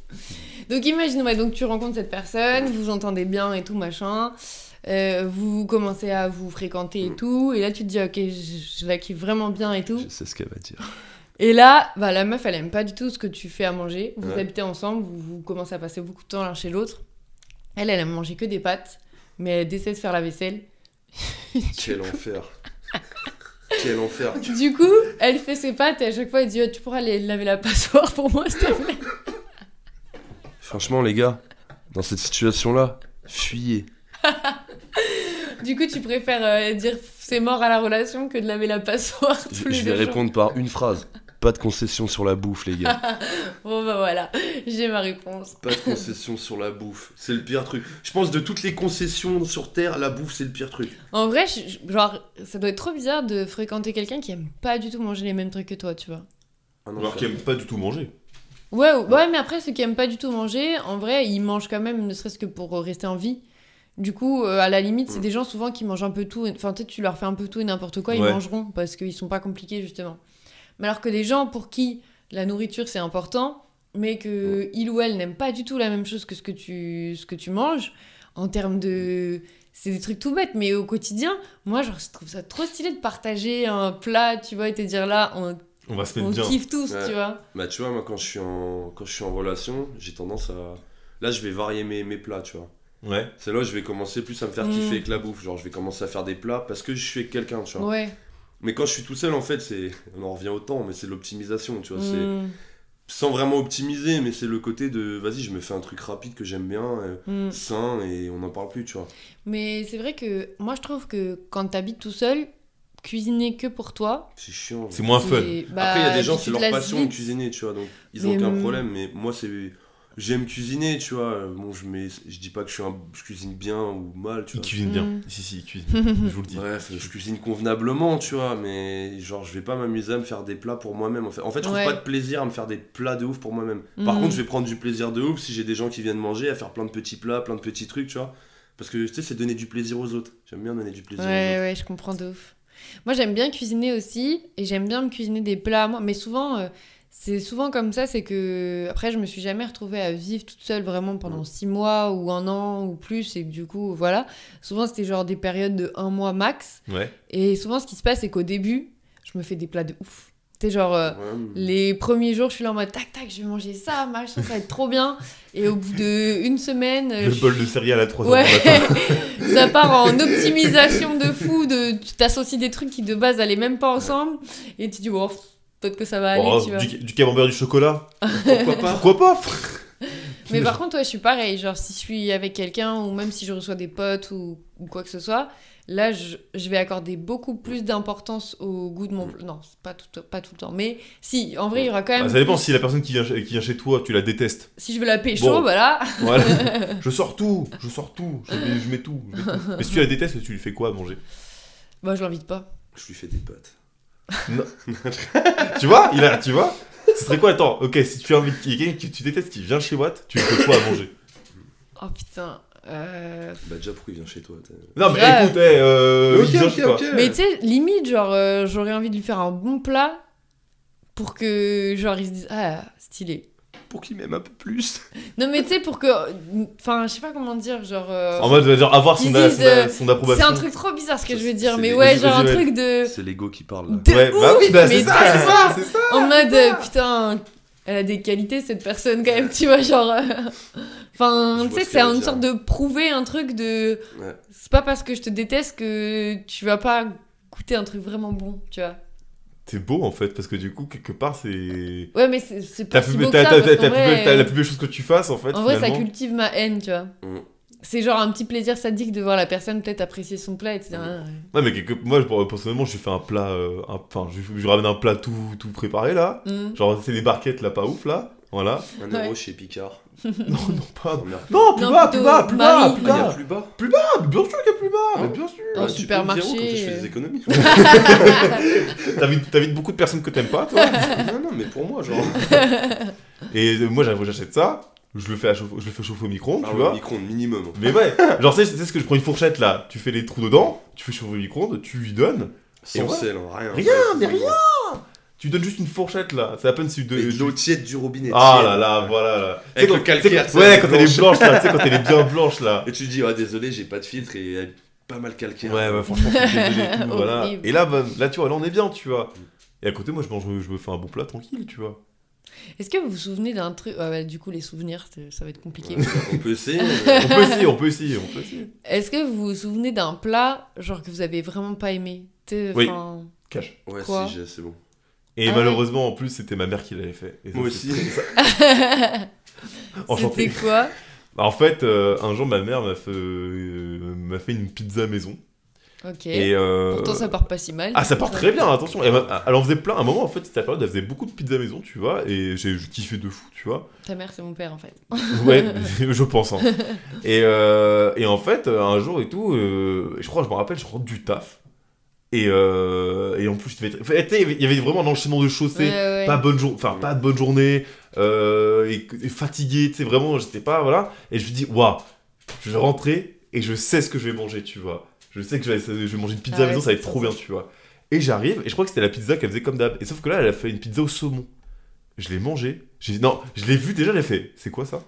[SPEAKER 3] Donc imagine, ouais, donc tu rencontres cette personne, vous vous entendez bien et tout, machin. euh, vous commencez à vous fréquenter
[SPEAKER 2] Mm.
[SPEAKER 3] et tout, et là tu te dis ok, je, je la kiffe vraiment bien et tout.
[SPEAKER 2] sais ce qu'elle va dire.
[SPEAKER 3] Et là, bah, la meuf elle aime pas du tout ce que tu fais à manger. Vous
[SPEAKER 2] Ouais.
[SPEAKER 3] habitez ensemble, vous, vous commencez à passer beaucoup de temps l'un chez l'autre. Elle, elle aime manger que des pâtes, mais elle décède faire la vaisselle.
[SPEAKER 2] Quel enfer. Quel enfer.
[SPEAKER 3] Du coup, elle fait ses pâtes et à chaque fois elle dit Oh, Tu pourras aller laver la passoire pour moi, s'il te plaît.
[SPEAKER 2] Franchement, les gars, dans cette situation-là, fuyez.
[SPEAKER 3] Du coup, tu préfères euh, dire C'est mort à la relation que de laver la passoire tous
[SPEAKER 2] Je,
[SPEAKER 3] les
[SPEAKER 2] je vais
[SPEAKER 3] deux jours.
[SPEAKER 2] répondre par une phrase. Pas de concession sur la bouffe, les gars.
[SPEAKER 3] Bon, bah voilà, j'ai ma réponse.
[SPEAKER 2] Pas de concession sur la bouffe, c'est le pire truc. Je pense de toutes les concessions sur Terre, la bouffe c'est le pire truc.
[SPEAKER 3] En vrai, je- je- genre, ça doit être trop bizarre de fréquenter quelqu'un qui aime pas du tout manger les mêmes trucs que toi, tu vois.
[SPEAKER 2] Un
[SPEAKER 1] Alors
[SPEAKER 2] enfer.
[SPEAKER 1] qu'il aime pas du tout manger.
[SPEAKER 3] Ouais, ou- ouais, mais après, ceux qui aiment pas du tout manger, en vrai, ils mangent quand même, ne serait-ce que pour euh, rester en vie. Du coup, euh, à la limite, c'est
[SPEAKER 2] Mm.
[SPEAKER 3] des gens souvent qui mangent un peu tout. et- Enfin, tu sais, tu leur fais un peu tout et n'importe quoi, ils
[SPEAKER 1] Ouais.
[SPEAKER 3] mangeront parce qu'ils sont pas compliqués, justement. Mais alors que des gens pour qui la nourriture c'est important, mais
[SPEAKER 2] Mm.
[SPEAKER 3] que il ou elle n'aime pas du tout la même chose que ce que tu, ce que tu manges, en termes de. C'est des trucs tout bêtes, mais au quotidien, moi, genre, je trouve ça trop stylé de partager un plat, tu vois, et te dire là, on,
[SPEAKER 1] On va se
[SPEAKER 3] on
[SPEAKER 1] mettre bien.
[SPEAKER 3] kiffe tous,
[SPEAKER 2] Ouais.
[SPEAKER 3] tu vois.
[SPEAKER 2] Bah tu vois, moi quand je suis en, quand je suis en relation, j'ai tendance à... Là je vais varier mes, mes plats, tu vois.
[SPEAKER 1] Ouais.
[SPEAKER 2] C'est là où je vais commencer plus à me faire
[SPEAKER 3] Mm.
[SPEAKER 2] kiffer avec la bouffe. Genre je vais commencer à faire des plats parce que je suis avec quelqu'un, tu vois.
[SPEAKER 3] Ouais.
[SPEAKER 2] Mais quand je suis tout seul en fait, c'est... On en revient au temps, mais c'est l'optimisation, tu vois. C'est...
[SPEAKER 3] Mm.
[SPEAKER 2] Sans vraiment optimiser, mais c'est le côté de... Vas-y, je me fais un truc rapide que j'aime bien, euh,
[SPEAKER 3] Mm.
[SPEAKER 2] sain, et on n'en parle plus, tu vois.
[SPEAKER 3] Mais c'est vrai que moi je trouve que quand t'habites tout seul, cuisiner que pour toi.
[SPEAKER 2] C'est chiant.
[SPEAKER 1] C'est moins fun.
[SPEAKER 3] c'est- bah,
[SPEAKER 2] Après, il y a des
[SPEAKER 3] tu-
[SPEAKER 2] gens,
[SPEAKER 3] tu
[SPEAKER 2] c'est
[SPEAKER 3] te
[SPEAKER 2] leur
[SPEAKER 3] lasses
[SPEAKER 2] passion de
[SPEAKER 3] vite.
[SPEAKER 2] cuisiner, tu vois, donc ils
[SPEAKER 3] Mais,
[SPEAKER 2] n'ont aucun
[SPEAKER 3] hum.
[SPEAKER 2] problème. Mais moi, c'est. J'aime cuisiner, tu vois. euh, Bon, je, mets... je dis pas que je, suis un... je cuisine bien ou mal, tu
[SPEAKER 1] Il
[SPEAKER 2] vois.
[SPEAKER 1] cuisine bien.
[SPEAKER 3] Mm.
[SPEAKER 1] Si, si, il cuisine. Je vous le dis.
[SPEAKER 2] Bref, je cuisine convenablement, tu vois, mais genre, je vais pas m'amuser à me faire des plats pour moi-même. En fait, en fait je trouve
[SPEAKER 3] Ouais.
[SPEAKER 2] pas de plaisir à me faire des plats de ouf pour moi-même. Par
[SPEAKER 3] Hum.
[SPEAKER 2] contre, je vais prendre du plaisir de ouf si j'ai des gens qui viennent manger, à faire plein de petits plats, plein de petits trucs, tu vois. Parce que, tu sais, c'est donner du plaisir aux autres. J'aime bien donner du plaisir
[SPEAKER 3] Ouais,
[SPEAKER 2] aux autres.
[SPEAKER 3] ouais, je comprends de ouf. Moi j'aime bien cuisiner aussi et j'aime bien me cuisiner des plats. Moi, mais souvent, euh, c'est souvent comme ça, c'est que après je me suis jamais retrouvée à vivre toute seule vraiment pendant
[SPEAKER 2] Mm.
[SPEAKER 3] six mois ou un an ou plus et que du coup voilà. Souvent c'était genre des périodes de un mois max
[SPEAKER 1] Ouais.
[SPEAKER 3] et souvent ce qui se passe c'est qu'au début je me fais des plats de ouf. T'es genre euh,
[SPEAKER 2] Ouais,
[SPEAKER 3] Les premiers jours, je suis là en mode tac tac, je vais manger ça, machin, ça va être trop bien. Et au bout de une semaine,
[SPEAKER 1] Le
[SPEAKER 3] Euh, je-
[SPEAKER 1] bol de céréales à 3h
[SPEAKER 3] ouais,
[SPEAKER 1] du matin.
[SPEAKER 3] ça part en optimisation de fou. De... Tu t'associes des trucs qui de base allaient même pas ensemble, et tu dis bon, pff, peut-être que ça va aller,
[SPEAKER 1] Oh,
[SPEAKER 3] tu vois.
[SPEAKER 1] du, du camembert, du chocolat.
[SPEAKER 2] Pourquoi pas
[SPEAKER 1] Pourquoi pas frère
[SPEAKER 3] Mais par contre, ouais, je suis pareil. Genre, si je suis avec quelqu'un ou même si je reçois des potes ou, ou quoi que ce soit, là, je, je vais accorder beaucoup plus d'importance au goût de
[SPEAKER 1] Mm.
[SPEAKER 3] mon. pl- Non, c'est pas tout, pas tout le temps. Mais si, en vrai, il y aura quand même.
[SPEAKER 1] Ah, ça dépend si la personne qui vient, chez- qui vient chez toi, tu la détestes.
[SPEAKER 3] Si je veux la pécho, voilà.
[SPEAKER 1] Voilà. je sors tout, je sors tout, je mets, je mets tout. je mets tout. Mais si tu la détestes, tu lui fais quoi à manger
[SPEAKER 3] Bah, je l'invite pas.
[SPEAKER 2] Je lui fais des pâtes.
[SPEAKER 1] tu vois, il a, tu vois Ce serait quoi Attends, ok, si tu as envie de quelqu'un que tu détestes qui vient chez Watt, tu lui fais quoi à manger
[SPEAKER 3] Oh putain. euh,
[SPEAKER 2] Bah, déjà, pourquoi il vient chez toi t'as-
[SPEAKER 1] Non, mais
[SPEAKER 3] Ouais.
[SPEAKER 1] écoute, eh, euh,
[SPEAKER 2] Ok,
[SPEAKER 1] il vient
[SPEAKER 2] ok,
[SPEAKER 1] chez toi.
[SPEAKER 2] ok.
[SPEAKER 3] Mais tu sais, limite, genre, euh, j'aurais envie de lui faire un bon plat pour que, genre, il se dise Ah, stylé.
[SPEAKER 2] Pour qu'il m'aime un peu plus.
[SPEAKER 3] Non, mais tu sais, pour que. Enfin, je sais pas comment dire, genre. euh,
[SPEAKER 1] En mode, genre, avoir son,
[SPEAKER 3] Ils disent,
[SPEAKER 1] son-
[SPEAKER 3] euh,
[SPEAKER 1] son
[SPEAKER 3] c'est
[SPEAKER 1] approbation.
[SPEAKER 3] un truc trop bizarre ce que
[SPEAKER 2] C'est-
[SPEAKER 3] je veux dire,
[SPEAKER 2] c'est
[SPEAKER 3] mais
[SPEAKER 2] des-
[SPEAKER 3] ouais,
[SPEAKER 1] vas-y,
[SPEAKER 3] genre un
[SPEAKER 1] vas-y, ouais.
[SPEAKER 3] truc de.
[SPEAKER 2] C'est l'ego qui parle là.
[SPEAKER 3] de
[SPEAKER 1] Ouais, bah
[SPEAKER 3] ouf,
[SPEAKER 1] oui, bah,
[SPEAKER 3] mais
[SPEAKER 1] c'est ça,
[SPEAKER 3] de
[SPEAKER 1] c'est
[SPEAKER 3] ouf.
[SPEAKER 1] ça, c'est ça.
[SPEAKER 3] En mode, euh, putain, elle a des qualités cette personne quand même, tu vois, genre. euh, Enfin,
[SPEAKER 2] Je vois
[SPEAKER 3] tu sais,
[SPEAKER 2] ce
[SPEAKER 3] c'est
[SPEAKER 2] qu'elle veut
[SPEAKER 3] une
[SPEAKER 2] dire.
[SPEAKER 3] sorte de prouver un truc de.
[SPEAKER 2] Ouais.
[SPEAKER 3] C'est pas parce que je te déteste que tu vas pas goûter un truc vraiment bon, tu vois.
[SPEAKER 1] C'est beau en fait, parce que du coup, quelque part, c'est.
[SPEAKER 3] Ouais, mais c'est c'est
[SPEAKER 1] T'as
[SPEAKER 3] pas si
[SPEAKER 1] plus-
[SPEAKER 3] beau
[SPEAKER 1] t'as-
[SPEAKER 3] que ça,
[SPEAKER 1] t'as-
[SPEAKER 3] parce
[SPEAKER 1] t'as-
[SPEAKER 3] qu'en
[SPEAKER 1] t'as
[SPEAKER 3] vrai,
[SPEAKER 1] plus- t'as
[SPEAKER 3] euh,
[SPEAKER 1] la plus belle chose que tu fasses en fait.
[SPEAKER 3] en vrai, ça
[SPEAKER 1] finalement.
[SPEAKER 3] cultive ma haine, tu vois.
[SPEAKER 2] Mm.
[SPEAKER 3] C'est genre un petit plaisir sadique de voir la personne peut-être apprécier son plat et te dire,
[SPEAKER 2] Mm.
[SPEAKER 3] Ah, ouais.
[SPEAKER 1] Ouais, mais quelque... moi, pour- personnellement, j'ai fait un plat. euh, un- Enfin, je, je ramène un plat tout, tout préparé là.
[SPEAKER 3] Mm.
[SPEAKER 1] Genre, c'est des barquettes là, pas ouf là. Voilà.
[SPEAKER 2] Un
[SPEAKER 3] Ouais.
[SPEAKER 2] euro chez Picard.
[SPEAKER 1] Non, non, pas.
[SPEAKER 2] Oh, merde.
[SPEAKER 1] Non, plus
[SPEAKER 3] Non,
[SPEAKER 1] bas, plus
[SPEAKER 3] plutôt
[SPEAKER 1] bas, plus bas,
[SPEAKER 3] Marie.
[SPEAKER 1] plus
[SPEAKER 2] Ah, il y a
[SPEAKER 1] bas.
[SPEAKER 2] plus bas.
[SPEAKER 1] Ah, mais bien sûr qu'il y a plus bas, mais bien sûr.
[SPEAKER 3] Au
[SPEAKER 2] Ah, tu
[SPEAKER 3] supermarché,
[SPEAKER 2] prends le zéro, comme ça, je fais des économies.
[SPEAKER 1] T'invites t'invites beaucoup de personnes que t'aimes pas, toi.
[SPEAKER 3] euh.
[SPEAKER 2] non, non, mais pour moi, genre.
[SPEAKER 1] Et euh, moi, j'avoue, j'achète ça, je le fais, à chauffe- je le fais chauffer au micro-ondes,
[SPEAKER 2] Ah
[SPEAKER 1] tu
[SPEAKER 2] ouais,
[SPEAKER 1] vois.
[SPEAKER 2] micro-ondes minimum.
[SPEAKER 1] Mais ouais, genre, c'est ce que je prends une fourchette là, tu fais les trous dedans, tu fais chauffer au micro-ondes, tu lui donnes. Et
[SPEAKER 2] Sans
[SPEAKER 1] voilà.
[SPEAKER 2] sel, hein, rien.
[SPEAKER 1] Rien,
[SPEAKER 2] Ouais,
[SPEAKER 1] mais
[SPEAKER 2] c'est-
[SPEAKER 1] rien. Tu lui donnes juste une fourchette là, c'est à peine si tu.
[SPEAKER 2] Avec l'eau tiède du robinet.
[SPEAKER 1] Ah
[SPEAKER 2] tiède.
[SPEAKER 1] là là, voilà. Là.
[SPEAKER 2] Avec
[SPEAKER 1] Tu sais,
[SPEAKER 2] le
[SPEAKER 1] quand- tu sais,
[SPEAKER 2] calcaire,
[SPEAKER 1] quand-
[SPEAKER 2] tu sais,
[SPEAKER 1] Ouais,
[SPEAKER 2] elle
[SPEAKER 1] quand
[SPEAKER 2] est
[SPEAKER 1] elle est blanche là, tu sais, quand elle est bien blanche là.
[SPEAKER 2] Et tu te dis, ah désolé, j'ai pas de filtre et elle est pas mal hein. Euh, calquée.
[SPEAKER 1] Ouais, bah franchement, je suis désolé et tout, voilà.
[SPEAKER 3] Horrible.
[SPEAKER 1] Et là, bah, là, tu vois, là on est bien, tu vois. Et à côté, moi, je mange, je me fais un bon plat tranquille, tu vois.
[SPEAKER 3] Est-ce que vous vous souvenez d'un truc ah bah, Du coup, les souvenirs, c'est- ça va être compliqué.
[SPEAKER 2] Ouais, on peut essayer. euh,
[SPEAKER 1] On peut essayer, on peut essayer, on peut essayer.
[SPEAKER 3] Est-ce que vous vous souvenez d'un plat genre que vous avez vraiment pas aimé T'sais,
[SPEAKER 1] Oui.
[SPEAKER 3] enfin,
[SPEAKER 1] Cache.
[SPEAKER 2] mais- Ouais,
[SPEAKER 3] Quoi
[SPEAKER 2] si, j'ai- c'est bon.
[SPEAKER 1] Et
[SPEAKER 3] Ah ouais.
[SPEAKER 1] malheureusement, en plus, c'était ma mère qui l'avait fait. Et ça,
[SPEAKER 2] Moi
[SPEAKER 1] c'est
[SPEAKER 2] aussi.
[SPEAKER 1] très- Enchanté.
[SPEAKER 3] C'était quoi
[SPEAKER 1] En fait, euh, un jour, ma mère m'a fait, euh, m'a fait une pizza maison.
[SPEAKER 3] Ok.
[SPEAKER 1] Et, euh,
[SPEAKER 3] Pourtant, ça part pas si mal.
[SPEAKER 1] Ah, ça part très bien, attention. Elle, m'a- elle en faisait plein. À un moment, en fait, c'était la période, elle faisait beaucoup de pizza maison, tu vois. Et j'ai je kiffais de fou, tu vois.
[SPEAKER 3] Ta mère, c'est mon père en fait.
[SPEAKER 1] Ouais, je pense. hein. Et, euh, et en fait, euh, un jour et tout, euh, je crois, je me rappelle, je rentre du taf. Et, euh, et en plus, je devais être- enfin, tu sais, il y avait vraiment un enchaînement de choses. tu sais,
[SPEAKER 3] Ouais, ouais.
[SPEAKER 1] Pas bonne jour, enfin pas de bonne journée, euh, et, et fatigué, tu sais vraiment, j'étais pas voilà. Et je me dis, waouh, je vais rentrer et je sais ce que je vais manger, tu vois. Je sais que je vais, je vais manger une pizza
[SPEAKER 3] Ah
[SPEAKER 1] à la maison,
[SPEAKER 3] ouais,
[SPEAKER 1] ça va être
[SPEAKER 3] c'est
[SPEAKER 1] trop bien, tu vois. Et j'arrive et je crois que c'était la pizza qu'elle faisait comme d'hab. Et sauf que là, elle a fait une pizza au saumon. Je l'ai mangée. J'ai dit non, je l'ai vu déjà, elle a fait. C'est quoi ça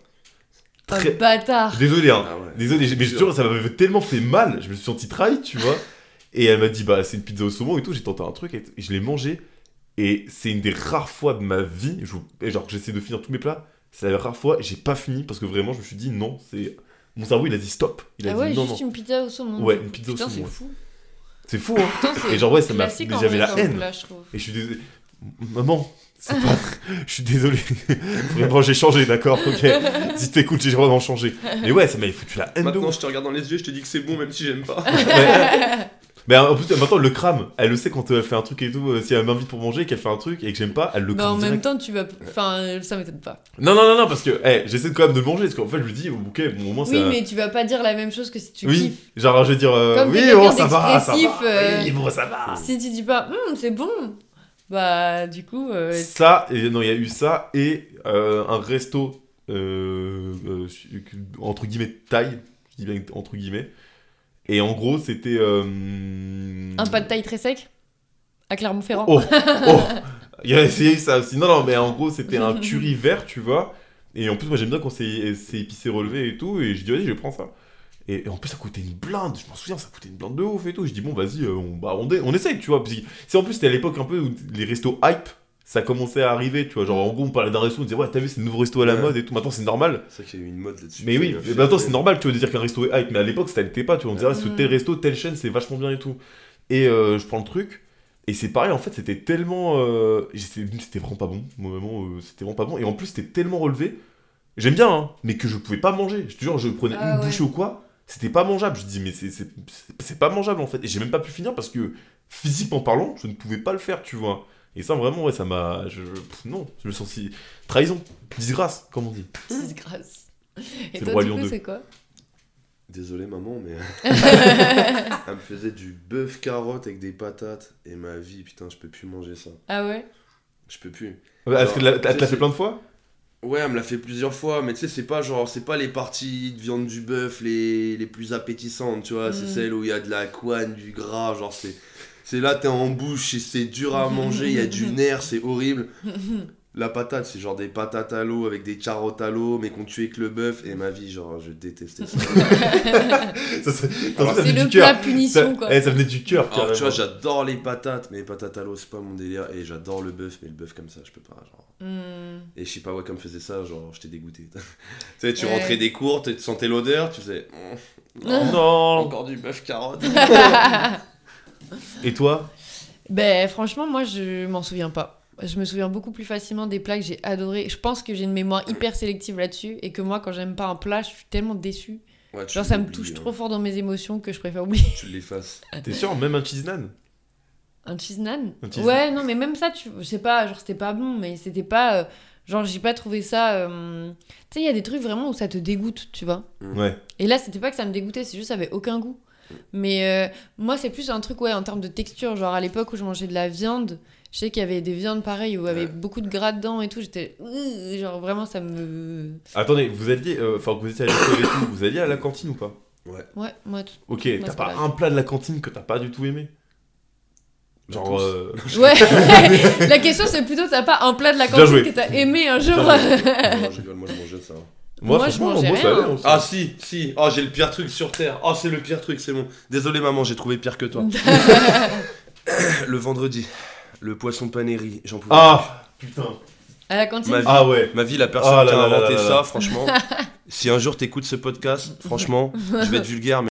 [SPEAKER 3] Oh,
[SPEAKER 1] très-
[SPEAKER 3] bâtard.
[SPEAKER 1] Désolé, hein.
[SPEAKER 2] Ah ouais.
[SPEAKER 1] Désolé, mais je te jure, ça m'avait tellement fait mal. Je me suis senti trahi, tu vois. Et elle m'a dit, bah, c'est une pizza au saumon et tout. J'ai tenté un truc et et je l'ai mangé. Et c'est une des rares fois de ma vie, je, et genre, j'essaie de finir tous mes plats. C'est la rare fois, j'ai pas fini parce que vraiment, je me suis dit, non, c'est. Mon cerveau, il a dit stop. Il a
[SPEAKER 3] Ah
[SPEAKER 1] dit
[SPEAKER 3] ouais,
[SPEAKER 1] non,
[SPEAKER 3] juste
[SPEAKER 1] non.
[SPEAKER 3] une pizza au saumon.
[SPEAKER 1] Ouais, une pizza au
[SPEAKER 3] Putain,
[SPEAKER 1] saumon, ouais.
[SPEAKER 3] c'est fou.
[SPEAKER 1] C'est fou, hein.
[SPEAKER 3] Putain, c'est
[SPEAKER 1] Et genre, ouais, ça m'a.
[SPEAKER 3] classique,
[SPEAKER 1] mais
[SPEAKER 3] en
[SPEAKER 1] J'avais la
[SPEAKER 3] vrai, comme
[SPEAKER 1] haine.
[SPEAKER 3] plat, je trouve.
[SPEAKER 1] Et je suis désolé. Maman, c'est pas. je suis désolé. vraiment, j'ai changé, d'accord, ok. Si t'écoutes, j'ai vraiment changé. Mais ouais, ça m'avait foutu la haine de ouf.
[SPEAKER 2] Maintenant, je te regarde dans les yeux, je te dis que c'est bon, même si j'aime pas.
[SPEAKER 1] Ouais. Mais euh, en plus, maintenant, elle le crame. Elle le sait quand elle fait un truc et tout. euh, Si elle m'invite pour manger et qu'elle fait un truc et que j'aime pas, elle le
[SPEAKER 3] Mais Bah, en
[SPEAKER 1] crame.
[SPEAKER 3] même
[SPEAKER 1] direct.
[SPEAKER 3] temps, tu vas. Enfin, euh, ça m'étonne pas.
[SPEAKER 1] Non, non, non, non, parce que eh, j'essaie quand même de manger. Parce qu'en fait, je lui dis, oh, ok, bon, au moins,
[SPEAKER 3] Oui,
[SPEAKER 1] ça.
[SPEAKER 3] mais tu vas pas dire la même chose que si tu
[SPEAKER 1] oui,
[SPEAKER 3] kiffes.
[SPEAKER 1] genre, je vais dire, euh,
[SPEAKER 3] Comme t'es
[SPEAKER 1] oui,
[SPEAKER 3] quelqu'un
[SPEAKER 1] bon, ça va, ça va.
[SPEAKER 3] d'expressif, euh,
[SPEAKER 1] Oui, bon, ça va.
[SPEAKER 3] Si tu dis pas, Hum, c'est bon, bah du coup, euh,
[SPEAKER 1] Ça, et non, il y a eu ça et euh, un resto, euh, euh, entre guillemets, taille. je dis bien Entre guillemets. Et en gros, c'était. euh,
[SPEAKER 3] un pas de taille très sec à Clermont-Ferrand.
[SPEAKER 1] Oh, oh. Il y a il y a eu ça aussi. Non, non, mais en gros, c'était un curry vert, tu vois. Et en plus, moi, j'aime bien quand c'est c'est épicé relevé et tout. Et je dis, vas-y, je prends ça. Et, et en plus, ça coûtait une blinde. Je m'en souviens, ça coûtait une blinde de ouf et tout. Je dis, bon, vas-y, euh, on, bah, on, dé- on essaye, tu vois. Parce que c'est en plus, c'était à l'époque un peu où les restos hype, ça commençait à arriver, tu vois. Genre, en gros, on parlait d'un resto, on disait, ouais, t'as vu, c'est le nouveau resto à la
[SPEAKER 2] Ouais.
[SPEAKER 1] mode et tout. Maintenant, c'est normal.
[SPEAKER 2] C'est vrai qu'il y a eu une mode là-dessus.
[SPEAKER 1] Mais oui, mais maintenant c'est normal, tu vois, de dire qu'un resto est hype, mais à l'époque ça l'était pas, tu vois, on disait,
[SPEAKER 2] Ouais.
[SPEAKER 1] ah, ce
[SPEAKER 3] Mm.
[SPEAKER 1] tel resto, telle chaîne, c'est vachement bien et tout. Et euh, je prends le truc, et c'est pareil, en fait, c'était tellement. euh, c'était c'était vraiment pas bon, moi, vraiment, euh, c'était vraiment pas bon, et en plus, c'était tellement relevé, j'aime bien, hein, mais que je pouvais pas manger. Je te jure, je prenais
[SPEAKER 3] Ah
[SPEAKER 1] une
[SPEAKER 3] ouais.
[SPEAKER 1] bouchée ou quoi, c'était pas mangeable. Je dis, mais c'est- c'est c'est- c'est pas mangeable en fait, et j'ai même pas pu finir parce que physiquement parlant, je ne pouvais pas le faire, tu vois. Et ça, vraiment, ouais, ça m'a. je- pff, Non, je me sens si. Trahison, disgrâce, comme on dit.
[SPEAKER 3] C'est grâce. Et
[SPEAKER 1] le
[SPEAKER 3] toi,
[SPEAKER 1] Roi
[SPEAKER 3] du
[SPEAKER 1] Lion
[SPEAKER 3] coup,
[SPEAKER 1] 2.
[SPEAKER 3] c'est quoi
[SPEAKER 2] Désolé, maman, mais. euh, Elle me faisait du bœuf carotte avec des patates. Et ma vie, putain, je peux plus manger ça.
[SPEAKER 3] Ah ouais
[SPEAKER 2] Je peux plus.
[SPEAKER 1] Est-ce que la-
[SPEAKER 2] Alors,
[SPEAKER 1] t'as t'as
[SPEAKER 2] c'est-
[SPEAKER 1] fait plein de fois
[SPEAKER 2] Ouais, elle me l'a fait plusieurs fois, mais tu sais, c'est pas genre, c'est pas les parties de viande du bœuf les, les plus appétissantes, tu vois, c'est
[SPEAKER 3] Mm.
[SPEAKER 2] celles où il y a de la couane, du gras, genre c'est. C'est là, t'es en bouche, et c'est dur à manger, il y a
[SPEAKER 3] Mm.
[SPEAKER 2] du nerf, c'est horrible. La patate, c'est genre des patates à l'eau avec des carottes à l'eau, mais qu'on tue avec le bœuf, et ma vie, genre, je détestais ça.
[SPEAKER 1] Ça, C'est ça
[SPEAKER 2] Alors,
[SPEAKER 3] Ah, C'est
[SPEAKER 1] venait
[SPEAKER 3] le
[SPEAKER 1] du cœur. Ça,
[SPEAKER 3] plat punition, quoi.
[SPEAKER 1] eh, ça venait du cœur,
[SPEAKER 2] Alors, tu
[SPEAKER 1] carrément.
[SPEAKER 2] vois, j'adore les patates, mais les patates à l'eau, c'est pas mon délire, et j'adore le bœuf, mais le bœuf comme ça, je peux pas, genre.
[SPEAKER 3] Hmm.
[SPEAKER 2] Et je sais pas, ouais, comme faisait ça, genre, j'étais dégoûté. tu sais, tu
[SPEAKER 3] Ouais.
[SPEAKER 2] rentrais des cours, tu tu sentais l'odeur, tu faisais. Mm, non,
[SPEAKER 3] Oh.
[SPEAKER 1] Non
[SPEAKER 2] encore du bœuf carotte.
[SPEAKER 1] Et toi
[SPEAKER 3] Ben franchement, moi je m'en souviens pas. Je me souviens beaucoup plus facilement des plats que j'ai adorés. Je pense que j'ai une mémoire hyper sélective là-dessus et que moi quand j'aime pas un plat, je suis tellement déçue.
[SPEAKER 2] Ouais, tu
[SPEAKER 3] Genre ça me
[SPEAKER 2] l'oublies,
[SPEAKER 3] touche
[SPEAKER 2] hein.
[SPEAKER 3] trop fort dans mes émotions que je préfère oublier.
[SPEAKER 2] Tu l'effaces.
[SPEAKER 1] T'es sûr Même un cheese nan
[SPEAKER 3] Un cheese naan
[SPEAKER 1] Un cheese
[SPEAKER 3] Ouais, non mais même ça, tu... je sais pas, genre c'était pas bon, mais c'était pas... euh, Genre j'ai pas trouvé ça... euh, Tu sais, il y a des trucs vraiment où ça te dégoûte, tu vois.
[SPEAKER 1] Ouais.
[SPEAKER 3] Et là, c'était pas que ça me dégoûtait, c'est juste ça avait aucun goût. Mais euh, moi, c'est plus un truc, ouais, en termes de texture. Genre à l'époque où je mangeais de la viande, je sais qu'il y avait des viandes pareilles où il y avait
[SPEAKER 2] Ouais.
[SPEAKER 3] beaucoup de gras dedans et tout. J'étais. Ouh Genre vraiment, ça me.
[SPEAKER 1] Attendez, vous alliez, euh, enfin, vous étiez à l'école et tout, vous alliez à la cantine ou pas
[SPEAKER 3] Ouais, moi. tout-
[SPEAKER 1] Ok,
[SPEAKER 3] Moi,
[SPEAKER 1] t'as
[SPEAKER 3] c'est
[SPEAKER 1] pas
[SPEAKER 3] pareil.
[SPEAKER 1] un plat de la cantine que t'as pas du tout aimé Genre.
[SPEAKER 2] Tous.
[SPEAKER 1] euh,
[SPEAKER 3] Ouais La question, c'est plutôt, t'as pas un plat de la
[SPEAKER 1] Bien
[SPEAKER 3] cantine
[SPEAKER 1] joué.
[SPEAKER 3] que t'as aimé un jour
[SPEAKER 1] Bien
[SPEAKER 2] Non, je rigole, moi je mangeais ça.
[SPEAKER 1] Moi,
[SPEAKER 3] Moi, je
[SPEAKER 1] franchement,
[SPEAKER 3] mangeais
[SPEAKER 1] moi, ça
[SPEAKER 3] rien.
[SPEAKER 1] allait. hein, ça.
[SPEAKER 2] Ah si, si. Oh, j'ai le pire truc sur Terre. Oh, c'est le pire truc, c'est bon. Désolé, maman, j'ai trouvé pire que toi.
[SPEAKER 3] Mm.
[SPEAKER 2] le vendredi, le poisson panéri, j'en pouvais
[SPEAKER 1] Ah Putain
[SPEAKER 3] À la cantine
[SPEAKER 2] Ma vie.
[SPEAKER 1] Ah ouais
[SPEAKER 2] Ma vie, la personne
[SPEAKER 1] Ah là
[SPEAKER 2] qui a
[SPEAKER 1] là là
[SPEAKER 2] inventé
[SPEAKER 1] là
[SPEAKER 2] ça,
[SPEAKER 1] là.
[SPEAKER 2] franchement, si un jour t'écoutes ce podcast, franchement, je vais être vulgaire, mais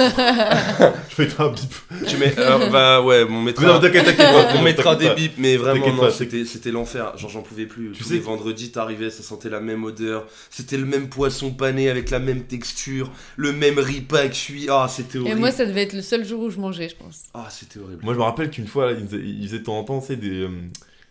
[SPEAKER 1] Je vais être un bip.
[SPEAKER 2] tu mets. euh, bah ouais, on mettra,
[SPEAKER 1] Non, t'inquiète, t'inquiète pas,
[SPEAKER 2] on mettra
[SPEAKER 1] t'inquiète
[SPEAKER 2] des
[SPEAKER 1] pas.
[SPEAKER 2] bips, mais vraiment,
[SPEAKER 1] T'inquiète
[SPEAKER 2] non,
[SPEAKER 1] pas,
[SPEAKER 2] c'était c'était l'enfer. Genre, j'en pouvais plus.
[SPEAKER 1] Tu
[SPEAKER 2] Tous
[SPEAKER 1] sais
[SPEAKER 2] les
[SPEAKER 1] que-
[SPEAKER 2] vendredis, t'arrivais, ça sentait la même odeur. C'était le même poisson pané avec la même texture, le même riz pas cuit. Ah, c'était
[SPEAKER 3] Et
[SPEAKER 2] horrible.
[SPEAKER 3] moi, ça devait être le seul jour où je mangeais, je pense.
[SPEAKER 2] Ah, c'était horrible.
[SPEAKER 1] Moi, je me rappelle qu'une fois, là, ils faisaient- ils faisaient de temps en temps, tu sais, des. euh,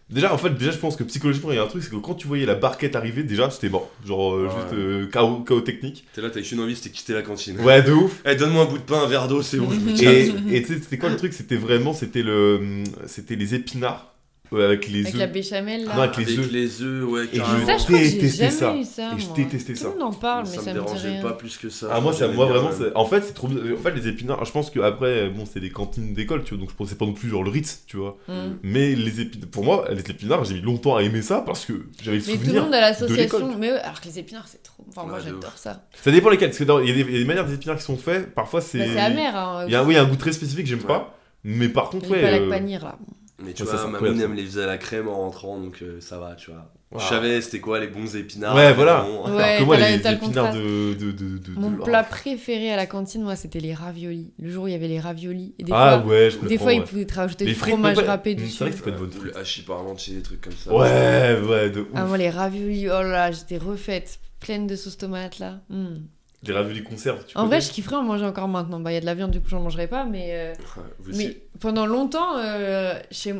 [SPEAKER 1] Déjà, en fait, déjà, je pense que psychologiquement, il y a un truc, c'est que quand tu voyais la barquette arriver, déjà, c'était mort. Genre, euh,
[SPEAKER 2] Ah
[SPEAKER 1] juste
[SPEAKER 2] ouais.
[SPEAKER 1] euh, chaos, chaos technique.
[SPEAKER 2] T'es là, t'as qu'une envie, c'était quitter la cantine.
[SPEAKER 1] Ouais, de ouf.
[SPEAKER 2] Eh, donne-moi un bout de pain, un verre d'eau, c'est bon, je me tiens.
[SPEAKER 1] Et et tu sais, c'était quoi le truc C'était vraiment, c'était le, hum, c'était les épinards euh, avec les
[SPEAKER 3] Avec la
[SPEAKER 1] œufs.
[SPEAKER 3] béchamel, là.
[SPEAKER 1] Non, avec les œufs.
[SPEAKER 2] les œufs, ouais,
[SPEAKER 1] Et
[SPEAKER 2] carrément.
[SPEAKER 3] ça, je crois que j'ai
[SPEAKER 1] détestais
[SPEAKER 3] jamais
[SPEAKER 1] ça.
[SPEAKER 3] eu ça.
[SPEAKER 1] Et je
[SPEAKER 3] moi.
[SPEAKER 1] détestais ça.
[SPEAKER 3] Tout le monde en parle, mais
[SPEAKER 2] ça,
[SPEAKER 3] ça
[SPEAKER 2] me
[SPEAKER 3] me dit
[SPEAKER 2] dérangeait
[SPEAKER 3] rien.
[SPEAKER 2] pas plus que ça.
[SPEAKER 1] Ah moi ça
[SPEAKER 2] J'aimais
[SPEAKER 1] moi
[SPEAKER 2] bien,
[SPEAKER 1] vraiment
[SPEAKER 2] ouais.
[SPEAKER 1] c'est- en fait c'est trop en fait les épinards je pense que après bon c'est des cantines d'école tu vois donc je pensais pas non plus genre le Ritz tu vois
[SPEAKER 3] Hmm.
[SPEAKER 1] mais les épinards pour moi les épinards j'ai mis longtemps à aimer ça parce que j'avais le
[SPEAKER 3] Mais tout le
[SPEAKER 1] souvenir
[SPEAKER 3] monde a l'association.
[SPEAKER 1] l'école.
[SPEAKER 3] Mais ouais, alors que les épinards, c'est trop. Enfin, moi,
[SPEAKER 2] Ouais, de ouf.
[SPEAKER 3] j'adore ça.
[SPEAKER 1] ça dépend lesquels parce que dans- il y, a des- il y a des manières des épinards qui sont faits parfois c'est
[SPEAKER 3] Bah, c'est amer. Hein.
[SPEAKER 1] il y a un- oui il y a un goût très spécifique que j'aime
[SPEAKER 2] Ouais.
[SPEAKER 1] pas mais par contre
[SPEAKER 3] Il
[SPEAKER 1] ouais
[SPEAKER 3] pas la
[SPEAKER 1] euh,
[SPEAKER 3] panir là.
[SPEAKER 2] Mais tu
[SPEAKER 1] Ouais, ça
[SPEAKER 2] vois,
[SPEAKER 1] sent
[SPEAKER 2] ma
[SPEAKER 1] cool,
[SPEAKER 2] mine,
[SPEAKER 1] ça.
[SPEAKER 2] elle me les faisait à la crème en rentrant, donc euh, ça va, tu vois.
[SPEAKER 1] Wow.
[SPEAKER 2] Je savais c'était quoi les bons épinards.
[SPEAKER 1] Ouais, voilà.
[SPEAKER 2] vraiment.
[SPEAKER 1] alors
[SPEAKER 3] Ouais,
[SPEAKER 1] que moi
[SPEAKER 3] t'as la-
[SPEAKER 1] les
[SPEAKER 3] t'as le
[SPEAKER 1] épinards de de de, de- de-
[SPEAKER 3] Mon
[SPEAKER 1] oh.
[SPEAKER 3] plat préféré à la cantine, moi, c'était les raviolis. Le jour où il y avait les raviolis. Et des
[SPEAKER 1] ah
[SPEAKER 3] fois,
[SPEAKER 1] ouais je
[SPEAKER 3] des
[SPEAKER 1] comprends
[SPEAKER 3] fois ils
[SPEAKER 1] ouais.
[SPEAKER 3] pouvaient te rajouter
[SPEAKER 1] Les
[SPEAKER 3] du
[SPEAKER 1] frites,
[SPEAKER 3] fromage
[SPEAKER 1] mais pas-
[SPEAKER 3] râpé
[SPEAKER 1] Mm,
[SPEAKER 3] dessus.
[SPEAKER 1] C'est vrai que c'est pas de bonne
[SPEAKER 2] Ou
[SPEAKER 1] frite.
[SPEAKER 2] le hachis parmentier, des trucs comme ça.
[SPEAKER 1] Ouais, ouais, de ouf.
[SPEAKER 3] Ah, moi, les raviolis, oh là là, j'étais refaite. Pleine de sauce tomate là. Hmm.
[SPEAKER 1] Les raviolis conserves, tu
[SPEAKER 3] En
[SPEAKER 1] connais
[SPEAKER 3] vrai, je kifferais en manger encore maintenant. Bah, il y a de la viande, du coup, j'en mangerai pas, mais. euh,
[SPEAKER 2] Ouais, vous aussi.
[SPEAKER 3] Mais pendant longtemps, euh, chez...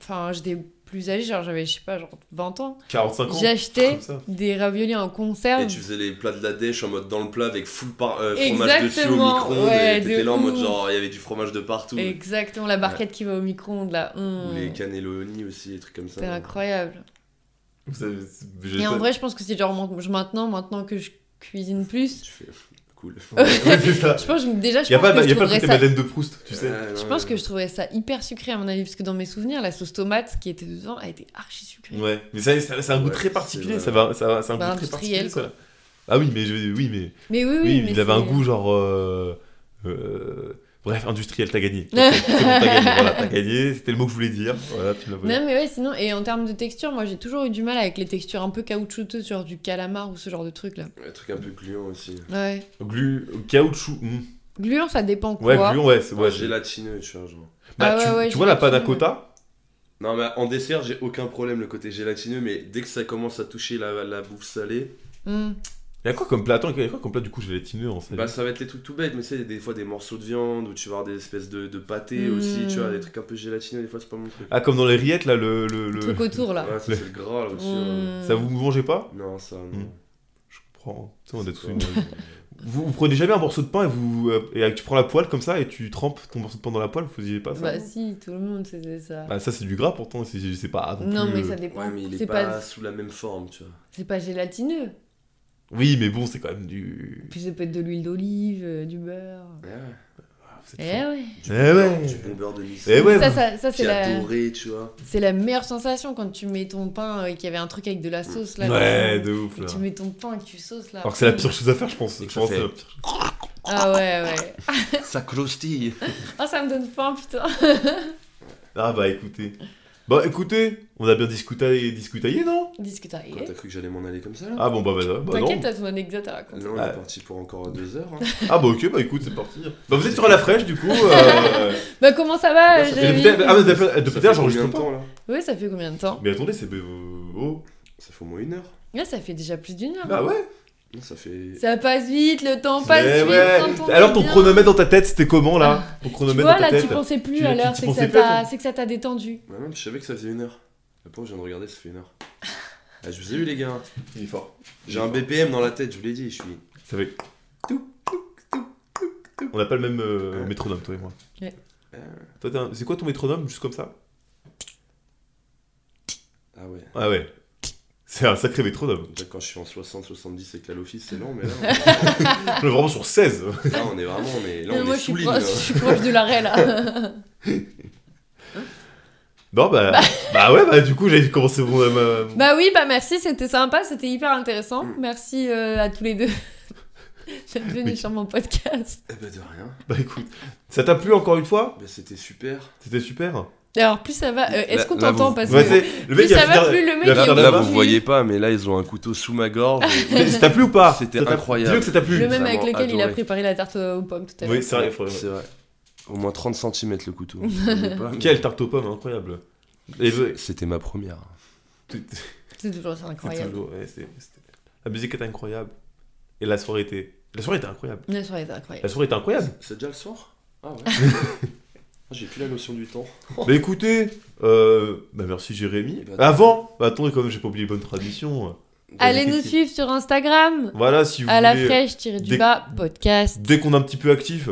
[SPEAKER 3] enfin, j'étais plus âgée, genre j'avais, je sais pas, genre 20 ans.
[SPEAKER 1] 45 ans.
[SPEAKER 3] J'achetais
[SPEAKER 1] comme ça.
[SPEAKER 3] des raviolis en conserve.
[SPEAKER 2] Et tu faisais les plats de la dèche en mode dans le plat avec full par, euh, fromage
[SPEAKER 3] Exactement,
[SPEAKER 2] dessus au micro-ondes.
[SPEAKER 3] ouais,
[SPEAKER 2] et t'étais
[SPEAKER 3] de
[SPEAKER 2] là en mode
[SPEAKER 3] ouf.
[SPEAKER 2] genre, il y avait du fromage de partout.
[SPEAKER 3] Exactement, la barquette qui va au micro-ondes là.
[SPEAKER 2] Ou
[SPEAKER 3] Hum,
[SPEAKER 2] les cannelloni aussi, des trucs comme ça.
[SPEAKER 3] C'était incroyable.
[SPEAKER 1] Vous savez, c'est- j'ai
[SPEAKER 3] Et en
[SPEAKER 1] euh, pas-
[SPEAKER 3] vrai, je pense que c'est genre mon- je- maintenant, maintenant que je cuisine plus.
[SPEAKER 2] Tu fais cool.
[SPEAKER 3] Euh,
[SPEAKER 1] Ouais, c'est ça.
[SPEAKER 3] Je pense que déjà, je
[SPEAKER 1] Y a
[SPEAKER 3] pense
[SPEAKER 1] pas,
[SPEAKER 3] que
[SPEAKER 1] y
[SPEAKER 3] je
[SPEAKER 1] a pas le
[SPEAKER 3] trouverais
[SPEAKER 1] côté
[SPEAKER 3] ça.
[SPEAKER 1] Madeleine de Proust, tu sais.
[SPEAKER 2] Ouais,
[SPEAKER 3] Je
[SPEAKER 2] ouais,
[SPEAKER 3] pense que
[SPEAKER 2] ouais.
[SPEAKER 3] je trouverais ça hyper sucré à mon avis, parce que dans mes souvenirs, la sauce tomate qui était dedans, elle était archi sucrée.
[SPEAKER 1] Ouais, mais ça, ça- c'est un goût
[SPEAKER 2] Ouais,
[SPEAKER 1] très
[SPEAKER 2] c'est
[SPEAKER 1] particulier,
[SPEAKER 2] vrai.
[SPEAKER 1] ça va, ça va- c'est un
[SPEAKER 3] Bah,
[SPEAKER 1] goût très
[SPEAKER 3] industriel,
[SPEAKER 1] particulier. ça. Ah oui, mais je- oui, mais
[SPEAKER 3] Mais oui, oui,
[SPEAKER 1] oui,
[SPEAKER 3] mais
[SPEAKER 1] il avait un
[SPEAKER 3] c'est-
[SPEAKER 1] goût genre. euh, euh, bref, industriel, t'as gagné. C'est bon, t'as gagné, voilà, t'as gagné. C'était le mot que je voulais dire. Voilà, tu l'as volé.
[SPEAKER 3] Non mais ouais sinon et en termes de texture moi j'ai toujours eu du mal avec les textures un peu caoutchouteuses genre du calamar ou ce genre de truc là.
[SPEAKER 2] Un truc un peu gluant aussi.
[SPEAKER 3] Ouais.
[SPEAKER 1] Glu, caoutchouc. hmm.
[SPEAKER 3] Gluant ça dépend quoi.
[SPEAKER 1] Ouais, gluon, ouais, c'est-
[SPEAKER 2] Ouais,
[SPEAKER 1] ouais.
[SPEAKER 2] gélatineux, tu vois, genre.
[SPEAKER 1] Bah,
[SPEAKER 3] Ah ouais,
[SPEAKER 1] tu,
[SPEAKER 3] ouais,
[SPEAKER 1] tu vois la panna
[SPEAKER 3] gélatineux,
[SPEAKER 1] cotta
[SPEAKER 2] Non, mais en dessert, j'ai aucun problème le côté gélatineux, mais dès que ça commence à toucher la, la bouffe salée,
[SPEAKER 3] Hmm.
[SPEAKER 1] Il y a quoi comme plat Attends, il y a quoi comme plat du coup gélatineux en salut
[SPEAKER 2] bah ça va être les trucs tout bêtes, mais c'est des fois des morceaux de viande ou tu vas avoir des espèces de, de pâtés
[SPEAKER 3] Mm.
[SPEAKER 2] aussi, tu vois, des trucs un peu gélatineux, des fois c'est pas mon truc.
[SPEAKER 1] Ah, comme dans les rillettes là, le. le,
[SPEAKER 3] Le
[SPEAKER 1] le-
[SPEAKER 3] truc autour là.
[SPEAKER 2] Ouais, ça, c'est le gras là aussi. ouais.
[SPEAKER 3] Hmm.
[SPEAKER 1] Ça vous mangez pas
[SPEAKER 2] Non, ça, non.
[SPEAKER 1] Mm. Je comprends. Tu sais, on a
[SPEAKER 2] C'est
[SPEAKER 1] tous
[SPEAKER 2] pas-
[SPEAKER 1] une. Vous, vous prenez jamais un morceau de pain et, vous, euh, et tu prends la poêle comme ça et tu trempes ton morceau de pain dans la poêle, vous faisiez pas ça
[SPEAKER 3] Bah
[SPEAKER 1] non
[SPEAKER 3] si, tout le monde faisait ça.
[SPEAKER 1] Bah, ça c'est du gras pourtant, c'est c'est pas non,
[SPEAKER 3] non,
[SPEAKER 1] plus,
[SPEAKER 3] mais
[SPEAKER 1] euh,
[SPEAKER 3] ça dépend.
[SPEAKER 2] Ouais, mais il est,
[SPEAKER 3] c'est
[SPEAKER 2] pas,
[SPEAKER 3] pas,
[SPEAKER 2] sous la même forme, tu vois.
[SPEAKER 3] c'est pas gélatineux.
[SPEAKER 1] Oui, mais bon, c'est quand même du...
[SPEAKER 3] Puis ça peut être de l'huile d'olive, euh, du beurre.
[SPEAKER 2] Ouais, ouais.
[SPEAKER 1] c'est
[SPEAKER 3] Eh
[SPEAKER 1] fort.
[SPEAKER 3] ouais.
[SPEAKER 1] Eh
[SPEAKER 2] Du, beurre-
[SPEAKER 1] ouais.
[SPEAKER 2] du bon beurre de Nice.
[SPEAKER 1] Eh ouais,
[SPEAKER 3] ça,
[SPEAKER 1] bah,
[SPEAKER 3] ça, ça, c'est
[SPEAKER 2] Qui
[SPEAKER 3] la,
[SPEAKER 2] doré, tu vois.
[SPEAKER 3] c'est la meilleure sensation quand tu mets ton pain euh, et qu'il y avait un truc avec de la sauce là.
[SPEAKER 1] Ouais,
[SPEAKER 3] dedans.
[SPEAKER 1] de ouf
[SPEAKER 3] Et
[SPEAKER 1] là.
[SPEAKER 3] tu mets ton pain et que tu sauces là.
[SPEAKER 1] Alors que c'est la pire chose à faire, je pense.
[SPEAKER 2] Et que
[SPEAKER 1] Je
[SPEAKER 2] ça
[SPEAKER 1] pense euh, que
[SPEAKER 2] fait-
[SPEAKER 1] c'est la pire-
[SPEAKER 3] Ah ouais, ouais.
[SPEAKER 2] Ça croustille.
[SPEAKER 3] Ah, ça me donne faim, putain.
[SPEAKER 1] Ah bah écoutez. Bah écoutez, on a bien discuté, discutaillé, non
[SPEAKER 3] Discutaillé.
[SPEAKER 2] Quand t'as cru que j'allais m'en aller comme ça là
[SPEAKER 1] Ah bon bah, bah, bah, bah,
[SPEAKER 3] Eh, T'inquiète,
[SPEAKER 1] non.
[SPEAKER 3] t'as ton anecdote à raconter.
[SPEAKER 2] Là, on
[SPEAKER 1] Ah.
[SPEAKER 2] est parti pour encore deux heures. hein.
[SPEAKER 1] Ah bah ok, bah écoute, c'est parti. Bah vous êtes sur la fraîche du coup. euh,
[SPEAKER 3] Bah, comment ça va,
[SPEAKER 2] Là, ça fait
[SPEAKER 1] et
[SPEAKER 3] Jérémy
[SPEAKER 1] depuis ah, mais depuis- depuis
[SPEAKER 2] Ça fait
[SPEAKER 1] d'ailleurs,
[SPEAKER 2] combien
[SPEAKER 1] j'enregistre
[SPEAKER 2] de temps
[SPEAKER 1] pas.
[SPEAKER 2] là
[SPEAKER 3] Ouais, ça fait combien de temps
[SPEAKER 1] Mais attendez, c'est... Oh.
[SPEAKER 2] Ça fait au moins une heure.
[SPEAKER 3] Là, ça fait déjà plus d'une heure.
[SPEAKER 1] Bah ouais.
[SPEAKER 2] Non, ça fait.
[SPEAKER 3] Ça passe vite, le temps passe
[SPEAKER 1] Mais
[SPEAKER 3] vite.
[SPEAKER 1] ouais.
[SPEAKER 3] quand on est
[SPEAKER 1] Alors ton
[SPEAKER 3] bien. Ah.
[SPEAKER 1] chronomètre dans ta tête, c'était comment là Ton
[SPEAKER 3] Tu
[SPEAKER 1] chronomètre
[SPEAKER 3] vois,
[SPEAKER 1] dans ta
[SPEAKER 3] là, tu
[SPEAKER 1] tête.
[SPEAKER 3] pensais plus
[SPEAKER 1] Tu-
[SPEAKER 3] à
[SPEAKER 1] tu-
[SPEAKER 3] l'heure,
[SPEAKER 1] tu
[SPEAKER 3] c'est que, ça
[SPEAKER 1] pensais
[SPEAKER 3] t'a-
[SPEAKER 1] pas,
[SPEAKER 3] c'est que ça t'a détendu.
[SPEAKER 2] Ouais, non, mais je savais que ça faisait une heure. Après, je viens de regarder, ça fait une heure. Ah, je vous ai eu, les gars.
[SPEAKER 1] Il est fort.
[SPEAKER 2] J'ai un BPM dans la tête, je vous l'ai dit. Je suis.
[SPEAKER 1] Ça fait... On n'a pas le même euh, métronome, toi et moi.
[SPEAKER 3] Ouais.
[SPEAKER 2] Euh.
[SPEAKER 1] Toi, t'as un- c'est quoi ton métronome, juste comme ça
[SPEAKER 2] Ah ouais.
[SPEAKER 1] Ah ouais. C'est un sacré métronome.
[SPEAKER 2] Déjà, quand je suis en 60-70 avec la Lofi, c'est lent, mais là, on
[SPEAKER 3] Ah.
[SPEAKER 1] On est vraiment sur 16.
[SPEAKER 2] est, là, on est vraiment. On est... Là,
[SPEAKER 3] Mais
[SPEAKER 2] on
[SPEAKER 3] Euh,
[SPEAKER 2] est
[SPEAKER 3] moi,
[SPEAKER 2] hein.
[SPEAKER 3] je suis,
[SPEAKER 2] sous l'île.
[SPEAKER 3] proche, je
[SPEAKER 2] là.
[SPEAKER 3] suis proche de l'arrêt, là.
[SPEAKER 1] Non, bah, bah. ouais, bah du coup, j'avais commencé mon. ma- mon-
[SPEAKER 3] bah oui, bah merci, c'était sympa, c'était hyper intéressant.
[SPEAKER 2] Mm.
[SPEAKER 3] Merci euh, à tous les deux d'être venus
[SPEAKER 1] Mais-
[SPEAKER 3] sur mon podcast.
[SPEAKER 2] Eh ben, de rien.
[SPEAKER 1] Bah écoute, ça t'a plu encore une fois
[SPEAKER 2] Ben, c'était super.
[SPEAKER 1] C'était super.
[SPEAKER 3] Et alors, plus ça va, euh,
[SPEAKER 2] Là-
[SPEAKER 3] est-ce qu'on
[SPEAKER 2] là,
[SPEAKER 3] t'entend
[SPEAKER 2] vous-
[SPEAKER 3] parce
[SPEAKER 1] Ouais,
[SPEAKER 3] que...
[SPEAKER 1] c'est- le mec, il
[SPEAKER 3] Ah, Mais
[SPEAKER 1] va
[SPEAKER 3] ça va
[SPEAKER 1] finir-
[SPEAKER 3] plus, le mec,
[SPEAKER 1] il va
[SPEAKER 3] il
[SPEAKER 1] finir
[SPEAKER 3] veut
[SPEAKER 1] la
[SPEAKER 2] Là,
[SPEAKER 3] bas.
[SPEAKER 1] bas.
[SPEAKER 2] vous voyez pas, mais là, ils ont un couteau sous ma gorge.
[SPEAKER 1] Mais Ça t'a plu ou pas
[SPEAKER 2] C'était
[SPEAKER 1] Ça t'a-
[SPEAKER 2] incroyable.
[SPEAKER 1] Dis-le que ça t'a plu.
[SPEAKER 3] Le même avec
[SPEAKER 2] Vraiment
[SPEAKER 3] lequel il a
[SPEAKER 2] adoré.
[SPEAKER 3] préparé la tarte aux pommes tout à l'heure.
[SPEAKER 1] Oui, c'est vrai. faut-
[SPEAKER 2] C'est vrai. Au moins 30 cm le couteau. Vous voyez pas, mais-
[SPEAKER 1] Quelle tarte aux pommes, incroyable. Et c'est
[SPEAKER 2] C'était ma première.
[SPEAKER 3] C'est toujours ça, incroyable.
[SPEAKER 1] toujours- ouais, c'est- c'était- La musique était incroyable. Et la soirée était. La soirée était incroyable.
[SPEAKER 3] La soirée était
[SPEAKER 1] La
[SPEAKER 3] incroyable.
[SPEAKER 1] soirée était incroyable.
[SPEAKER 2] C'est déjà le soir Ah ouais. J'ai plus la notion du temps.
[SPEAKER 1] Bah écoutez, euh, bah merci Jérémy.
[SPEAKER 2] Bah,
[SPEAKER 1] Avant, bah attendez quand même, j'ai pas oublié les bonnes traditions.
[SPEAKER 3] Allez nous suivre sur Instagram
[SPEAKER 1] Voilà, si vous
[SPEAKER 3] à la
[SPEAKER 1] voulez. euh,
[SPEAKER 3] fraîche tiré du
[SPEAKER 1] dès-
[SPEAKER 3] bas podcast.
[SPEAKER 1] Dès qu'on est un petit peu actif.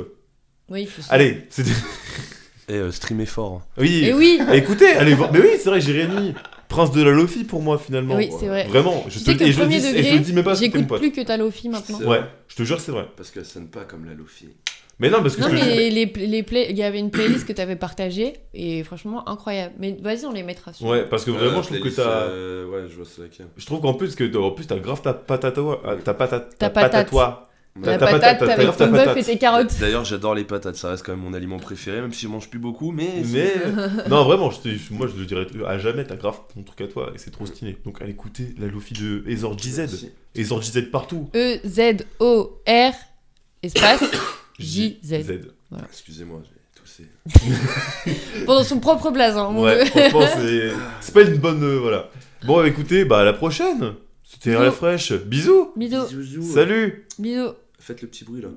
[SPEAKER 3] Oui, il faut se-
[SPEAKER 1] Allez, c'était.
[SPEAKER 2] Et euh, streamer fort.
[SPEAKER 1] Oui.
[SPEAKER 3] Et Eh oui,
[SPEAKER 1] Écoutez, allez voir. Mais oui, c'est vrai, Jérémy, prince de la Lofi pour moi finalement.
[SPEAKER 3] oui, c'est vrai.
[SPEAKER 1] euh, Vraiment, je
[SPEAKER 3] Tu
[SPEAKER 1] te,
[SPEAKER 3] sais que
[SPEAKER 1] et je, le dis,
[SPEAKER 3] premier
[SPEAKER 1] et je le dis même
[SPEAKER 3] degré,
[SPEAKER 1] pas, c'était
[SPEAKER 3] j'écoute
[SPEAKER 1] mon pote.
[SPEAKER 3] plus que ta Lofi maintenant.
[SPEAKER 2] C'est
[SPEAKER 1] Ouais,
[SPEAKER 2] vrai.
[SPEAKER 1] je te jure, c'est vrai.
[SPEAKER 2] Parce qu'elle sonne pas comme la Lofi.
[SPEAKER 1] Mais non, parce que
[SPEAKER 3] Non,
[SPEAKER 1] je te jure-
[SPEAKER 3] mais les, les play- il y avait une playlist que t'avais partagée et franchement incroyable. Mais vas-y, on les mettra sur.
[SPEAKER 1] Ouais, parce que vraiment,
[SPEAKER 2] Euh,
[SPEAKER 1] je trouve que
[SPEAKER 2] playlist,
[SPEAKER 1] t'as.
[SPEAKER 2] euh, ouais, je vois c'est laquelle.
[SPEAKER 1] Je trouve qu'en plus, que en plus, t'as grave ta patate à toi. ah, Ta patate. Ta
[SPEAKER 3] Ta
[SPEAKER 1] patate à
[SPEAKER 3] patate.
[SPEAKER 1] toi. ta
[SPEAKER 3] La patate,
[SPEAKER 1] patate, ta-
[SPEAKER 3] t'avais
[SPEAKER 1] ta-
[SPEAKER 3] ton
[SPEAKER 1] ta
[SPEAKER 3] bœuf
[SPEAKER 1] patate.
[SPEAKER 3] et tes carottes.
[SPEAKER 2] D'ailleurs, j'adore les patates. Ça reste quand même mon aliment préféré, même si je mange plus beaucoup. Mais.
[SPEAKER 1] Mais. non, vraiment, je te- moi, je le dirais à jamais, t'as grave ton truc à toi et c'est trop stylé. Donc, allez écouter la Lofi de Ezor JZ.
[SPEAKER 2] Merci.
[SPEAKER 1] Ezor JZ partout.
[SPEAKER 3] E Z O R espace J Z.
[SPEAKER 1] JZ.
[SPEAKER 2] Ah, Excusez-moi, j'ai toussé.
[SPEAKER 3] Pendant son propre blason. mon
[SPEAKER 1] Ouais,
[SPEAKER 3] Dieu.
[SPEAKER 1] franchement, c'est. C'est pas une bonne. euh, voilà. Bon, bah, écoutez, bah à la prochaine. C'était à la
[SPEAKER 3] Bisous.
[SPEAKER 1] fraîche. Bisous.
[SPEAKER 3] Bisous,
[SPEAKER 2] Bisous.
[SPEAKER 1] Salut.
[SPEAKER 3] bisous.
[SPEAKER 2] Faites le petit bruit là.